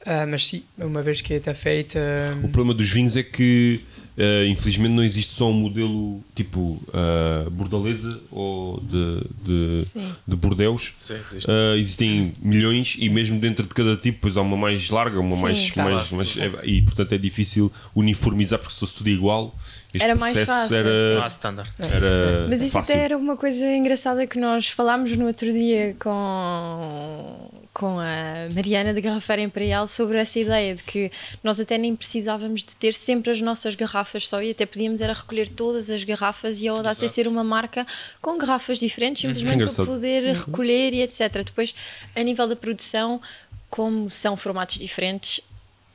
Speaker 4: Ah, mas sim, uma vez que está feita. hum,
Speaker 1: O problema dos vinhos é que, eh, infelizmente, não existe só um modelo tipo eh, bordaleza ou de, de,
Speaker 5: Sim.
Speaker 1: de Bordeus.
Speaker 2: Sim, existe.
Speaker 1: Eh, existem milhões e mesmo dentro de cada tipo pois há uma mais larga, uma
Speaker 5: Sim,
Speaker 1: mais,
Speaker 5: claro.
Speaker 1: mais, mais- é- e portanto é difícil uniformizar porque se fosse tudo igual este
Speaker 5: Era mais
Speaker 1: processo
Speaker 5: fácil,
Speaker 2: Não há
Speaker 1: era,
Speaker 2: Ah, standard.
Speaker 5: É,
Speaker 3: É
Speaker 1: era
Speaker 5: Mas isso
Speaker 1: fácil.
Speaker 5: até era uma coisa engraçada que nós falámos no outro dia com, com a Mariana da Garrafeira Imperial sobre essa ideia de que nós até nem precisávamos de ter sempre as nossas garrafas só e até podíamos era recolher todas as garrafas e a Audácia ser uma marca com garrafas diferentes
Speaker 3: Uhum.
Speaker 5: simplesmente para
Speaker 1: Engraçado.
Speaker 5: poder recolher e etc. Depois, a nível da produção, como são formatos diferentes,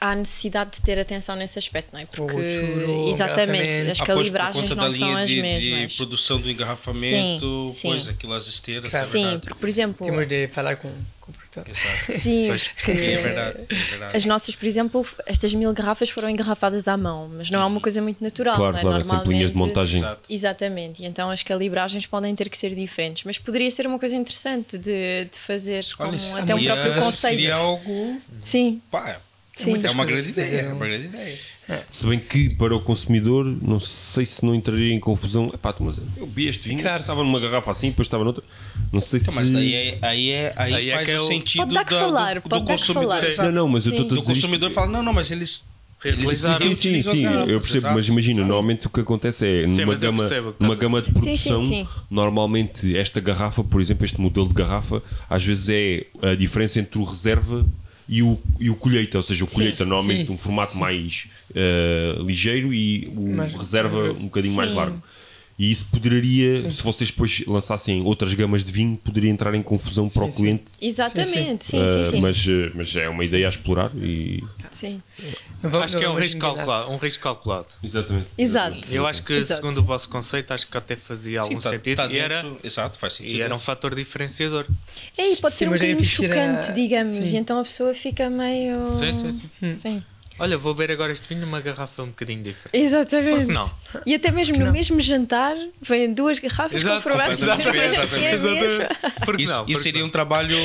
Speaker 5: há necessidade de ter atenção nesse aspecto, não é? Porque,
Speaker 4: churro,
Speaker 5: exatamente,
Speaker 4: engarrafamento.
Speaker 5: as
Speaker 4: Ah,
Speaker 3: Ah, pois, por
Speaker 5: calibragens
Speaker 3: conta
Speaker 5: não
Speaker 3: da
Speaker 5: são
Speaker 3: linha
Speaker 5: as
Speaker 3: de, de
Speaker 5: mesmas.
Speaker 3: produção do engarrafamento,
Speaker 5: Sim,
Speaker 3: pois,
Speaker 5: sim.
Speaker 3: aquilo as esteiras,
Speaker 4: Claro.
Speaker 3: é
Speaker 5: Sim,
Speaker 3: verdade.
Speaker 5: porque, por exemplo,
Speaker 4: Temos de falar com com o portador.
Speaker 3: Exato.
Speaker 5: sim,
Speaker 2: Pois,
Speaker 5: porque
Speaker 3: É verdade, é verdade.
Speaker 5: as nossas, por exemplo, estas mil garrafas foram engarrafadas à mão, mas não é uma coisa muito natural,
Speaker 1: claro,
Speaker 5: não é?
Speaker 1: claro, é sempre linhas de
Speaker 5: Normalmente-
Speaker 1: montagem
Speaker 3: Exato.
Speaker 5: Exatamente, e então as calibragens podem ter que ser diferentes, mas poderia ser uma coisa interessante de, de fazer como
Speaker 3: Olha, isso é-
Speaker 5: até um
Speaker 3: seria-
Speaker 5: próprio conceito.
Speaker 3: Seria algo.
Speaker 5: Sim,
Speaker 3: Pá,
Speaker 5: sim.
Speaker 3: é uma grande
Speaker 4: coisas que
Speaker 3: ideia.
Speaker 4: fizeram.
Speaker 3: É uma grande ideia.
Speaker 1: se bem que para o consumidor não sei se não entraria em confusão Epá, mas eu vi este vinho,
Speaker 4: Claro.
Speaker 1: estava numa garrafa assim depois estava noutra, não sei
Speaker 3: Então,
Speaker 1: se
Speaker 3: mas daí é, aí, é, aí,
Speaker 2: Aí é
Speaker 3: faz
Speaker 2: que é
Speaker 3: o
Speaker 2: o-
Speaker 3: sentido
Speaker 5: Pode dar que
Speaker 3: da-
Speaker 5: falar,
Speaker 3: do, do
Speaker 5: pode dar que
Speaker 3: consumidor.
Speaker 5: falar.
Speaker 1: não, não, mas eu
Speaker 5: Sim.
Speaker 1: estou a dizer
Speaker 3: Do
Speaker 1: isto-
Speaker 3: consumidor fala, não, não, mas eles.
Speaker 1: Sim,
Speaker 2: Reutilizar.
Speaker 1: sim, sim,
Speaker 3: utilizam
Speaker 1: sim, eu
Speaker 3: as garrafas,
Speaker 1: percebo,
Speaker 3: exato.
Speaker 1: mas imagina, normalmente o que acontece é
Speaker 2: Sim,
Speaker 1: numa
Speaker 2: mas eu
Speaker 1: gama,
Speaker 2: percebo o que
Speaker 1: numa
Speaker 2: estás
Speaker 1: gama
Speaker 2: a
Speaker 1: de
Speaker 5: Sim, sim,
Speaker 1: produção,
Speaker 5: sim.
Speaker 1: normalmente esta garrafa, por exemplo, este modelo de garrafa, às vezes é a diferença entre o reserva e o, e o colheita, ou seja, o colheita normalmente
Speaker 4: sim,
Speaker 1: um formato mais eh, ligeiro e o
Speaker 4: Mais-
Speaker 1: reserva um bocadinho mais
Speaker 5: Sim.
Speaker 1: largo. E isso poderia, se vocês depois lançassem outras gamas de vinho, poderia entrar em confusão para o
Speaker 4: sim.
Speaker 1: cliente,
Speaker 5: Exatamente, sim,
Speaker 1: eh,
Speaker 5: sim, sim.
Speaker 1: Mas, eh, mas é uma ideia a explorar e...
Speaker 5: Sim.
Speaker 4: Não vamos-
Speaker 2: Acho que é
Speaker 4: não
Speaker 2: um
Speaker 4: vamos
Speaker 2: risco
Speaker 4: enganar.
Speaker 2: calculado. Um risco calculado.
Speaker 1: Exatamente.
Speaker 5: Exato.
Speaker 2: Eu acho que,
Speaker 5: Exato.
Speaker 2: segundo o vosso conceito, acho que até fazia algum
Speaker 3: tá-
Speaker 2: sentido
Speaker 3: tá
Speaker 2: e, era,
Speaker 3: dentro- Exato, faz sentido.
Speaker 2: e era um fator diferenciador.
Speaker 5: E pode ser
Speaker 4: Sim,
Speaker 5: um
Speaker 4: mas aí
Speaker 5: bocadinho
Speaker 4: fica-
Speaker 5: chocante, digamos, e
Speaker 4: sim.
Speaker 5: então a pessoa fica meio.
Speaker 2: Sim, sim, sim.
Speaker 5: Sim.
Speaker 2: Olha, vou beber agora este vinho numa garrafa um bocadinho diferente.
Speaker 5: Exatamente.
Speaker 2: Não.
Speaker 5: E até mesmo no mesmo jantar vêm duas garrafas
Speaker 2: Exato,
Speaker 5: com formatos
Speaker 3: completamente,
Speaker 5: diferentes.
Speaker 3: exatamente,
Speaker 5: É a mesma.
Speaker 2: Porque
Speaker 3: Isso,
Speaker 2: não?
Speaker 3: isso
Speaker 2: Porque
Speaker 3: seria
Speaker 2: não?
Speaker 3: um trabalho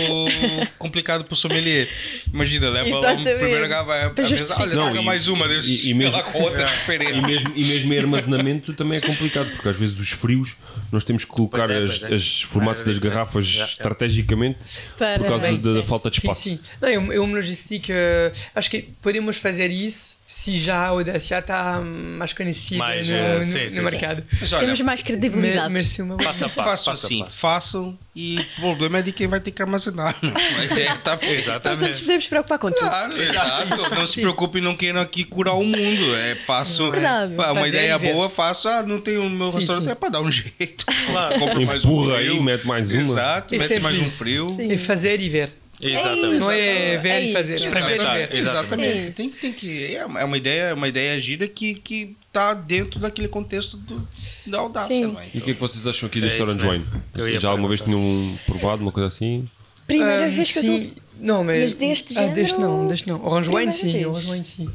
Speaker 3: complicado para o sommelier. Imagina, leva o
Speaker 5: Exatamente.
Speaker 3: primeiro garrafa
Speaker 5: Pra
Speaker 3: a mesa,
Speaker 5: justificar.
Speaker 3: olha,
Speaker 1: Não,
Speaker 3: traga
Speaker 1: e-
Speaker 3: mais uma, Deus,
Speaker 1: e-
Speaker 3: e,
Speaker 1: e mesmo-
Speaker 3: com outra
Speaker 1: E
Speaker 3: diferente.
Speaker 1: mesmo, e mesmo em armazenamento também é complicado, porque às vezes os frios nós temos que colocar
Speaker 2: Pois é, pois
Speaker 1: as,
Speaker 2: é.
Speaker 1: as formatos das
Speaker 2: diferente.
Speaker 1: garrafas
Speaker 2: Já, já.
Speaker 1: estrategicamente
Speaker 5: Para-
Speaker 1: por causa
Speaker 5: Bem,
Speaker 1: da, da
Speaker 5: sim.
Speaker 1: falta de
Speaker 4: Sim,
Speaker 1: espaço.
Speaker 4: sim. Não, é, um- é uma logística. eh, acho que podemos fazer isso se já a Audacia está mais conhecida
Speaker 2: Mais,
Speaker 4: no,
Speaker 2: eh,
Speaker 4: no-
Speaker 2: sim,
Speaker 4: no
Speaker 2: sim,
Speaker 4: mercado.
Speaker 3: Mas olha,
Speaker 5: Temos mais
Speaker 4: Mas,
Speaker 5: credibilidade.
Speaker 4: mas se uma.
Speaker 2: Passo a
Speaker 3: façam
Speaker 2: passo, passo a
Speaker 3: assim,
Speaker 2: passo.
Speaker 3: façam e o problema é de quem vai ter que armazenar. A ideia
Speaker 2: é, tá
Speaker 3: está feita.
Speaker 5: Nós não nos
Speaker 2: Exatamente.
Speaker 5: podemos preocupar com tudo.
Speaker 3: Claro, exato. Não se preocupe, não queiram aqui curar o mundo. É, faço
Speaker 5: Verdade.
Speaker 3: pá, uma
Speaker 4: Fazer
Speaker 3: ideia
Speaker 4: e ver.
Speaker 3: boa, faço. Ah, não tem o meu
Speaker 4: Sim,
Speaker 3: restaurante,
Speaker 4: sim.
Speaker 3: é para dar um jeito.
Speaker 2: Claro.
Speaker 3: Compro mais um
Speaker 1: Empurra aí,
Speaker 3: frio.
Speaker 1: mete mais uma.
Speaker 3: Exato,
Speaker 4: É
Speaker 3: mete
Speaker 4: sempre
Speaker 3: mais um
Speaker 4: isso.
Speaker 3: frio.
Speaker 5: Sim.
Speaker 4: É fazer e ver.
Speaker 2: Exatamente.
Speaker 4: Não é
Speaker 5: Exatamente.
Speaker 4: ver
Speaker 5: É
Speaker 4: e fazer.
Speaker 5: isso.
Speaker 4: fazer e
Speaker 2: Experimentar.
Speaker 4: ver.
Speaker 2: Exatamente.
Speaker 5: É isso.
Speaker 3: Tem, que- tem que. É uma é uma ideia, uma ideia gira que, que tá dentro daquele contexto do, da audácia,
Speaker 5: Sim.
Speaker 3: não é?
Speaker 1: E o que é que vocês acham aqui
Speaker 2: É
Speaker 1: do
Speaker 2: isso
Speaker 1: restaurant Wine?
Speaker 2: mesmo que eu ia
Speaker 1: Já alguma vez
Speaker 2: perguntar.
Speaker 1: tinham provado uma coisa assim?
Speaker 5: Primeira
Speaker 4: Ah,
Speaker 5: vez que eu estou.
Speaker 4: sim. Não, mas.
Speaker 5: Mas deste
Speaker 4: ah, deste
Speaker 5: género-
Speaker 4: não, deste não. Orange wine
Speaker 5: Primeira
Speaker 4: sim,
Speaker 5: vez.
Speaker 4: orange wine sim.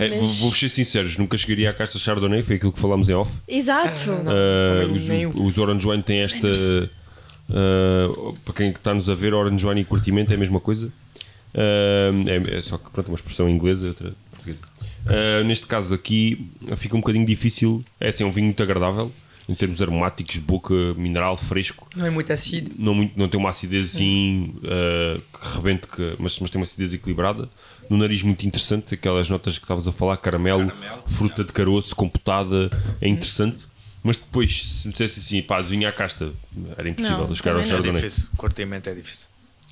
Speaker 1: É, vou- Vou ser sinceros, nunca chegaria à caixa de Chardonnay, foi aquilo que falámos em off.
Speaker 5: Exato.
Speaker 4: Ah, não.
Speaker 1: Ah,
Speaker 4: também nem eu.
Speaker 1: os, os Orange Wine têm esta. ah, para quem está-nos a ver, Orange Wine e curtimento é a mesma coisa. Ah, é, é só que, pronto, uma expressão inglesa e outra portuguesa. Ah, neste caso aqui, fica um bocadinho difícil. É assim, é um vinho muito agradável, em termos aromáticos, boca, mineral, fresco.
Speaker 4: Não é muito ácido.
Speaker 1: Não, muito, não tem uma acidez assim ah, que rebente, que, mas, mas tem uma acidez equilibrada. No nariz, muito interessante. Aquelas notas que estavas a falar, caramelo,
Speaker 3: Caramelo.
Speaker 1: fruta de caroço, compotada, é interessante. Mas depois, se me dissesse assim, pá, adivinha a casta, era impossível
Speaker 5: Não,
Speaker 1: de chegar ao
Speaker 5: também
Speaker 2: É
Speaker 1: Chardonnay.
Speaker 2: difícil. Curtimento é difícil.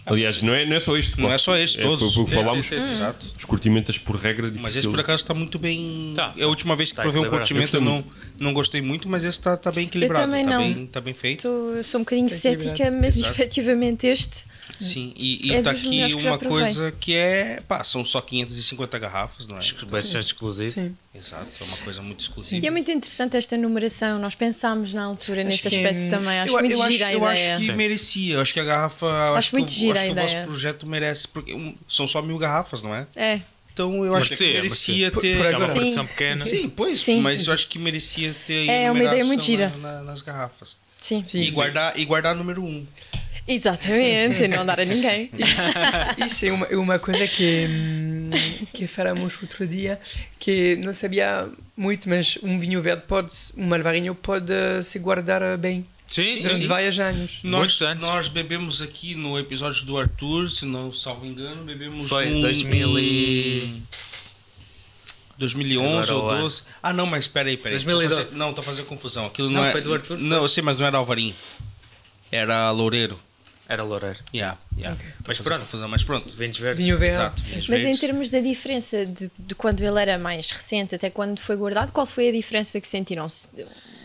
Speaker 1: Aliás, não é, não é só este,
Speaker 3: Não é só este,
Speaker 1: É,
Speaker 3: todos.
Speaker 1: foi o que
Speaker 3: Sim,
Speaker 1: falámos.
Speaker 3: sim, sim, sim. Exato.
Speaker 1: Os curtimentas, por regra,
Speaker 3: Mas esse
Speaker 1: difícil.
Speaker 3: por acaso está muito bem.
Speaker 2: Tá.
Speaker 3: É a última vez que
Speaker 2: Tá
Speaker 3: provei um
Speaker 2: equilibrado.
Speaker 3: curtimento, eu
Speaker 1: Eu
Speaker 3: não, não gostei muito, mas esse está tá bem equilibrado.
Speaker 5: também
Speaker 3: tá
Speaker 5: não.
Speaker 3: Bem, tá bem feito.
Speaker 5: Tô- Sou um bocadinho
Speaker 4: Tem que ir
Speaker 5: cética, mas
Speaker 3: Exato.
Speaker 5: efetivamente este.
Speaker 3: Sim, e, e
Speaker 5: É
Speaker 3: tá
Speaker 5: dos melhores
Speaker 3: aqui
Speaker 5: que já
Speaker 3: uma
Speaker 5: provei.
Speaker 3: coisa que é. Pá, são só 550 garrafas, não é?
Speaker 2: Bastante exclusivo.
Speaker 4: Sim.
Speaker 3: Exato, é uma coisa muito
Speaker 5: E é
Speaker 3: exclusiva.
Speaker 5: muito interessante esta numeração. Nós pensámos na altura nesse
Speaker 4: que- é-
Speaker 5: aspecto também. Acho
Speaker 3: eu,
Speaker 5: muito
Speaker 3: eu acho,
Speaker 5: gira a
Speaker 3: eu acho
Speaker 5: ideia.
Speaker 3: que
Speaker 2: Sim.
Speaker 3: merecia, eu acho que a garrafa. eu Acho,
Speaker 5: muito
Speaker 3: que, o-
Speaker 5: gira
Speaker 3: acho
Speaker 5: a
Speaker 3: que o vosso
Speaker 5: ideia.
Speaker 3: projeto merece, porque hum, são só mil garrafas, não é?
Speaker 5: É.
Speaker 3: Então eu
Speaker 2: Mas
Speaker 3: acho que
Speaker 2: sim, mas
Speaker 3: merecia
Speaker 4: sim.
Speaker 3: ter.
Speaker 4: Por- por
Speaker 2: Aquela
Speaker 4: Sim.
Speaker 2: é produção pequena.
Speaker 3: Sim, pois,
Speaker 5: Sim.
Speaker 3: mas eu acho que merecia ter.
Speaker 5: É uma ideia
Speaker 3: numeração
Speaker 5: muito gira.
Speaker 3: na- na- nas garrafas.
Speaker 5: Sim.
Speaker 3: E guardar, e guardar número um.
Speaker 5: Exatamente. não dar a ninguém.
Speaker 4: Isso é uma, é uma coisa que, hum, que falamos outro dia, que não sabia muito, mas um vinho verde pode, um malvarinho pode eh, se guardar eh, bem
Speaker 2: Sim, sim.
Speaker 4: durante
Speaker 3: sim.
Speaker 4: vários anos.
Speaker 3: Nós,
Speaker 2: Muitos anos.
Speaker 3: nós bebemos aqui no episódio do Arthur, se não salvo engano, bebemos
Speaker 2: Foi
Speaker 3: um,
Speaker 2: 2000 e-
Speaker 3: um- 2011
Speaker 2: Agora o
Speaker 3: ou
Speaker 2: ano.
Speaker 3: 12. Ah, não, mas peraí, peraí.
Speaker 2: 2012.
Speaker 3: Tô fazendo- não, tô fazendo confusão. Aquilo não,
Speaker 2: Não,
Speaker 3: é-
Speaker 2: foi do Arthur,
Speaker 3: Não, eu sei, mas não era Alvarinho. Era Loureiro.
Speaker 2: Era Loureiro.
Speaker 3: Yeah, yeah. Tô
Speaker 2: Mas
Speaker 3: fazendo
Speaker 2: pronto.
Speaker 3: Confusão, mas pronto.
Speaker 2: Vinhos verdes.
Speaker 4: Vinho verde.
Speaker 3: Exato. vinhos
Speaker 5: Mas em
Speaker 3: verdes.
Speaker 5: termos da diferença de, de quando ele era mais recente até quando foi guardado, qual foi a diferença que sentiram? Se-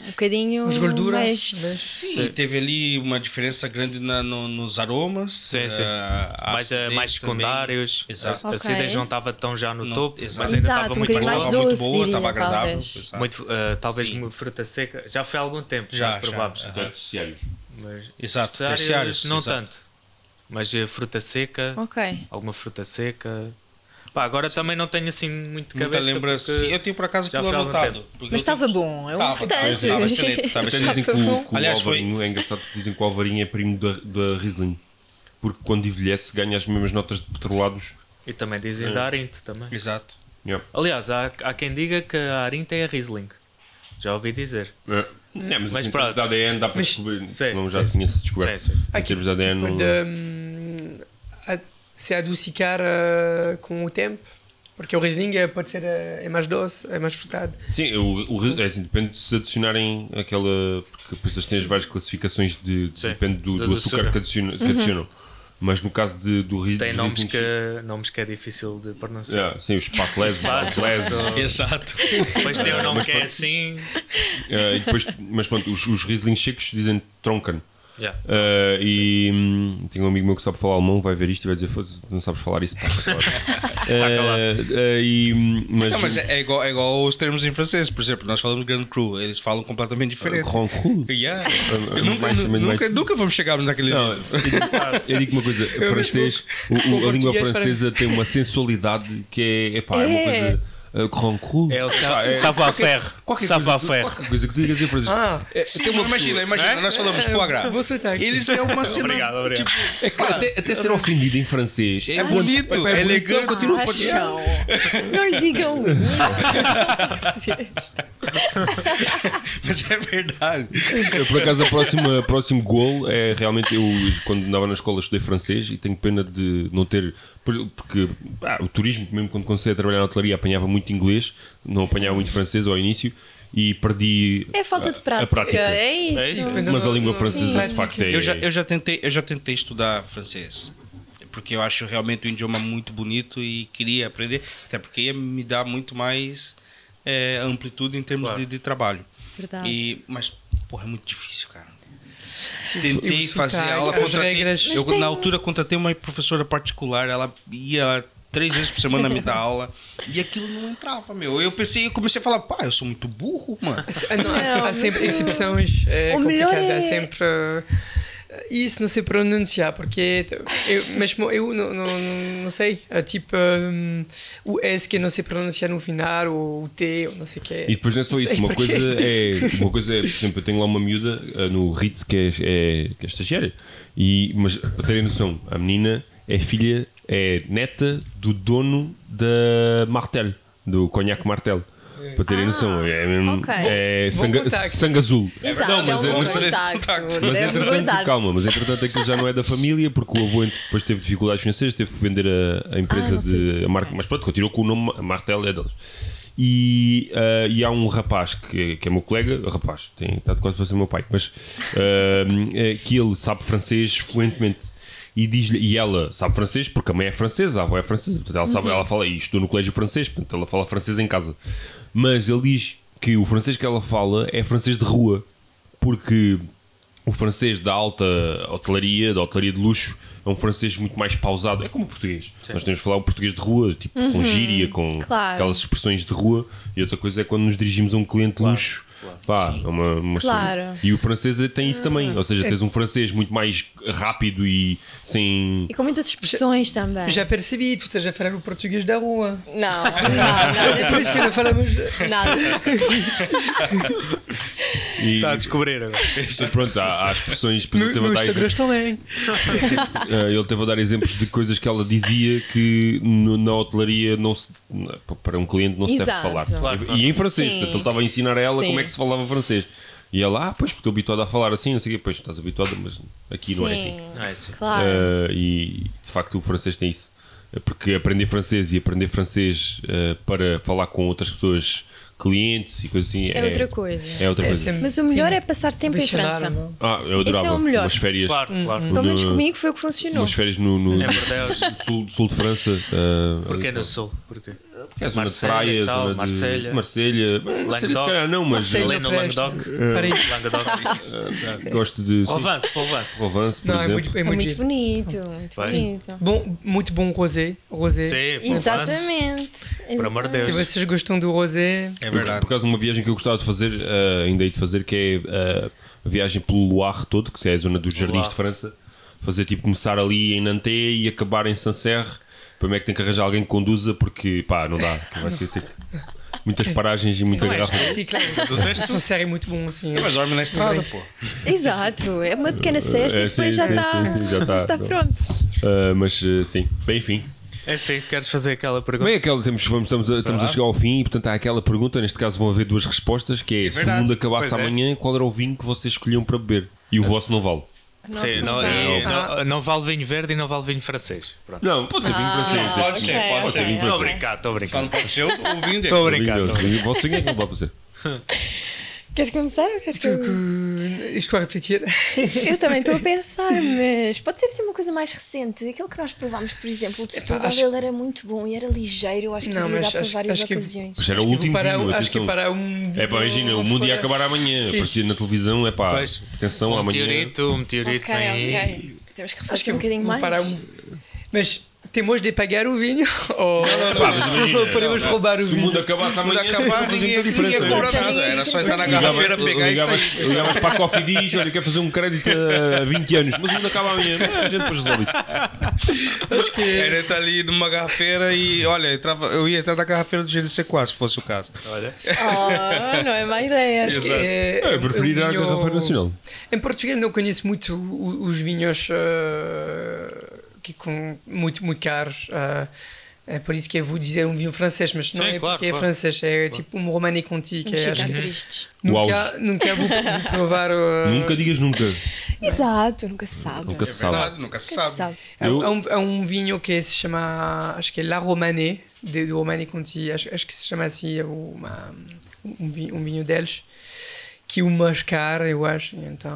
Speaker 5: Um bocadinho.
Speaker 4: As gorduras,
Speaker 5: mais-
Speaker 4: mas-
Speaker 3: Sim, teve ali uma diferença grande na- no- nos aromas.
Speaker 2: Sim, sim.
Speaker 3: ah, a
Speaker 2: mais, eh,
Speaker 3: acidez
Speaker 2: mais
Speaker 3: também.
Speaker 2: secundários.
Speaker 3: Exato.
Speaker 2: A, a
Speaker 5: Ok.
Speaker 2: acidez não estava tão já no
Speaker 3: Não,
Speaker 2: topo, mas
Speaker 3: exato.
Speaker 2: ainda
Speaker 5: Exato,
Speaker 2: estava
Speaker 5: um
Speaker 2: muito
Speaker 5: bocadinho
Speaker 3: Mas
Speaker 5: mais
Speaker 2: boa.
Speaker 3: estava muito
Speaker 5: doce,
Speaker 3: boa, estava
Speaker 5: diria,
Speaker 3: agradável.
Speaker 5: talvez.
Speaker 3: exato.
Speaker 2: Muito, eh, talvez
Speaker 3: Sim.
Speaker 2: uma fruta seca. Já foi há algum tempo,
Speaker 3: Já,
Speaker 2: já, mais
Speaker 3: já.
Speaker 2: prováveis.
Speaker 3: Aham.
Speaker 1: Portanto, sérios.
Speaker 3: Tá
Speaker 2: Mas
Speaker 3: Exato,
Speaker 2: terciários,
Speaker 3: terciários,
Speaker 2: não
Speaker 3: exato.
Speaker 2: tanto. Mas eh, fruta seca,
Speaker 5: Ok.
Speaker 2: alguma fruta seca. Pá, agora também não tenho assim muito
Speaker 3: Muita
Speaker 2: cabeça.
Speaker 3: lembrança.
Speaker 2: porque-
Speaker 3: Sim, eu tenho por acaso
Speaker 2: já
Speaker 3: aquilo
Speaker 2: foi há algum
Speaker 3: anotado. porque eu
Speaker 5: Mas estava
Speaker 3: tenho-
Speaker 5: bom, é
Speaker 3: tipo
Speaker 5: o
Speaker 3: Tava,
Speaker 5: importante.
Speaker 1: tava, tava
Speaker 3: excelente, tava
Speaker 1: Até
Speaker 3: excelente.
Speaker 1: dizem que o, que o
Speaker 3: Aliás, foi-
Speaker 1: Alvarinho, é engraçado que dizem que o Alvarinho é primo da, da Riesling. Porque quando envelhece ganha as mesmas notas de petrolados.
Speaker 2: E também dizem
Speaker 3: Hum.
Speaker 1: É.
Speaker 2: da Arinto também.
Speaker 3: Exato.
Speaker 1: Yeah.
Speaker 2: Aliás, há, há quem diga que a Arinto é a Riesling. Já ouvi dizer.
Speaker 1: É. Não, mas,
Speaker 2: Mas
Speaker 1: em termos
Speaker 2: pronto.
Speaker 1: de ADN dá para
Speaker 4: Mas-
Speaker 1: descobrir,
Speaker 2: Sim,
Speaker 1: senão já
Speaker 2: sim,
Speaker 1: tinha-se descoberto.
Speaker 2: Sim, sim, sim.
Speaker 1: Em termos de ADN
Speaker 4: Tipo
Speaker 1: não...
Speaker 4: de, hum, a- se adocicar eh, com o tempo, porque o Riesling eh, pode ser eh, é mais doce, é mais frutado.
Speaker 1: Sim, o, o, é assim, depende de se adicionarem aquela. Porque depois eles têm as várias classificações de. de-
Speaker 2: Sim,
Speaker 1: depende do,
Speaker 2: da
Speaker 1: do açúcar
Speaker 2: doçura.
Speaker 1: que adicionam.
Speaker 3: Uhum.
Speaker 1: que adicionam. Mas no caso de, do Rio
Speaker 2: Tem nomes que, nomes que é difícil de pronunciar.
Speaker 1: Yeah, sim, os Patleves, os
Speaker 2: Spatles.
Speaker 1: Patleves,
Speaker 3: Ah. Exato.
Speaker 2: Depois tem o nome que é assim.
Speaker 1: eh, e depois, mas pronto, os, os Riesling secos dizem Troncan.
Speaker 2: Yeah.
Speaker 1: Eh, e hum, tenho um amigo meu que sabe falar alemão, vai ver isto e vai dizer: "Foda-se, não sabes falar isso. Pá, tá Eh, eh, e, hum, mas,
Speaker 3: Não, mas é, é igual, é igual os termos em francês. Por exemplo, nós falamos Grand Cru, eles falam completamente diferente.
Speaker 1: Ronron.
Speaker 3: Yeah.
Speaker 1: Eh,
Speaker 3: Eu nunca,
Speaker 1: mais-
Speaker 3: nu-
Speaker 1: mais-
Speaker 3: nunca, nunca vamos chegar naquele
Speaker 1: Não, eu
Speaker 3: nível.
Speaker 1: digo- eu digo uma coisa, francês, o- o- a língua
Speaker 4: português
Speaker 1: francesa tem uma sensualidade que é, epá, é uma
Speaker 5: É.
Speaker 1: coisa uh, grand cru.
Speaker 2: É o sa
Speaker 1: Epá, é
Speaker 2: savoir-faire.
Speaker 1: qualquer
Speaker 2: Savoir-faire.
Speaker 1: Qualquer coisa que tu digas em francês.
Speaker 4: Ah,
Speaker 1: É,
Speaker 3: Sim,
Speaker 1: tem uma
Speaker 3: imagina,
Speaker 1: pessoa-
Speaker 3: imagina, nós falamos foie gras.
Speaker 4: vou soltar aqui.
Speaker 3: Eles é uma cena.
Speaker 2: Obrigado, obrigado.
Speaker 3: Tipo,
Speaker 1: É que até, até ser ofendido em francês.
Speaker 3: é bonito, é, elegante.
Speaker 5: Ah, chão. Não lhe digam isso.
Speaker 3: Mas é verdade.
Speaker 1: Eu, Por acaso, a próxima, o próximo gol é realmente eu, quando andava na escola, estudei francês e tenho pena de não ter. por- Porque ah, o turismo, mesmo quando comecei a trabalhar na hotelaria, apanhava muito inglês, não apanhava muito francês ao início e perdi
Speaker 5: É falta
Speaker 1: a-
Speaker 5: de
Speaker 1: a
Speaker 5: prática.
Speaker 1: prática.
Speaker 5: É isso.
Speaker 2: É isso.
Speaker 1: Mas a língua
Speaker 4: Sim.
Speaker 1: francesa, de facto, é.
Speaker 3: Eu já, eu já tentei, eu já tentei estudar francês. Porque eu acho realmente o idioma muito bonito e queria aprender, até porque ia me dar muito mais eh, amplitude em termos
Speaker 2: Claro.
Speaker 3: de, de trabalho.
Speaker 4: Tá.
Speaker 5: Verdade.
Speaker 3: E, mas, porra, é muito difícil, cara.
Speaker 4: E
Speaker 3: Tentei
Speaker 4: o
Speaker 3: fazer
Speaker 4: sotaque,
Speaker 3: aula,
Speaker 4: Tá as
Speaker 3: contratei,
Speaker 4: regras.
Speaker 3: eu, na altura contratei uma professora particular, ela ia três vezes por semana me dar aula e aquilo não entrava, meu. Eu pensei, eu comecei a falar, pá, eu sou muito burro, mano.
Speaker 4: Ah, não, há-
Speaker 5: Não,
Speaker 4: há sempre
Speaker 5: mas,
Speaker 4: exceções, é
Speaker 5: o melhor
Speaker 4: complicado,
Speaker 5: é-
Speaker 4: há sempre. eh, Isso não se pronunciar, porque eu, mesmo eu não, não, não sei, é tipo hum, o S que não se pronuncia no final, ou o T, ou não sei o que.
Speaker 1: E depois não é só
Speaker 4: Não
Speaker 1: isso,
Speaker 4: sei
Speaker 1: uma
Speaker 4: porquê.
Speaker 1: coisa, é, uma coisa é, por exemplo, eu tenho lá uma miúda ah, no Ritz que é, é, que é estagiária, e, mas para terem noção, a menina é filha, é neta do dono da Martel, do Cognac Martel. Para terem
Speaker 5: Ah,
Speaker 1: noção, é mesmo.
Speaker 5: ok.
Speaker 1: É
Speaker 4: Bom
Speaker 1: sangue,
Speaker 4: contacto.
Speaker 1: sangue azul.
Speaker 5: Exato,
Speaker 1: não, mas,
Speaker 5: é um bom
Speaker 1: mas,
Speaker 5: contacto.
Speaker 1: mas
Speaker 5: Deve
Speaker 1: entretanto,
Speaker 5: guardar-se.
Speaker 1: calma, mas entretanto aquilo já não é da família, porque o avô ent- depois teve dificuldades financeiras, teve que vender a, a
Speaker 5: Ah,
Speaker 1: empresa
Speaker 5: não
Speaker 1: de a marca, mas pronto, continuou com o nome a Martel é deles. E, ah, e há um rapaz que, que é meu colega, rapaz, tem está quase para ser meu pai, mas ah, é que ele sabe francês fluentemente. E, diz e ela sabe francês porque a mãe é francesa, a avó é francesa, portanto ela,
Speaker 5: Uhum.
Speaker 1: sabe, ela fala e estudou no colégio francês, portanto ela fala francês em casa. Mas ele diz que o francês que ela fala é francês de rua, porque o francês da alta hotelaria, da hotelaria de luxo, é um francês muito mais pausado. É como o português. Nós temos que falar o português de rua, tipo com gíria, com
Speaker 5: Uhum. Claro.
Speaker 1: aquelas expressões de rua. E outra coisa é quando nos dirigimos a um cliente de luxo. Pá, é uma, uma
Speaker 5: Claro. Ah.
Speaker 1: E o francês é, tem isso também. Ou seja, tens um francês muito mais rápido e sem.
Speaker 5: E com muitas expressões também.
Speaker 4: Já é percebi, tu estás a falar o português da rua.
Speaker 5: Não, não,
Speaker 4: É por isso que não falamos.
Speaker 5: não, nada.
Speaker 1: E,
Speaker 2: Está a descobrir agora.
Speaker 1: e pronto, há, há expressões. Depois ele
Speaker 4: Meus
Speaker 1: teve a
Speaker 4: meus
Speaker 1: dar
Speaker 4: sogros também.
Speaker 1: Eh, ele teve a dar exemplos de coisas que ela dizia que no- na hotelaria não se- na- para um cliente não se deve
Speaker 5: Exato.
Speaker 1: falar.
Speaker 2: Claro,
Speaker 1: e,
Speaker 2: claro.
Speaker 1: e em francês,
Speaker 5: Sim.
Speaker 1: portanto, ele estava a ensinar a ela
Speaker 5: Sim.
Speaker 1: como é que se falava francês. E ela, ah, pois, porque estou habituada a falar assim, não sei o quê, pois, estás habituada, mas aqui não é assim.
Speaker 2: Não é assim.
Speaker 5: Claro.
Speaker 1: Eh, e de facto o francês tem isso. Eh, Porque aprender francês e aprender francês eh, para falar com outras pessoas, clientes e coisas assim, é,
Speaker 5: é outra coisa.
Speaker 1: é outra coisa.
Speaker 4: sempre-
Speaker 5: Mas o melhor
Speaker 4: sim.
Speaker 5: é passar tempo em
Speaker 4: Deixar
Speaker 5: França.
Speaker 4: lá,
Speaker 1: Ah, eu adorava
Speaker 5: Esse é o melhor.
Speaker 1: umas férias,
Speaker 2: Claro, claro.
Speaker 5: Pelo
Speaker 1: No-
Speaker 5: menos comigo foi o que funcionou.
Speaker 1: umas férias no, no-
Speaker 2: É Bordeaux.
Speaker 1: no sul, sul de França. eh,
Speaker 2: Porquê
Speaker 1: ali-
Speaker 2: no sul? Porquê?
Speaker 1: É zona de
Speaker 2: Marselha
Speaker 1: praia,
Speaker 2: e tal,
Speaker 1: zona de-
Speaker 2: Marselha.
Speaker 1: de Marselha. Bem, Marselha se
Speaker 2: Languedoc.
Speaker 1: calhar não, mas
Speaker 4: Marselha.
Speaker 1: eh,
Speaker 2: Ali no
Speaker 4: presta.
Speaker 2: Languedoc.
Speaker 4: Paris.
Speaker 2: Languedoc.
Speaker 1: gosto de
Speaker 2: Para o Vance, para o Vance.
Speaker 1: Provence, por
Speaker 4: Não, é
Speaker 1: exemplo.
Speaker 4: muito, é
Speaker 5: É
Speaker 4: muito
Speaker 5: muito
Speaker 4: giro.
Speaker 5: bonito, muito
Speaker 2: Vai.
Speaker 5: bonito.
Speaker 4: Bom, muito bom rosé. rosé.
Speaker 2: Sim, para o Vance.
Speaker 5: Exatamente.
Speaker 2: Por amor de
Speaker 4: Se
Speaker 2: Deus.
Speaker 4: vocês gostam do rosé,
Speaker 3: É
Speaker 1: Eu,
Speaker 3: verdade.
Speaker 1: por causa de uma viagem que eu gostava de fazer, eh, ainda hei de fazer, que é eh, a viagem pelo Loire todo, que é a zona dos jardins
Speaker 2: Loire.
Speaker 1: de França. Fazer tipo começar ali em Nantes e acabar em Sancerre. Para mim é que tem que arranjar alguém que conduza, porque pá, não dá. que Vai ser ter que- muitas paragens e muita
Speaker 2: Não é
Speaker 1: garrafa.
Speaker 4: sim, claro.
Speaker 2: Duzeste?
Speaker 4: São séries muito bom, assim.
Speaker 3: Mas dorme na estrada, pô.
Speaker 5: Exato, é uma pequena cesta
Speaker 1: É,
Speaker 5: e depois
Speaker 1: sim,
Speaker 5: já
Speaker 1: sim,
Speaker 2: tá.
Speaker 5: está
Speaker 1: sim, sim, já está.
Speaker 5: está pronto.
Speaker 1: Eh, mas eh, sim, bem, enfim.
Speaker 2: Enfim, queres fazer aquela pergunta?
Speaker 1: Bem, é aquela, temos, vamos, estamos, a, estamos a chegar ao fim e, portanto, há aquela pergunta. Neste caso, vão haver duas respostas: que é, se o
Speaker 3: verdade.
Speaker 1: mundo acabasse
Speaker 2: Pois é.
Speaker 1: amanhã, qual era o vinho que vocês escolhiam para beber? E o vosso não vale.
Speaker 5: Nossa,
Speaker 2: Sim, não,
Speaker 5: vai.
Speaker 2: e- não, eh, não vale vinho verde e não vale vinho francês. Pronto.
Speaker 1: Não, pode ser vinho francês.
Speaker 3: pode
Speaker 1: desde-
Speaker 3: ser, pode
Speaker 5: ok,
Speaker 1: ser, vinho
Speaker 5: ok.
Speaker 2: Estou a brincar, estou a
Speaker 3: Só
Speaker 2: brincar.
Speaker 3: não pode ser o o
Speaker 1: é?
Speaker 3: vinho dele.
Speaker 2: Estou a brincar.
Speaker 1: Vinho
Speaker 2: estou a
Speaker 1: deles. E o vosso vinho é que não pode ser.
Speaker 5: Queres começar ou queres que
Speaker 4: Tu
Speaker 5: eu...
Speaker 4: que- Estou a refletir.
Speaker 5: eu também estou a pensar, mas pode ser assim uma coisa mais recente. Aquilo que nós provámos, por exemplo, o de Setúbal,
Speaker 4: acho-
Speaker 5: ele era muito bom e era ligeiro. Eu acho que
Speaker 4: Não,
Speaker 5: devia
Speaker 4: mas
Speaker 5: dar para
Speaker 4: acho-
Speaker 5: várias
Speaker 4: acho que-
Speaker 5: ocasiões.
Speaker 1: Mas era o
Speaker 4: Acho que
Speaker 1: último
Speaker 4: para,
Speaker 1: vinho,
Speaker 4: acho que
Speaker 1: atenção.
Speaker 4: para um.
Speaker 1: É pá, imagina, o mundo ia
Speaker 4: fora-
Speaker 1: acabar amanhã.
Speaker 4: Sim.
Speaker 1: Aparecia na televisão, é pá.
Speaker 2: Pois.
Speaker 1: Atenção,
Speaker 2: Um
Speaker 1: amanhã.
Speaker 2: meteorito, um meteorito
Speaker 5: Ok,
Speaker 2: vem aí.
Speaker 5: ok. Temos que
Speaker 4: Acho
Speaker 5: refletir
Speaker 4: que
Speaker 5: um bocadinho
Speaker 4: vou
Speaker 5: mais.
Speaker 4: Para um... Mas temos de pagar o vinho? Ou
Speaker 1: Pá, mas imagina,
Speaker 4: podemos
Speaker 1: não,
Speaker 4: roubar o
Speaker 1: Se o mundo
Speaker 4: vinho?
Speaker 1: acabasse
Speaker 3: Quando
Speaker 1: amanhã,
Speaker 3: acabar,
Speaker 1: fazia
Speaker 3: ninguém,
Speaker 1: muita
Speaker 3: ninguém
Speaker 1: diferença.
Speaker 3: cobra nada. Era só entrar na
Speaker 1: Ligavas-
Speaker 3: garrafeira, pegar e
Speaker 1: ligavas-
Speaker 3: sair.
Speaker 1: Ligavas para a Coffee Diz, olha, eu quero fazer um crédito a 20 anos, mas o mundo acaba amanhã. A gente depois resolve isso.
Speaker 3: Era entrar ali numa garrafeira e, olha, entrava- eu ia entrar na garrafeira do GDC4, se fosse o caso.
Speaker 2: Olha.
Speaker 5: Oh, não é má ideia.
Speaker 4: Acho que é,
Speaker 1: É, eu preferi ir
Speaker 4: é um
Speaker 1: à
Speaker 4: vinho-
Speaker 1: garrafa nacional.
Speaker 4: Em Portugal não conheço muito o- os vinhos eh, que com muito muito caros. eh, é por isso que eu vou dizer um vinho francês, mas não
Speaker 2: Sim,
Speaker 4: é
Speaker 2: claro,
Speaker 4: porque é
Speaker 2: claro.
Speaker 4: francês, é tipo um Romane Conti, que
Speaker 5: Vamos
Speaker 4: é, acho
Speaker 5: ficar
Speaker 4: que
Speaker 5: tristes.
Speaker 4: nunca, nunca vou, vou provar. eh,
Speaker 1: Nunca digas nunca.
Speaker 5: Exato, nunca se sabe.
Speaker 1: Nunca
Speaker 3: É
Speaker 1: se sabe.
Speaker 3: verdade, nunca se
Speaker 5: Nunca se
Speaker 3: sabe.
Speaker 5: sabe.
Speaker 4: Há
Speaker 1: Eu-
Speaker 4: há um, há um vinho que se chama, acho que é La Romanée, de, do Romane Conti, acho, acho que se chama assim, é uma, um, vinho, um vinho deles, que é o mais caro, eu acho, então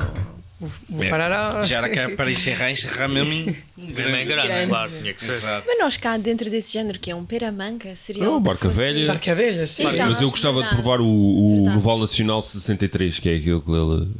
Speaker 4: vou, vou
Speaker 1: É,
Speaker 4: parar lá.
Speaker 3: Já era que era para encerrar, encerrar mesmo em um
Speaker 2: Mesmo em
Speaker 3: grande.
Speaker 2: grande,
Speaker 5: Grande.
Speaker 2: claro, tinha que ser.
Speaker 3: Exato.
Speaker 5: Mas nós cá dentro desse género que é um peramanca, seria.
Speaker 1: É
Speaker 5: algo
Speaker 1: uma
Speaker 5: que
Speaker 1: barca
Speaker 5: fosse-
Speaker 1: velha.
Speaker 4: Barcavelhas, sim.
Speaker 5: Exato.
Speaker 1: Mas eu gostava de
Speaker 5: Verdade.
Speaker 1: provar o, o
Speaker 5: Verdade.
Speaker 1: Noval Nacional 63, que é aquele,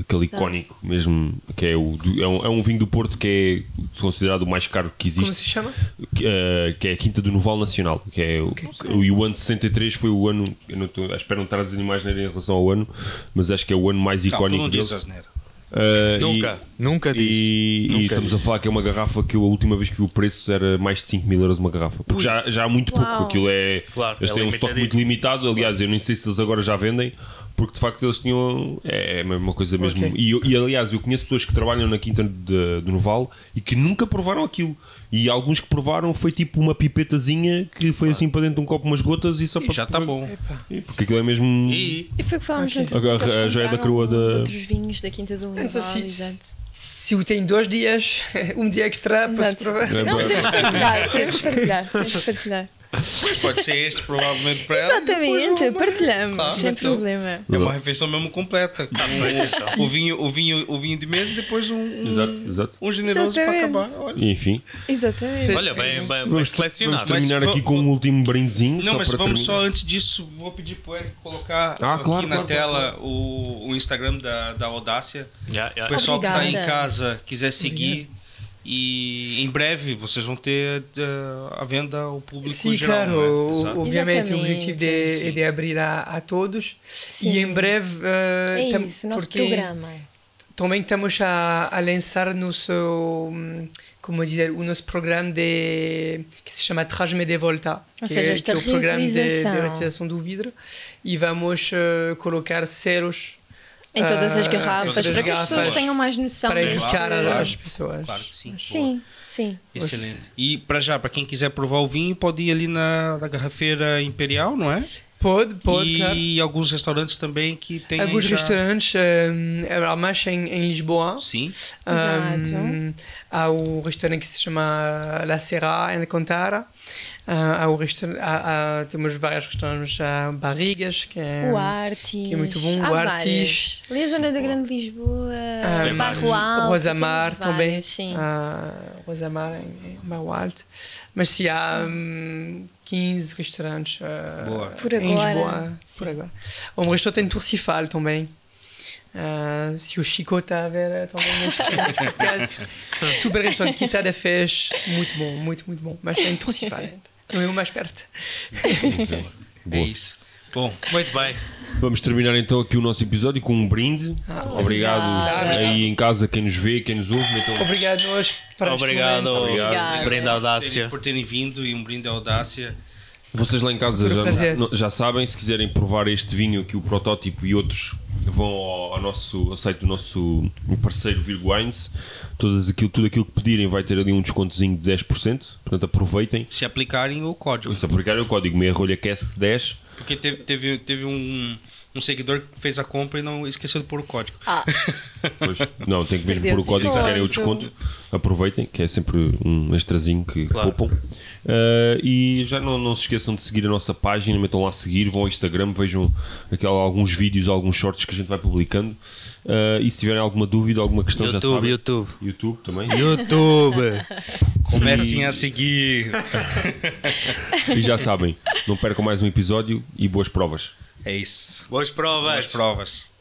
Speaker 1: aquele icónico mesmo, que é, o, do- é, um, é um vinho do Porto que é considerado o mais caro que
Speaker 4: Como
Speaker 1: existe,
Speaker 4: se chama?
Speaker 1: que, eh, que é a quinta do Noval Nacional, que é o, o- e o ano 63 foi o ano, eu não estou- espero não estar a dizer mais nada em relação ao ano, mas acho que é o ano mais
Speaker 3: Não, tu
Speaker 1: icónico
Speaker 3: não
Speaker 1: dele.
Speaker 3: dizes asneira.
Speaker 1: Eh, e-
Speaker 2: Nunca, nunca diz.
Speaker 1: E, e
Speaker 2: Nunca
Speaker 1: estamos
Speaker 2: diz.
Speaker 1: a falar que é uma garrafa que eu, a última vez que vi o preço era mais de 5 mil euros uma garrafa. Porque já, já há muito pouco.
Speaker 5: Uau.
Speaker 1: Aquilo é.
Speaker 2: Claro,
Speaker 1: eles
Speaker 2: é
Speaker 1: têm um estoque muito
Speaker 2: limitadíssimo.
Speaker 1: limitado. Aliás, eu nem sei se eles agora já vendem. Porque de facto eles tinham. É a mesma coisa mesmo.
Speaker 4: Ok.
Speaker 1: E, e, aliás, eu conheço pessoas que trabalham na Quinta de- do Noval e que nunca provaram aquilo. E alguns que provaram foi tipo uma pipetazinha que foi assim para dentro de um copo, umas gotas e só
Speaker 3: E
Speaker 1: para.
Speaker 3: já tá bom.
Speaker 1: Porque aquilo é mesmo.
Speaker 2: E
Speaker 5: E foi o que falámos
Speaker 4: Ok.
Speaker 5: no
Speaker 1: Agora,
Speaker 5: eles
Speaker 1: a joia da
Speaker 5: compraram
Speaker 1: coroa
Speaker 5: uns
Speaker 1: da-
Speaker 5: outros vinhos da Quinta do Lombal,
Speaker 4: Então, se-
Speaker 5: exato.
Speaker 4: Se eu tenho dois dias, um dia extra, posso
Speaker 5: Exato.
Speaker 4: provar.
Speaker 1: É,
Speaker 5: Não,
Speaker 1: pá,
Speaker 5: temos de partilhar, temos de partilhar, temos de partilhar.
Speaker 3: Mas pode ser este, provavelmente, para ela.
Speaker 5: Exatamente, partilhamos,
Speaker 3: Claro,
Speaker 5: sem
Speaker 3: então.
Speaker 5: problema.
Speaker 3: É uma refeição mesmo completa.
Speaker 2: feito, então.
Speaker 3: O vinho, o vinho, o vinho de mesa e depois um, um-
Speaker 1: Exato, exato.
Speaker 3: um generoso para
Speaker 5: Exatamente.
Speaker 3: acabar. Olha.
Speaker 1: Enfim,
Speaker 5: Exatamente.
Speaker 2: Olha, bem, bem, bem
Speaker 1: vamos,
Speaker 2: selecionado.
Speaker 1: vamos terminar
Speaker 3: Mas
Speaker 1: aqui
Speaker 3: va-
Speaker 1: com um último brindezinho.
Speaker 3: Não,
Speaker 1: só
Speaker 3: mas
Speaker 1: para
Speaker 3: vamos só
Speaker 1: terminar.
Speaker 3: antes disso, vou pedir pro Eric colocar
Speaker 1: Ah,
Speaker 3: aqui
Speaker 1: claro,
Speaker 3: na
Speaker 1: claro,
Speaker 3: tela O, o Instagram da, da Audácia.
Speaker 2: Já,
Speaker 4: Ah.
Speaker 2: já.
Speaker 3: O pessoal que está em
Speaker 5: Obrigada.
Speaker 3: casa quiser seguir. E em breve vocês vão ter eh, a venda ao público
Speaker 4: Sim,
Speaker 3: geral.
Speaker 4: claro,
Speaker 3: né?
Speaker 4: o-
Speaker 3: Exato.
Speaker 4: obviamente o
Speaker 5: Exatamente,
Speaker 4: objetivo de- é de abrir a, a todos e em breve eh,
Speaker 5: É
Speaker 4: tam-
Speaker 5: isso, o nosso
Speaker 4: porque
Speaker 5: programa.
Speaker 4: também estamos a, a lançar nosso, hum, como dizer, o nosso programa de, que se chama Trás-me de Volta,
Speaker 5: Ou
Speaker 4: que,
Speaker 5: seja,
Speaker 4: é-
Speaker 5: esta
Speaker 4: que é o programa de, de
Speaker 5: reutilização.
Speaker 4: reutilização do vidro e vamos eh, colocar selos
Speaker 5: Em todas as
Speaker 4: Ah,
Speaker 5: garrafas,
Speaker 3: todas as
Speaker 5: para que as pessoas
Speaker 4: garrafas.
Speaker 5: tenham mais noção.
Speaker 4: para
Speaker 5: de-
Speaker 4: indicar
Speaker 3: claro.
Speaker 4: às pessoas.
Speaker 3: Claro que sim. boa.
Speaker 5: Sim, sim.
Speaker 3: Excelente. E para já, para quem quiser provar o vinho, pode ir ali na, na garrafeira Imperial, não é?
Speaker 4: Pode, pode,
Speaker 3: e
Speaker 4: claro.
Speaker 3: alguns restaurantes também que tem
Speaker 4: Alguns
Speaker 3: já-
Speaker 4: restaurantes, hum, há mais em, em Lisboa,
Speaker 3: Sim.
Speaker 5: Exato.
Speaker 4: Hum, há o restaurante que se chama La Serra em Alcantara. Ah, há o restaurante, há, há- temos vários restaurantes, há Barrigas, que é.
Speaker 5: O Artis.
Speaker 4: que é muito bom,
Speaker 5: Há
Speaker 4: o
Speaker 5: várias.
Speaker 4: Artis.
Speaker 5: Ali a zona da Grande Lisboa,
Speaker 4: Tem
Speaker 5: Barro
Speaker 2: vários.
Speaker 5: Alto.
Speaker 4: Rosamar
Speaker 5: temos
Speaker 4: também.
Speaker 5: várias, Sim.
Speaker 4: ah, Rosamar em, em Barro Alto. Mas sim, há hum, 15 restaurantes ah,
Speaker 3: Boa.
Speaker 5: Por
Speaker 4: em
Speaker 5: agora,
Speaker 4: Lisboa.
Speaker 5: sim.
Speaker 4: Por agora. Um restaurante em Turcifal também. Ah, se o Chico está a ver eh, também este podcast, super restaurante que está da fez, muito bom, muito, muito bom. Mas é em Turcifal, não é o mais perto.
Speaker 3: É
Speaker 1: Boa.
Speaker 3: isso. Bom,
Speaker 2: Muito bem.
Speaker 1: Vamos terminar então aqui o nosso episódio com um brinde.
Speaker 4: Ah,
Speaker 1: obrigado
Speaker 5: obrigada.
Speaker 1: aí em casa, quem nos vê, quem nos ouve. Então,
Speaker 4: Obrigado a nós. para este
Speaker 2: Obrigado.
Speaker 4: momento.
Speaker 5: Obrigada.
Speaker 2: Brenda Audácia.
Speaker 3: por terem vindo e um brinde à audácia.
Speaker 1: vocês lá em casa
Speaker 4: Foi um
Speaker 1: já,
Speaker 4: prazer.
Speaker 1: no- já sabem, se quiserem provar este vinho aqui, o protótipo e outros, vão ao, ao nosso ao site do nosso parceiro Virgo Wines. Todas aquilo, tudo aquilo que pedirem vai ter ali um descontozinho de 10%. Portanto, aproveitem.
Speaker 3: Se aplicarem o código.
Speaker 1: Só aplicar o código MERROLHACAST10.
Speaker 3: Porque teve, teve, teve um, um seguidor que fez a compra e não esqueceu de pôr o código.
Speaker 5: Ah,
Speaker 1: Pois, não, tem que mesmo
Speaker 5: Perdeu
Speaker 1: pôr o código se
Speaker 5: desconto.
Speaker 1: querem o desconto. Aproveitem, que é sempre um extrazinho que
Speaker 2: Claro.
Speaker 1: poupam. Ah, e já não, não se esqueçam de seguir a nossa página, metam lá a seguir, vão ao Instagram, vejam aquela, alguns vídeos, alguns shorts que a gente vai publicando. Ah, e se tiverem alguma dúvida, alguma questão, já
Speaker 2: YouTube,
Speaker 1: sabem.
Speaker 2: YouTube.
Speaker 1: YouTube também.
Speaker 2: YouTube.
Speaker 3: Comecem a seguir.
Speaker 1: e já sabem, não percam mais um episódio e boas provas.
Speaker 3: É isso.
Speaker 2: Boas provas.
Speaker 3: Boas provas.